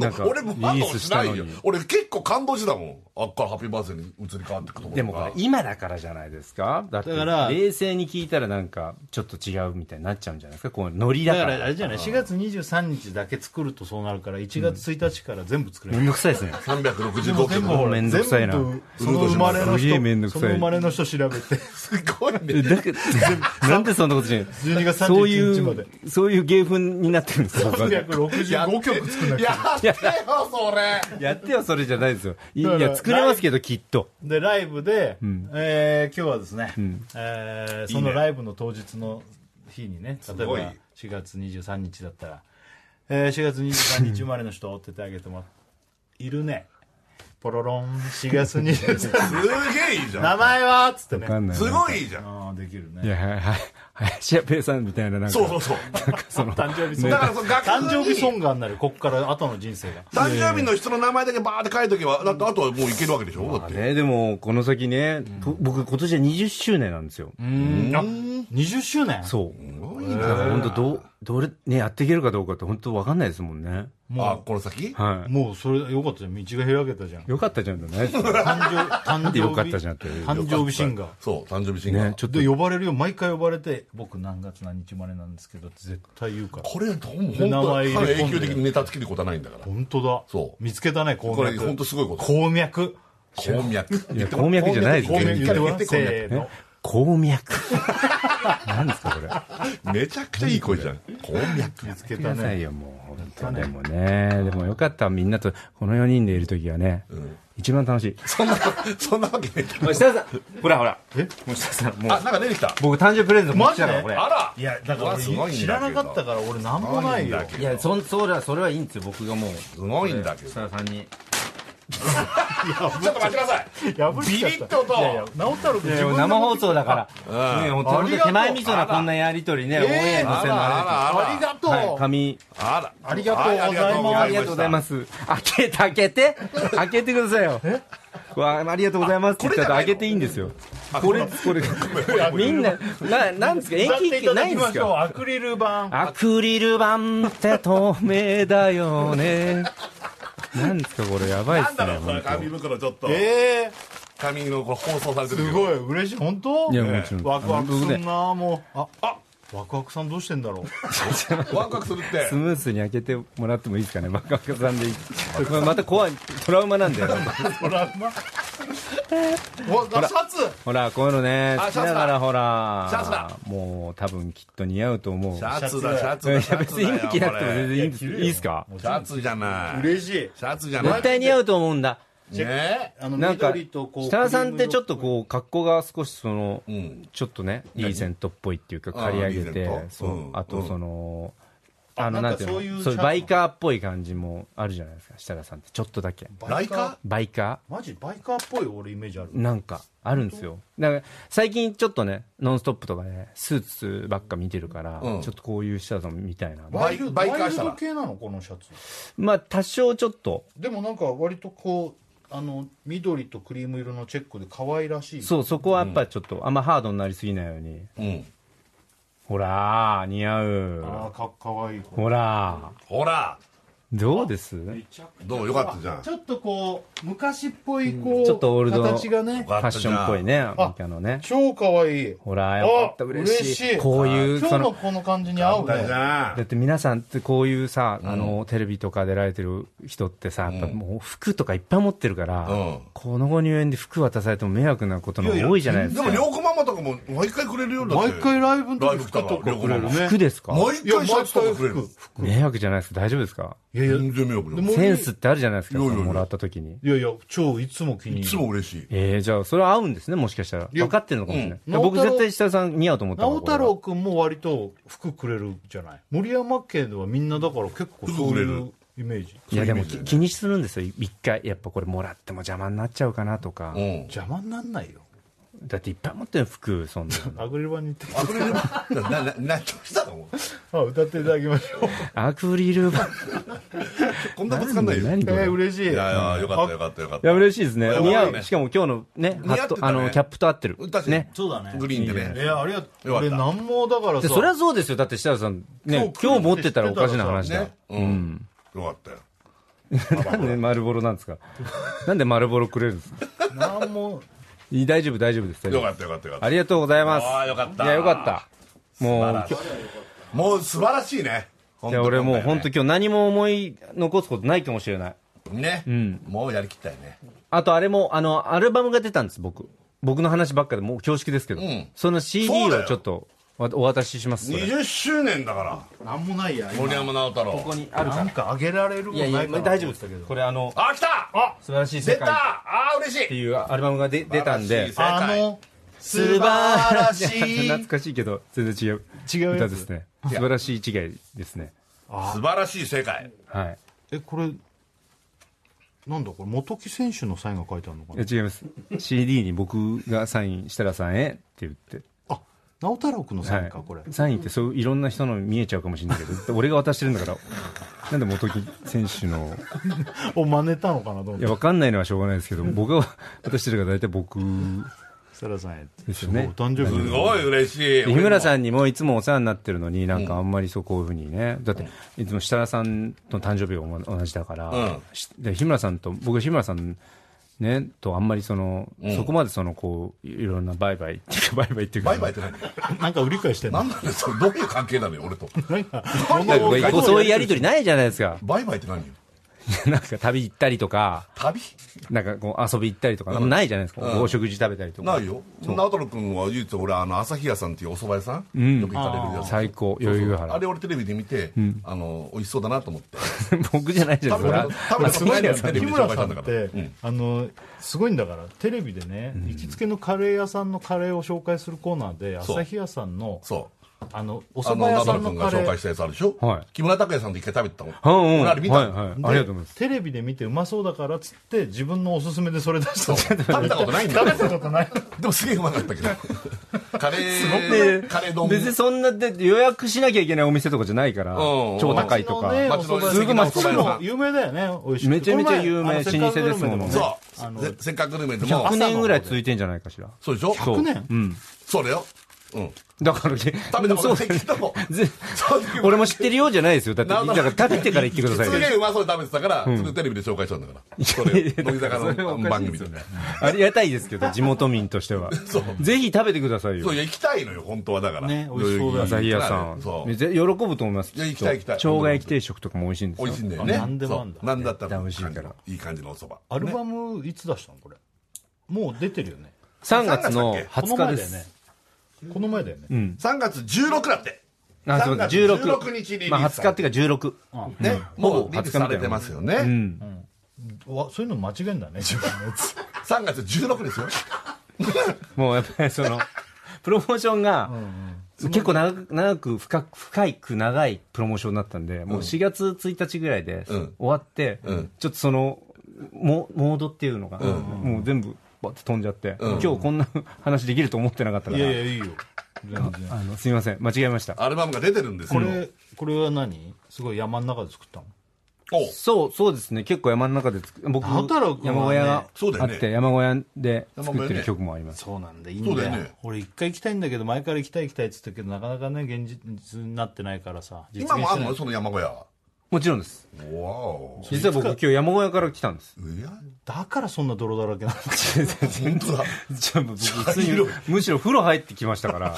Speaker 3: な
Speaker 2: 反
Speaker 3: んか
Speaker 2: 応俺無反
Speaker 3: リ
Speaker 2: 応
Speaker 3: リース
Speaker 2: し
Speaker 3: した
Speaker 2: な
Speaker 3: の
Speaker 2: い
Speaker 3: に
Speaker 2: よ俺結構感動してたもんあっからハッピーバースデーに移り変わってくところ
Speaker 3: でもこれ今だからじゃないですかだって
Speaker 1: だから
Speaker 3: 冷静に聞いたらなんかちょっと違うみたいになっちゃうんじゃないですかこうノリだか
Speaker 1: かららあれじゃない4月23日だけ作るとそうなるから1月1日から全部作れる
Speaker 3: めんどくさいですね
Speaker 1: でも全部ほら
Speaker 3: めんどくさいな
Speaker 1: 全部その生まれの
Speaker 3: すげえめん
Speaker 1: 人
Speaker 3: ど
Speaker 1: そ
Speaker 3: く
Speaker 1: の
Speaker 3: さ
Speaker 1: 生
Speaker 3: い
Speaker 1: まれの人調 べてすごい
Speaker 3: えだけど なんでそんなことしない
Speaker 1: 12月
Speaker 3: そう
Speaker 1: 31日
Speaker 3: い
Speaker 1: まで
Speaker 3: うそういう芸風になってるんですよ僕は
Speaker 1: 365曲作んなきゃいけ
Speaker 2: や
Speaker 1: ない
Speaker 2: ってよそれ
Speaker 3: やってよそれじゃないですよいい
Speaker 1: だから
Speaker 3: や作れますけどきっと
Speaker 1: でライブで、えー今日はですね、
Speaker 3: うん
Speaker 1: えー
Speaker 3: いい
Speaker 1: そ
Speaker 3: ね
Speaker 1: のライブの当日の日にね例えば
Speaker 2: ごい
Speaker 1: 4月23日だったら、えー4月23日生まれの人って手挙げてもらっているねポロロン4月23日
Speaker 2: すげえいいじゃん
Speaker 1: 名前はっつってね
Speaker 3: わかんない
Speaker 2: すごいじゃん
Speaker 1: あーできるね
Speaker 3: いやはいはい林家ペイさんみたいななんか
Speaker 2: そうそうそう
Speaker 3: なんかその
Speaker 1: 誕生日ソング
Speaker 3: ね
Speaker 2: だからその楽
Speaker 1: 誕
Speaker 2: 譜に
Speaker 1: 生日ソングになるこっから後の人生が
Speaker 2: 誕生日の人の名前だけバーって書いとけばだってあとはもういけるわけでしょだって
Speaker 3: ねでもこの先ねと僕今年は20周年なんですよ
Speaker 1: うんあ20周年
Speaker 3: そう本当どうどれねやっていけるかどうかって本当わかんないですもんね
Speaker 2: あこの先
Speaker 3: は
Speaker 1: もうそれよかったじゃん道が開けたじゃん
Speaker 3: いよかったじゃんじゃ ないですよ
Speaker 1: 誕生
Speaker 3: なん
Speaker 1: 日
Speaker 3: でよかったじゃんって
Speaker 1: 誕生日シンガー
Speaker 2: そう誕生日シンガー
Speaker 3: ねちょっと
Speaker 1: で呼ばれるよ毎回呼ばれて僕何月何日生まれなんですけどって絶対言うから
Speaker 2: これ本当本
Speaker 1: 名前入れ込んで
Speaker 2: 永久的にネタつけることはないんだから
Speaker 1: 本当だ
Speaker 2: そう
Speaker 1: 見つけたね鉱
Speaker 2: これ
Speaker 1: 脈
Speaker 2: 本当すごいこと
Speaker 1: 鉱脈
Speaker 2: 鉱脈
Speaker 3: いや鉱脈じゃないです
Speaker 1: 鉱
Speaker 3: よ
Speaker 1: 脈
Speaker 3: 全
Speaker 1: 言ってごら
Speaker 3: 然
Speaker 1: んせーの
Speaker 3: 鉱 脈何ですかこれ
Speaker 2: めちゃくちゃいい声じゃん鉱脈
Speaker 1: 見つけ
Speaker 3: くだ
Speaker 1: た
Speaker 3: さい
Speaker 1: ね
Speaker 3: よもう本当でもねでもよかったみんなとこの4人でいる時はね、一番楽しい
Speaker 2: そんなそんなわけねえだろ
Speaker 3: 設楽さんほらほらえもう設楽さんも
Speaker 2: あなんか出てきた
Speaker 3: 僕誕生日プレゼント持
Speaker 1: マ
Speaker 3: って
Speaker 1: ジ
Speaker 3: きたから
Speaker 1: で
Speaker 3: これ
Speaker 2: あら
Speaker 1: いやだから
Speaker 2: うわすごいんだ
Speaker 1: 俺
Speaker 2: けど
Speaker 1: 知らなかったから俺何もないよ
Speaker 3: いやそんそうだそれはいいんですよ僕がもう
Speaker 2: すごいんだけど
Speaker 3: 設楽さんに
Speaker 2: ちょっと待ってください
Speaker 1: 破っちゃった
Speaker 2: ビビッとと
Speaker 1: いやいや直太朗君自分で
Speaker 3: 生放送だから、ね、本当
Speaker 1: あり
Speaker 3: に
Speaker 1: がとう
Speaker 3: 手前味噌なこんなやりとりね、応援の
Speaker 2: あ
Speaker 3: せな
Speaker 2: らあらあ
Speaker 1: ありがとう、
Speaker 3: はい、紙
Speaker 2: らあら
Speaker 1: ありがとうございます
Speaker 3: ありがとうございます開けて開けて開けてくださいよわあありがとうございますって言ったら開けていいんですよこれこれみんなななんですか延
Speaker 1: 歌ってい
Speaker 3: 期
Speaker 1: た
Speaker 3: な
Speaker 1: だ
Speaker 3: い
Speaker 1: き
Speaker 3: んで
Speaker 1: ますしょう
Speaker 3: か
Speaker 1: アクリル板
Speaker 3: アクリル板って透明だよねなんですかこれやばいっ
Speaker 2: なん
Speaker 3: す
Speaker 2: だ
Speaker 3: ね
Speaker 2: ろうこれ紙袋ちょっと
Speaker 1: ええ
Speaker 2: 紙のこれ包装されてる
Speaker 1: す
Speaker 2: けど
Speaker 1: ごい嬉しい本当
Speaker 3: いやもちろん
Speaker 1: ワクワクす
Speaker 3: 僕
Speaker 1: ん
Speaker 3: ね
Speaker 1: なもうああワクワクさんどうしてんだろう
Speaker 2: ワクワクするって
Speaker 3: スムースに開けてもらってもいいですかねバカバカさんでいいこれまた怖いトラウマなんだよ
Speaker 1: トラウマおシャツ
Speaker 3: ほら、こういうのね、
Speaker 2: あ
Speaker 3: 好きだからほら、
Speaker 2: シャツだ
Speaker 3: もう多分きっと似合うと思う。
Speaker 2: シャツだシャツ
Speaker 3: い
Speaker 2: だ
Speaker 3: や
Speaker 2: シャ
Speaker 3: 別
Speaker 2: ツ
Speaker 3: に
Speaker 2: だ
Speaker 3: 今着なくても全
Speaker 2: よ
Speaker 3: 然いいんですいいですか
Speaker 2: これシャツじゃない
Speaker 1: 嬉しい
Speaker 2: シャツじゃない
Speaker 3: 絶対似合うと思うんだ。
Speaker 2: ね
Speaker 1: あの
Speaker 3: なんか、
Speaker 1: 緑とこう
Speaker 3: 設楽さんってちょっとこう、格好が少しその
Speaker 2: う、ん
Speaker 3: ちょっとね、リーゼントっぽいっていうか、
Speaker 2: あー
Speaker 3: 刈り上げ
Speaker 2: リー
Speaker 3: て
Speaker 2: ゼント、、
Speaker 3: そううんあとその、あの、
Speaker 1: な
Speaker 3: なんん
Speaker 1: か
Speaker 3: て
Speaker 1: そうい
Speaker 3: い
Speaker 1: シャ
Speaker 3: ううの
Speaker 1: ツ
Speaker 3: そういうバイカーっぽい感じもあるじゃないですか、設楽さんって。ちょっとだけ。
Speaker 2: ライカ
Speaker 3: バイカ
Speaker 1: マジバイカーっぽい俺イメージある
Speaker 3: ーなんか、あるんですよ。なんか、最近ちょっとね、ノンストップとかね、スーツばっか見てるから、
Speaker 2: うん
Speaker 3: ちょっとこういう設楽さんみたいな。
Speaker 1: ワイル
Speaker 2: バイカー
Speaker 1: ワイル
Speaker 2: した
Speaker 1: ド
Speaker 2: ら
Speaker 1: 系なのこのシャツ
Speaker 3: まあ多少ちょっと
Speaker 1: でもなんか割とこうあの緑とクリーム色のチェックで可愛らしい
Speaker 3: そうそこはやっぱちょっと、あんまハードになりすぎないように
Speaker 2: うん
Speaker 3: ほらー似合
Speaker 1: あ
Speaker 3: う
Speaker 1: ーかかわいい
Speaker 3: ほら
Speaker 2: ほら
Speaker 3: ーどうです
Speaker 2: どうよかったじゃん
Speaker 1: ちょっとこう昔っぽいこう、
Speaker 3: ちょっとオールド
Speaker 1: 形がね
Speaker 3: ファッションっぽいねアメリカのね
Speaker 1: 超可愛い
Speaker 3: ほらーよかった
Speaker 1: あ
Speaker 3: 嬉しい
Speaker 1: 嬉しい
Speaker 3: こういう
Speaker 1: 今日
Speaker 3: そ
Speaker 1: の
Speaker 3: の
Speaker 1: この感じに合う
Speaker 2: だじ
Speaker 1: ね
Speaker 2: ゃ
Speaker 3: だって皆さんってこういうさ、あのテレビとか出られてる人ってさやっぱもう服とかいっぱい持ってるから、
Speaker 2: うん
Speaker 3: この後入園で服渡されても迷惑なことの方が多いじゃないで
Speaker 2: ん
Speaker 3: す
Speaker 2: で
Speaker 3: か
Speaker 2: も涼子ママとかも毎回くれるようになって
Speaker 1: 毎回ライブの
Speaker 2: ライブ
Speaker 1: 時
Speaker 2: 来
Speaker 1: 服
Speaker 2: た
Speaker 1: と
Speaker 2: わ
Speaker 1: か
Speaker 2: 涼子
Speaker 1: く
Speaker 2: マ
Speaker 1: れ
Speaker 2: マ
Speaker 1: る
Speaker 2: 毎
Speaker 1: ね
Speaker 3: 服ですか
Speaker 2: 回シャツとかくれる
Speaker 3: 迷惑じゃないですか大丈夫ですか
Speaker 1: いやいや
Speaker 2: 全然迷惑じゃない
Speaker 1: もういい
Speaker 3: センスってあるじゃないですか
Speaker 2: いやいやいや
Speaker 3: そのもらった時に
Speaker 1: いやいや超いつも気に入
Speaker 2: い
Speaker 1: る
Speaker 2: つも嬉しい
Speaker 3: えー、じゃあ、それは合うんですね、もしかしたら。
Speaker 1: や
Speaker 3: 分かってるのかもしれない。
Speaker 1: うん
Speaker 3: いや僕、
Speaker 1: 直太朗
Speaker 3: 絶対設楽さん似合うと思ったわ
Speaker 1: 直太朗君も割と服くれるじゃない森山家ではみんなだから結構そういうイメージ
Speaker 3: これはいや、でも
Speaker 2: そういうイメージだよね
Speaker 3: 気にするんですよ、一回。やっぱこれもらっても邪魔になっちゃうかなとか
Speaker 2: う。ん
Speaker 1: 邪魔になんないよ
Speaker 3: だっていっぱい持ってる服、そんなの。
Speaker 1: アクリル板に行って
Speaker 2: あくれるななななどうしたの
Speaker 1: あ歌っていただきましょう
Speaker 3: アクリル板。
Speaker 2: こんなことつかんないよ
Speaker 3: 何
Speaker 2: い
Speaker 3: これ
Speaker 1: えー
Speaker 3: い
Speaker 1: 嬉しい
Speaker 2: やいやよかったよかったよかっ
Speaker 3: や、
Speaker 2: た
Speaker 3: 嬉しいですね。
Speaker 2: や
Speaker 3: 似合
Speaker 2: わかるね
Speaker 3: う。しかも今日のね、
Speaker 2: 似合
Speaker 3: ハ
Speaker 2: って
Speaker 3: ッ
Speaker 2: たね
Speaker 3: ト、あの、キャップと合ってる
Speaker 2: 確か。に
Speaker 3: ね。
Speaker 1: そうだね
Speaker 2: グリーンでね
Speaker 1: いやありがとう
Speaker 2: よか
Speaker 1: 俺
Speaker 2: った
Speaker 1: 何もだから
Speaker 3: で、
Speaker 1: さ
Speaker 3: それはそうですよ。だって設楽さん、ね、
Speaker 1: 今
Speaker 3: 今
Speaker 1: 日
Speaker 3: 日
Speaker 1: 持っ
Speaker 3: 持ってて
Speaker 1: た
Speaker 3: た
Speaker 1: ら
Speaker 3: らおかしな話だ
Speaker 2: ね。うんよかったよ
Speaker 3: なんで丸ボロなんですかなんで丸ボロくれるんですか
Speaker 5: なんも
Speaker 3: いい大丈夫大丈夫です大丈夫
Speaker 2: よかったよかったよかった
Speaker 3: ありがとうございます
Speaker 2: ああよかった
Speaker 3: いやよかったもう今日
Speaker 2: もう素晴らしいね
Speaker 3: いや俺もう本当
Speaker 2: に
Speaker 3: 今日何も思い残すことないかもしれない
Speaker 2: ね、
Speaker 3: うん
Speaker 2: もうやりきったよね
Speaker 3: あとあれもあのアルバムが出たんです僕僕の話ばっかでもう恐縮ですけど、
Speaker 2: うん
Speaker 3: その CD
Speaker 2: そうだ
Speaker 3: を
Speaker 2: よ
Speaker 3: ちょっとわお渡ししますそれ
Speaker 2: 20周年だから
Speaker 5: なんもないや今
Speaker 2: 森山直太朗
Speaker 3: ここにあるか
Speaker 5: な
Speaker 3: ら
Speaker 5: んかあげられる
Speaker 3: い
Speaker 5: もんな
Speaker 3: や
Speaker 5: い
Speaker 3: い
Speaker 5: かな
Speaker 3: や大丈夫ですけどこれあの
Speaker 2: あ来たあ
Speaker 3: 素晴らしい世
Speaker 2: 出
Speaker 3: 界
Speaker 2: たあー嬉し
Speaker 3: って
Speaker 2: い
Speaker 3: いうアルバムがで出たんで
Speaker 2: 素晴らしい世界
Speaker 5: 素晴らし
Speaker 3: 懐
Speaker 5: い
Speaker 3: かしいけど全然違う
Speaker 5: 違うやつ
Speaker 3: 歌ですね素晴らしい違いですね
Speaker 2: 素晴らしい世界
Speaker 3: はい
Speaker 5: えこれなんだこれ元木選手のサインが書いてあるのか
Speaker 3: いや
Speaker 5: な
Speaker 3: 違います CD に僕がサイン設楽さんへって言って
Speaker 5: あ直太朗君のサ
Speaker 3: は
Speaker 5: イン
Speaker 3: い
Speaker 5: か、これ
Speaker 3: サインってそういろんな人の見えちゃうかもしれないけど俺が渡してるんだからなんで元木選手の
Speaker 5: を真似たのかなと思っ
Speaker 3: い
Speaker 5: て
Speaker 3: や分かんないのはしょうがないですけど僕が渡してるから大体僕
Speaker 5: 設楽さんへって
Speaker 3: ですよね
Speaker 5: お誕生日
Speaker 2: すごい嬉しい
Speaker 3: で日村
Speaker 2: ん
Speaker 3: さんにもいつもお世話になってるのになんかあんまりそうこういうふうにねだっていつも設楽さんの誕生日が同じだから、
Speaker 2: うん
Speaker 3: しで日村さんと僕は日村さんねとあんまりその、そこまでそのこういろんなバイバイっていうかバイバイっていうか
Speaker 2: バイバイって何
Speaker 5: なんか売り買いしてんの
Speaker 2: 何なんですかどういう関係なのよ俺と
Speaker 3: なんかこうそういうやりとりないじゃないですか
Speaker 2: バイバイって何よ
Speaker 3: なんか旅行ったりとか
Speaker 2: 旅
Speaker 3: なんかこう遊び行ったりとか、ないじゃないですか、
Speaker 2: うん
Speaker 3: お食事食べたりとか
Speaker 2: ないよ直太朗君は唯一俺あの朝日屋さんっていうお蕎麦屋さん、よく行かれるやつ
Speaker 3: 最高余裕
Speaker 2: あ
Speaker 3: 原
Speaker 2: れ俺テレビで見て、あの美味しそうだなと思って
Speaker 3: 僕じゃないじゃない
Speaker 2: 食
Speaker 3: で
Speaker 2: べ
Speaker 3: す
Speaker 2: た
Speaker 3: か
Speaker 2: 食べたことないのよテレビで紹
Speaker 5: 日村
Speaker 2: 介し
Speaker 5: さ
Speaker 2: たん
Speaker 5: ん
Speaker 2: だから、
Speaker 5: って、
Speaker 2: うん
Speaker 5: あのすごいんだからテレビでね、行きつけのカレー屋さんのカレーを紹介するコーナーで
Speaker 2: そう
Speaker 5: 朝日屋さんの
Speaker 2: そう
Speaker 5: あのお
Speaker 2: あ
Speaker 5: 蕎
Speaker 2: の
Speaker 5: 麦屋
Speaker 2: 直
Speaker 5: さ
Speaker 2: 太朗
Speaker 5: んの
Speaker 2: 君
Speaker 5: カ
Speaker 2: が
Speaker 5: レ
Speaker 2: 紹介
Speaker 5: ー
Speaker 2: したやつあるでしょ、
Speaker 3: はい
Speaker 2: 木村拓哉さんと一回食べてたもん、
Speaker 3: うんうん
Speaker 2: 俺あれ見たの、
Speaker 3: はいはい
Speaker 5: で
Speaker 3: ありがとうございます
Speaker 5: テレビで見てうまそうだからっつって自分のおすすめでそれ出したの
Speaker 2: 食べたことないんだよ
Speaker 5: 食べたことない
Speaker 2: でもすげえうまかったけどカレ
Speaker 3: で
Speaker 2: ーカレー丼
Speaker 3: 別にそんなで予約しなきゃいけないお店とかじゃないから、
Speaker 2: うんうん
Speaker 3: 超高いとか、
Speaker 5: 街のね
Speaker 2: 町の
Speaker 5: お蕎麦屋
Speaker 2: すぐ町
Speaker 5: こ
Speaker 2: の
Speaker 5: っち
Speaker 2: お蕎麦屋さ
Speaker 5: も
Speaker 2: ん
Speaker 5: 有名だよね美味しくて
Speaker 3: めちゃめちゃ有名
Speaker 5: この前あの
Speaker 3: 老舗ですもん
Speaker 5: せっかくグルメ
Speaker 2: そ
Speaker 5: でね
Speaker 2: う、
Speaker 5: あ
Speaker 2: せせっ
Speaker 5: の
Speaker 2: かくグルメでも
Speaker 3: 100年ぐらい続いてんじゃないかしら
Speaker 2: そうでしょ
Speaker 3: そう
Speaker 5: 100年
Speaker 3: うん
Speaker 2: そうだよ、うん、
Speaker 3: だから食
Speaker 2: 食べたことないけども
Speaker 3: 俺も知ってるようじゃないですよだって
Speaker 2: なんだ
Speaker 3: だから食べてから言ってください
Speaker 2: すげえ
Speaker 3: ね
Speaker 2: うまそうに食べてたから、それテレビで紹介したんだからそれ乃木坂の番組で
Speaker 3: ありがたいですけど地元民としては
Speaker 2: そう
Speaker 3: ぜひ食べてくださいよ
Speaker 2: そういや行きたいのよ本当はだから
Speaker 5: ね美味しそうだよね
Speaker 3: 朝日屋さん
Speaker 2: そう
Speaker 3: ねぜ喜ぶと思います
Speaker 2: いや行きたい行きたい
Speaker 3: 生姜焼き定食とかも美味しいんです
Speaker 2: 美
Speaker 3: よ
Speaker 2: 味しいんだよね
Speaker 5: あなんでもあんだ
Speaker 2: そうなんだったら
Speaker 3: 絶対美味しいから
Speaker 2: いい感じのお蕎麦
Speaker 5: アルバムいつ出したのこれもう出てるよね
Speaker 3: 3月の
Speaker 5: この
Speaker 3: 20日
Speaker 5: 前
Speaker 3: で
Speaker 5: だよね
Speaker 3: す
Speaker 5: この前だよね
Speaker 2: 3月16だって
Speaker 3: あそうだ
Speaker 2: 3月
Speaker 3: 16
Speaker 2: 16日リリース
Speaker 3: まあ、20日っていうか16
Speaker 2: ねもう
Speaker 3: ほぼ
Speaker 2: リリースされてますよね、
Speaker 3: うん
Speaker 5: わそういうの間違えんだね自分 のやつ
Speaker 2: 3月16ですよ
Speaker 3: もうやっぱりその プロモーションが結構長く長く深く深く長いプロモーションだったんでもう4月1日ぐらいで
Speaker 2: うん
Speaker 3: 終わって、
Speaker 2: うん
Speaker 3: ちょっとそのモモードっていうのが、もう全部バッて飛んじゃって、
Speaker 2: うん
Speaker 3: 今日こんな 話できると思ってなかったか
Speaker 5: い
Speaker 3: ら
Speaker 5: やいやいいよ全然
Speaker 3: あのすみません間違えました
Speaker 2: アルバムが出てるんです
Speaker 5: こ
Speaker 2: よ
Speaker 5: れこれは何すごい山の中で作ったの
Speaker 2: おう
Speaker 3: そう、そうですね。結構山の中で作僕、
Speaker 5: 直太朗君
Speaker 3: 山
Speaker 5: は
Speaker 3: 小
Speaker 5: ね
Speaker 3: 屋が
Speaker 2: そうだよ
Speaker 3: あっ
Speaker 2: ね
Speaker 3: て、山小屋で作
Speaker 2: 山小
Speaker 3: って
Speaker 2: 屋
Speaker 3: る
Speaker 2: ね
Speaker 3: 曲もあります。
Speaker 5: そうなんだいいん
Speaker 2: そう
Speaker 5: だ
Speaker 2: だ
Speaker 5: よ
Speaker 2: よね
Speaker 5: 俺一回行きたいんだけど前から行きたい行きたいっつったけどなかなかね現実になってないからさ実現
Speaker 2: 今もあん
Speaker 5: してない
Speaker 2: のその山小屋わ
Speaker 3: もちろんです。
Speaker 2: お
Speaker 3: 実は僕、今日山小屋から来たんです。
Speaker 2: いや
Speaker 5: だからそんな泥だらけなの
Speaker 2: 本当だ
Speaker 3: じゃあ僕、普
Speaker 2: 茶
Speaker 3: 通に
Speaker 2: 色い、
Speaker 3: むしろ風呂入ってきましたから、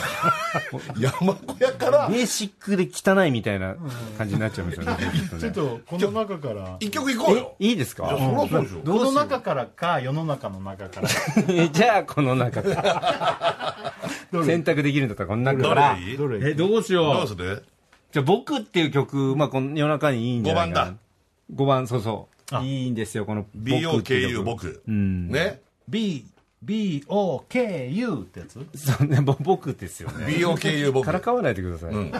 Speaker 2: 山小屋から
Speaker 3: ベーシックで汚いみたいな感じになっちゃいますよね。きっと
Speaker 5: ちょ
Speaker 3: ね
Speaker 5: っとこの中から
Speaker 2: 一曲行こうよ
Speaker 3: いいです
Speaker 2: いや
Speaker 3: か
Speaker 2: そりゃそうでしょ
Speaker 5: この中からか世の中の中から
Speaker 3: じゃあ、この中から。選択できるんだったらこの中か
Speaker 2: ど
Speaker 3: ら
Speaker 2: れ。いい
Speaker 5: どれ
Speaker 3: え、どうしよ
Speaker 2: どう
Speaker 3: う
Speaker 2: す。る
Speaker 3: じゃあ、僕っていう曲、まあ、この夜中にいいんじゃないかな。
Speaker 2: 五番だ
Speaker 3: 5番、そうそう。
Speaker 5: あ
Speaker 3: いいんですよ、この僕っていう
Speaker 2: BOKU
Speaker 3: 曲。
Speaker 2: 僕
Speaker 3: うん。
Speaker 2: ね
Speaker 5: BBOKU ってやつ
Speaker 3: そうね、ぼ 僕ですよね。
Speaker 2: BOKU 僕
Speaker 3: からかわないでください。
Speaker 2: うん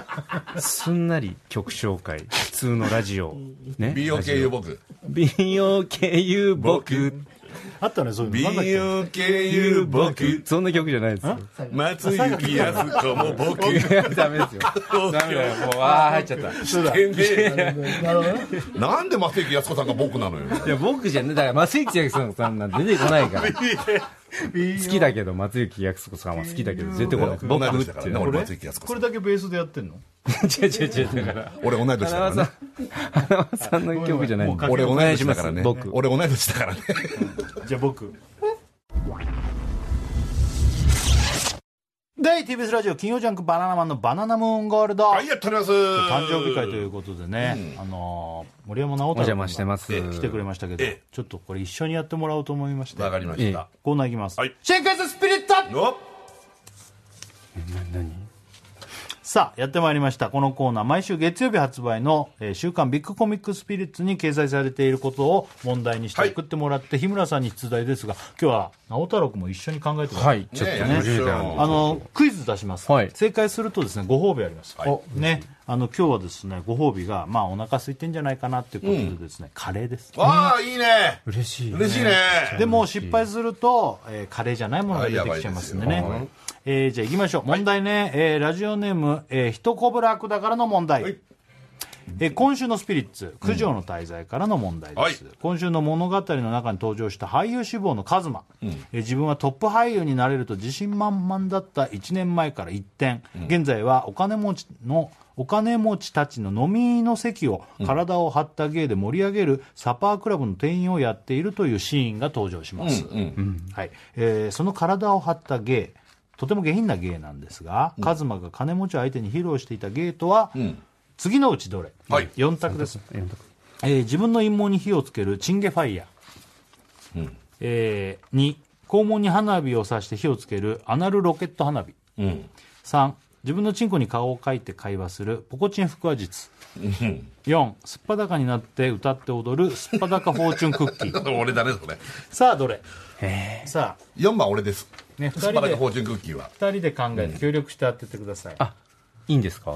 Speaker 3: すんなり曲紹介、普通のラジオ。ね。ラジ
Speaker 2: BOKU
Speaker 3: オ。
Speaker 2: 僕
Speaker 3: BOKU 僕。
Speaker 5: あったねそういうのなんだっけ
Speaker 2: BOKU 僕
Speaker 3: そんな曲じゃないですよ。
Speaker 2: 松雪康子も僕
Speaker 3: いや、 ダメですよ。ダメだよ。もう、ああ、入っちゃった。い
Speaker 2: なんで松雪康子さんが僕なのよ
Speaker 3: や、僕じゃね、だから、マスイッチさんなんて出てこないから。好きだけど、松雪康子さんは好きだけど、出てこない。僕
Speaker 2: 同い年だからね俺
Speaker 3: って
Speaker 2: 松雪康子
Speaker 5: これだけベースでやってんの
Speaker 3: 違う違う違う、だから。
Speaker 2: 俺同い年だからね
Speaker 3: 花輪さん。花輪さんの曲じゃないんだ
Speaker 2: 俺同い年だからね
Speaker 3: お願いします僕。
Speaker 2: 俺同い年だからね
Speaker 5: じゃあ僕で TBS ラジオ金曜ジャンクバナナマンのバナナムーンゴールド
Speaker 2: はいやっております
Speaker 1: 誕生日会ということでね、あのー森山直太朗君が
Speaker 3: お邪魔してます
Speaker 1: 来てくれましたけど、
Speaker 2: ええ
Speaker 1: ちょっとこれ一緒にやってもらおうと思いまして
Speaker 2: わかりました
Speaker 1: コーナーいきます、
Speaker 2: はい
Speaker 5: 新活スピリット
Speaker 2: お
Speaker 1: さあやってまいりましたこのコーナー毎週月曜日発売の「えー週刊ビッグコミックスピリッツ」に掲載されていることを問題にして送ってもらって、日村さんに出題ですが今日は直太朗君も一緒に考えてくださ、
Speaker 3: はいい、ちょっと
Speaker 2: ね
Speaker 3: ね。
Speaker 2: え
Speaker 1: あのクイズ出します、
Speaker 3: はい
Speaker 1: 正解するとですねご褒美あります、ねあの今日はですねご褒美がまあお腹空いてんじゃないかなっていうことでですね、カレーです
Speaker 2: わあいいね
Speaker 3: 嬉しい。
Speaker 2: 嬉しいね
Speaker 1: でも失敗すると、えーカレーじゃないものが出てきちゃいますんで
Speaker 2: は
Speaker 1: ね
Speaker 2: いやばいですよ
Speaker 1: えーじゃあ行きましょう問題ね、えーラジオネーム、えー、ひとこぶらくだからの問題、
Speaker 2: はい
Speaker 1: えー今週のスピリッツ九条の滞在からの問題です、
Speaker 2: はい
Speaker 1: 今週の物語の中に登場した俳優志望のカズマ、えー自分はトップ俳優になれると自信満々だった1年前から一転、現在はお金持ちのお金持ちたちの飲みの席を体を張った芸で盛り上げるサパークラブの店員をやっているというシーンが登場します、はいえーその体を張った芸とても下品な芸なんですが、カズマが金持ちを相手に披露していた芸とは、次のうちどれ、
Speaker 2: はい
Speaker 1: 4択です、えー自分の陰謀に火をつけるチンゲファイヤー、えー2肛門に花火を刺して火をつけるアナルロケット花火、3自分のチンコに顔を描いて会話するポコチン腹話術、4すっぱだかになって歌って踊るすっぱだかフォーチュンクッキー
Speaker 2: 俺だねそれ
Speaker 1: さあどれさあ
Speaker 2: 4番俺です
Speaker 1: ね
Speaker 2: ス
Speaker 1: 二
Speaker 2: パ
Speaker 1: 人で
Speaker 2: ラカフォーチュンクッキーは
Speaker 1: 2人で考えて協力して当ててください、
Speaker 3: あ、いいんですか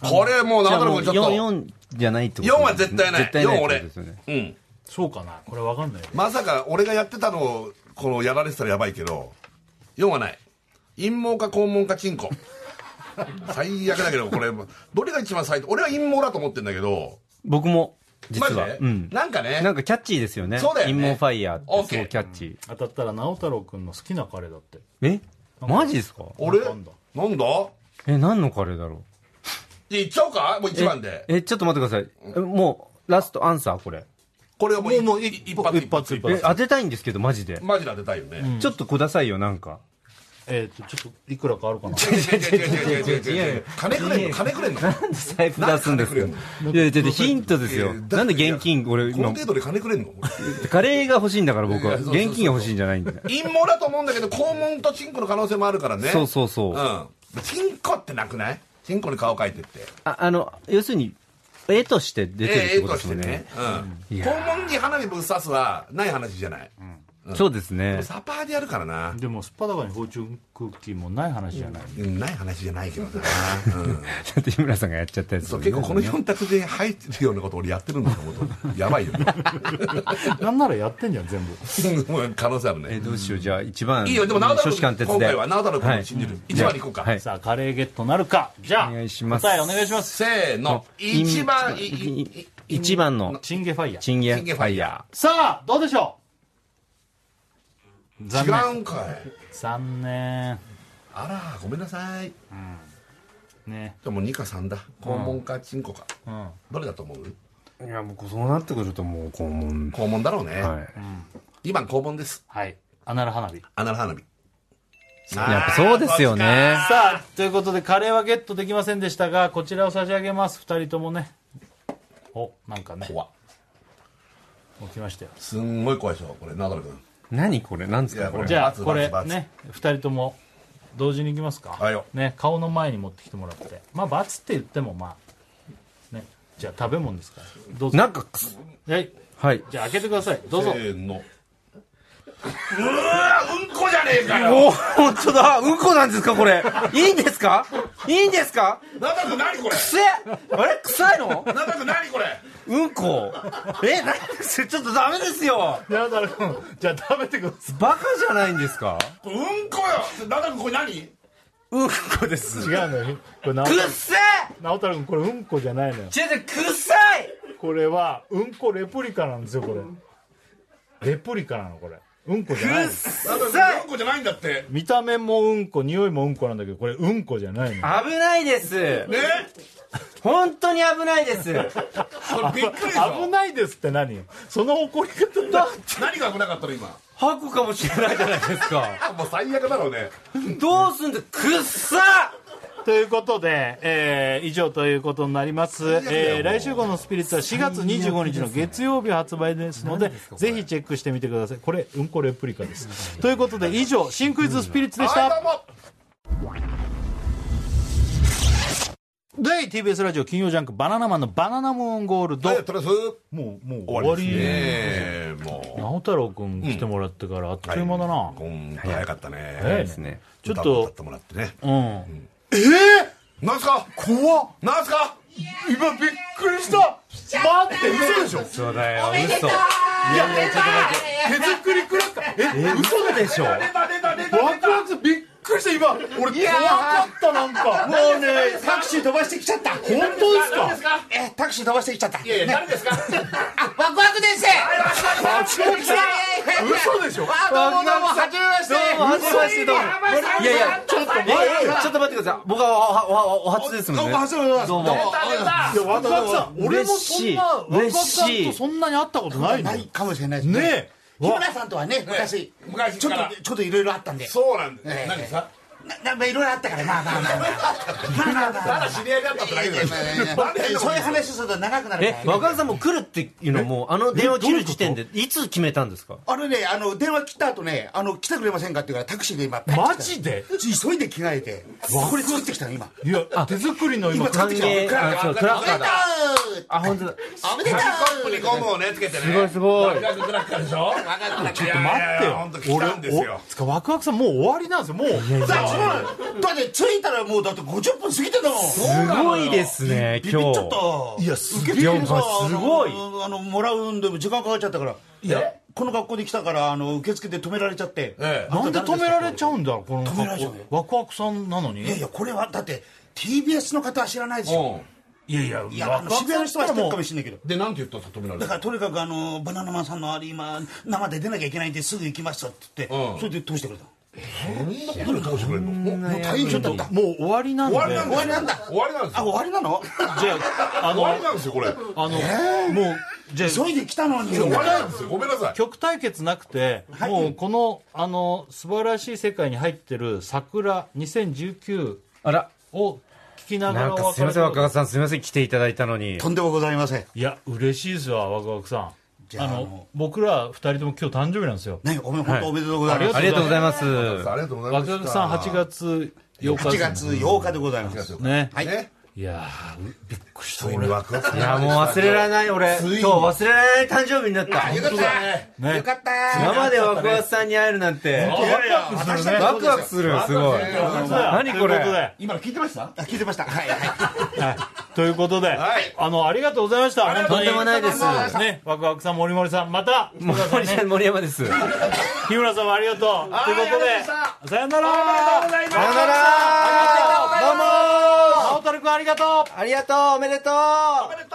Speaker 2: これもう
Speaker 3: じゃ
Speaker 2: なんと
Speaker 3: あも
Speaker 2: な
Speaker 3: う
Speaker 2: くちょっと
Speaker 3: 4、4じゃないってこと
Speaker 2: 4は絶対ない
Speaker 3: 絶対ない
Speaker 2: 4
Speaker 3: って
Speaker 2: 俺
Speaker 3: ことですよね。
Speaker 2: うん
Speaker 1: そうかなこれわかんないよ
Speaker 2: まさか俺がやってたのをこのやられてたらやばいけど4はない陰謀か肛門かチン コ最悪だけどこれどれが一番最悪俺は陰謀だと思ってんだけど
Speaker 3: 僕も、
Speaker 2: マ
Speaker 3: 実
Speaker 2: ジ
Speaker 3: は
Speaker 2: で。
Speaker 3: うん。
Speaker 2: なんかね
Speaker 3: なんかキャッチーですよね。
Speaker 2: そうだよね
Speaker 3: 陰謀ファイヤーってすごいキャッチー。
Speaker 1: 当たったら直太朗君の好きなカレーだって
Speaker 3: えマジですか
Speaker 2: 俺
Speaker 1: な
Speaker 2: なんん
Speaker 1: だ
Speaker 2: だなんだ
Speaker 3: え、何のカレーだろう
Speaker 2: いやいっちゃおうかもう一番で
Speaker 3: え、ちょっと待ってくださいえ。もう、ラストアンサーこれ。
Speaker 2: これはもうもう一発一発
Speaker 1: 一
Speaker 3: え、当てたいんですけど、マジで。
Speaker 2: マジで当てたいよね
Speaker 3: ちょっとくださいよ、なんか。
Speaker 1: えっ、とちょっといくらかあるかな
Speaker 2: 違う違う違う違う違う
Speaker 3: いやい
Speaker 2: 違
Speaker 3: や
Speaker 2: う金くれんの金く れんの
Speaker 3: なんで財布出すんですかい
Speaker 2: なんで
Speaker 3: やいや、だってヒントですよ。
Speaker 2: いやだって
Speaker 3: なんで現金、俺、
Speaker 2: この
Speaker 3: 今、
Speaker 2: 程度で金くれんの
Speaker 3: カレーが欲しいんだから僕は。
Speaker 2: いやそうそうそう
Speaker 3: 現金が欲しいんじゃないんだよ。
Speaker 2: 陰謀だと思うんだけど肛門とチンコの可能性もあるからね
Speaker 3: そうそうそう。あ、
Speaker 2: うんチンコってなくないチンコに顔描いてって
Speaker 3: あの、要するに、絵として出てるっ
Speaker 2: ええ
Speaker 3: て
Speaker 2: え
Speaker 3: こと
Speaker 2: と
Speaker 3: で
Speaker 2: し
Speaker 3: す
Speaker 2: て
Speaker 3: よ
Speaker 2: ね
Speaker 3: ね。、
Speaker 2: うん、
Speaker 3: いや
Speaker 2: 肛門に花火ぶっ刺すはない話じゃない、
Speaker 3: そうですね。
Speaker 2: サパーでやるからな、
Speaker 1: でもすっぱだかにフォーチュンクッキーもない話じゃない、
Speaker 2: うんない話じゃないけどな、うん
Speaker 3: だって日村さんがやっちゃったやつ。
Speaker 2: そう結構この4択で入ってるようなこと俺やってるんだと思うとやばいよ
Speaker 1: なんならやってんじゃん全部
Speaker 2: も う可能性ある
Speaker 3: え
Speaker 2: ね
Speaker 3: どうしよう、じゃあ一番。
Speaker 2: いいよでも直太
Speaker 3: 書
Speaker 2: 朗
Speaker 3: 士官
Speaker 2: 君
Speaker 3: 鉄で。
Speaker 2: 今回は直太朗君を信じる、
Speaker 3: はい
Speaker 2: 一1番に行こうか、
Speaker 3: はい。
Speaker 1: さあカレーゲットなるかじゃあ
Speaker 3: お願いします
Speaker 1: 答えお願いします
Speaker 2: せーの1番いいいい
Speaker 3: 一番の、
Speaker 1: チンゲファイヤー
Speaker 3: チンゲ
Speaker 2: チンゲ
Speaker 3: フ
Speaker 2: ファ
Speaker 3: ァ
Speaker 2: イ
Speaker 3: イ
Speaker 2: ヤ
Speaker 3: ヤ
Speaker 1: さあどうでしょう残念
Speaker 2: 違うんかい
Speaker 1: 残念
Speaker 2: あらごめんなさい
Speaker 1: ね
Speaker 2: でも2か3だ肛門かチンコか、
Speaker 1: うん
Speaker 2: どれだと思う
Speaker 3: ー。いや、もうそうなってくるともう、肛門。
Speaker 2: 肛門だろうね、
Speaker 3: はい。
Speaker 2: 2番肛門です
Speaker 1: はいアナル花火
Speaker 2: アナル花火
Speaker 3: やっぱそうですよね。
Speaker 1: さあということでカレーはゲットできませんでしたがこちらを差し上げます2人ともねおなんかね
Speaker 2: 怖っ
Speaker 1: 起きましたよ
Speaker 2: すんごい怖いでしょこれナダル君
Speaker 3: 何これなんです
Speaker 2: い
Speaker 3: か
Speaker 2: や
Speaker 3: これ。
Speaker 1: じゃあ
Speaker 2: 罰
Speaker 1: これ
Speaker 2: 罰
Speaker 1: ね2人とも同時に行きますか
Speaker 2: はいよ
Speaker 1: ね顔の前に持ってきてもらってまあ罰って言ってもまあねじゃあ食べ物ですからどうぞ
Speaker 3: なんか、くす
Speaker 1: はい
Speaker 3: はい。
Speaker 1: じゃあ開けてくださいどうぞ
Speaker 2: せーのうわうんこじゃねえかよ
Speaker 3: おお、本当だ。うんこなんですかこれ。いいんですかいいんですか
Speaker 2: ナダル君何これ
Speaker 3: くせあれ臭いの
Speaker 2: ナダル君何これ
Speaker 3: うんこ。え、なそれちょっとダメですよ。
Speaker 1: やだろじゃあ食べてくださ
Speaker 3: バカじゃないんですか
Speaker 2: これうんこよナダル君これ何
Speaker 3: うんこです。
Speaker 1: い違うのよこれ直
Speaker 3: く
Speaker 1: 太
Speaker 3: っ
Speaker 1: 朗
Speaker 3: せ
Speaker 1: 直太朗君これうんこじゃないのよ
Speaker 3: 違う違う、くさい
Speaker 1: これはうんこレプリカなんですよこれレプリカなのこれうんこじゃない
Speaker 3: く
Speaker 1: の
Speaker 3: っさ
Speaker 2: ナダル君う
Speaker 3: い
Speaker 2: んここじゃないんだって。
Speaker 5: 見た目もうんこ匂いもうんこなんだけどこれうんこじゃないの
Speaker 3: 危ないです。ね本当に危ないです。
Speaker 2: びっくりし
Speaker 5: 危ないですって何よその怒り方だ
Speaker 2: 何が危なかったの今。
Speaker 3: 吐くかもしれないじゃないですか。
Speaker 2: もう最悪だろうね。
Speaker 3: どうすんだ、くっさ
Speaker 5: ということで、えー以上ということになります、えー来週号のスピリッツは4月25日の月曜日発売ですのでぜひチェックしてみてくださいこれうんこレプリカですということで以上新クイズスピリッツでした、で TBS ラジオ金曜ジャンク「バナナマンのバナナムーンゴールド」
Speaker 2: はい、とりあえず
Speaker 5: もうもう終
Speaker 2: 終わ
Speaker 5: わ
Speaker 2: り
Speaker 5: り
Speaker 2: ですね。も
Speaker 5: 直太朗君来てもらってからあっという間だな、
Speaker 2: う、今回早かったね。
Speaker 5: 早い
Speaker 3: ですね。
Speaker 5: ちょっ
Speaker 2: 歌も歌
Speaker 5: と
Speaker 2: ってもらってね。
Speaker 5: うん
Speaker 2: なんすか怖っなんすか
Speaker 14: 今びっくりした待って嘘でしょ
Speaker 3: そうだよ、嘘。
Speaker 14: 手作りクラッカーえ嘘でしょワクワクびっくりした今俺怖かったなんかもうね
Speaker 4: タクシー飛ばしてきちゃった
Speaker 14: 本当ですか
Speaker 4: えタクシー飛ばしてきちゃった
Speaker 2: え、誰ですか
Speaker 4: あワクワクです
Speaker 14: 嘘でしょ
Speaker 4: あどうもどうもはじめまして
Speaker 3: どうも、はじめまして、どうも。いやいや、ちょっと待って、いやいやちょっと待ってください。僕はおは、おは、おはお初ですもんね。どうも。
Speaker 14: いやワクワクさん俺もそんなワクワク
Speaker 3: 嬉
Speaker 14: さ
Speaker 3: し
Speaker 5: ちょっと
Speaker 3: い。
Speaker 5: そんなに会ったことないの
Speaker 4: ないかもしれないですね
Speaker 5: ね
Speaker 4: 日村さんとはね昔
Speaker 2: 昔
Speaker 4: ちょっ
Speaker 2: から
Speaker 4: とちょっといろいろあったんで
Speaker 2: そうなんだ
Speaker 4: え
Speaker 2: よ。
Speaker 4: え
Speaker 2: 何ですか
Speaker 4: ななんかいろいろあったからまあまあまあまあまあまあまあ
Speaker 2: ただ知り合いだったってだけだよ。
Speaker 4: そういう話すると長くなる
Speaker 3: え、
Speaker 4: から
Speaker 3: 若田さんも来るっていうのも、あの電話切る時点で、いつ決めたんですか
Speaker 4: あれねあの電話切った後ねあの来てくれませんかって言うからタクシーで今マジで急いで着替えてこれ作ってきたの今
Speaker 5: いや手作りの今
Speaker 4: 今作ってきたの
Speaker 3: 歓迎あそうクラッカーだあ、本当だ。
Speaker 4: おめでとう
Speaker 2: コップにゴムをね、つけてね。す
Speaker 3: すごいすごい。
Speaker 2: クラッカーでしょちょっと
Speaker 5: 待ってよ
Speaker 2: 本当来たんですよ。
Speaker 5: つかワクワクさんもう終わりなんですよもう
Speaker 4: だってだって着いたらもうだって50分過ぎてたもん
Speaker 3: すごいですね、
Speaker 4: ビビ
Speaker 3: 今日
Speaker 4: っちゃっ。たいやすげ
Speaker 3: いやお前すごい
Speaker 4: あのあのもらうんでも時間かかっちゃったからいやこの学校で来たからあの受付で止められちゃって
Speaker 2: え
Speaker 5: なんで止められちゃうんだろうこの
Speaker 4: められちゃうよ
Speaker 5: ワクワクさんなのに
Speaker 4: いやいやこれはだって TBS の方は知らないでしょ
Speaker 5: いやいや
Speaker 4: いやあの渋谷の人は知ってるかもしれないけど
Speaker 2: で、なんて言ったの止めら
Speaker 4: だ
Speaker 2: れ
Speaker 4: から
Speaker 2: た
Speaker 4: とにかくあのバナナマンさんのあれ今生で出なきゃいけないんですぐ行きましたって言って、
Speaker 2: ん
Speaker 4: それで通してくれた
Speaker 2: そんなことでどうしてくれるの
Speaker 4: もう大変だった
Speaker 5: もう終わりなんで
Speaker 2: 終わりなん
Speaker 4: 終わりなんだ
Speaker 2: 終わりなんです
Speaker 4: あ終
Speaker 2: よ。
Speaker 4: わりなの
Speaker 5: じゃああ
Speaker 2: 終わ
Speaker 5: の
Speaker 2: りなんですよ、これ。
Speaker 5: あの、もうじゃあ
Speaker 4: 急いで来たのに
Speaker 2: 終わりなんですよ。ごめんなさい。
Speaker 5: 曲対決なくて、もうこのあの素晴らしい世界に入ってる「桜2019
Speaker 3: あら、」
Speaker 5: を聴きなが
Speaker 3: な
Speaker 5: ら
Speaker 3: ん
Speaker 5: お
Speaker 3: かすみ
Speaker 5: 別れ
Speaker 3: ません、若田さん、すみません、来ていただいたのに。
Speaker 4: とんでもございません
Speaker 5: いや嬉しいですわワクワクさん
Speaker 4: じゃ
Speaker 5: あ
Speaker 4: あ
Speaker 5: の僕ら二人とも今日誕生日なんですよ
Speaker 4: ねおめ本当おめでとうございます、
Speaker 3: ありがとうございます。
Speaker 2: ありがとうござい
Speaker 5: ワ
Speaker 2: ま
Speaker 5: ク
Speaker 2: す。
Speaker 5: ワクさん8月8日
Speaker 4: 8月8日でございます
Speaker 5: ね
Speaker 4: はい、
Speaker 2: ね。
Speaker 5: いやーうびっくりした
Speaker 2: ついにワクワクさん
Speaker 3: いや、もう忘れられない、俺。今日忘れられない誕生日になった。
Speaker 4: よかった、
Speaker 5: ね
Speaker 4: よかった
Speaker 3: 生でワクワクさんに会えるなんて。
Speaker 4: 私たち
Speaker 3: ワクワクするよ、すごい。何こ
Speaker 5: ということ
Speaker 3: れ。
Speaker 5: で
Speaker 2: 今の聞いてました
Speaker 4: あ聞いてましたはいはい
Speaker 5: はいということで、あのありがとうございました本当
Speaker 3: と
Speaker 5: に
Speaker 3: んでもないです。
Speaker 5: ねワクワクさん森森さんまた
Speaker 3: 森さん、森山です。さよ
Speaker 5: 日村さんもありがとうということでさよなら
Speaker 3: なら
Speaker 5: どうも直太朗君ありがとう
Speaker 3: ありがとうおめでとう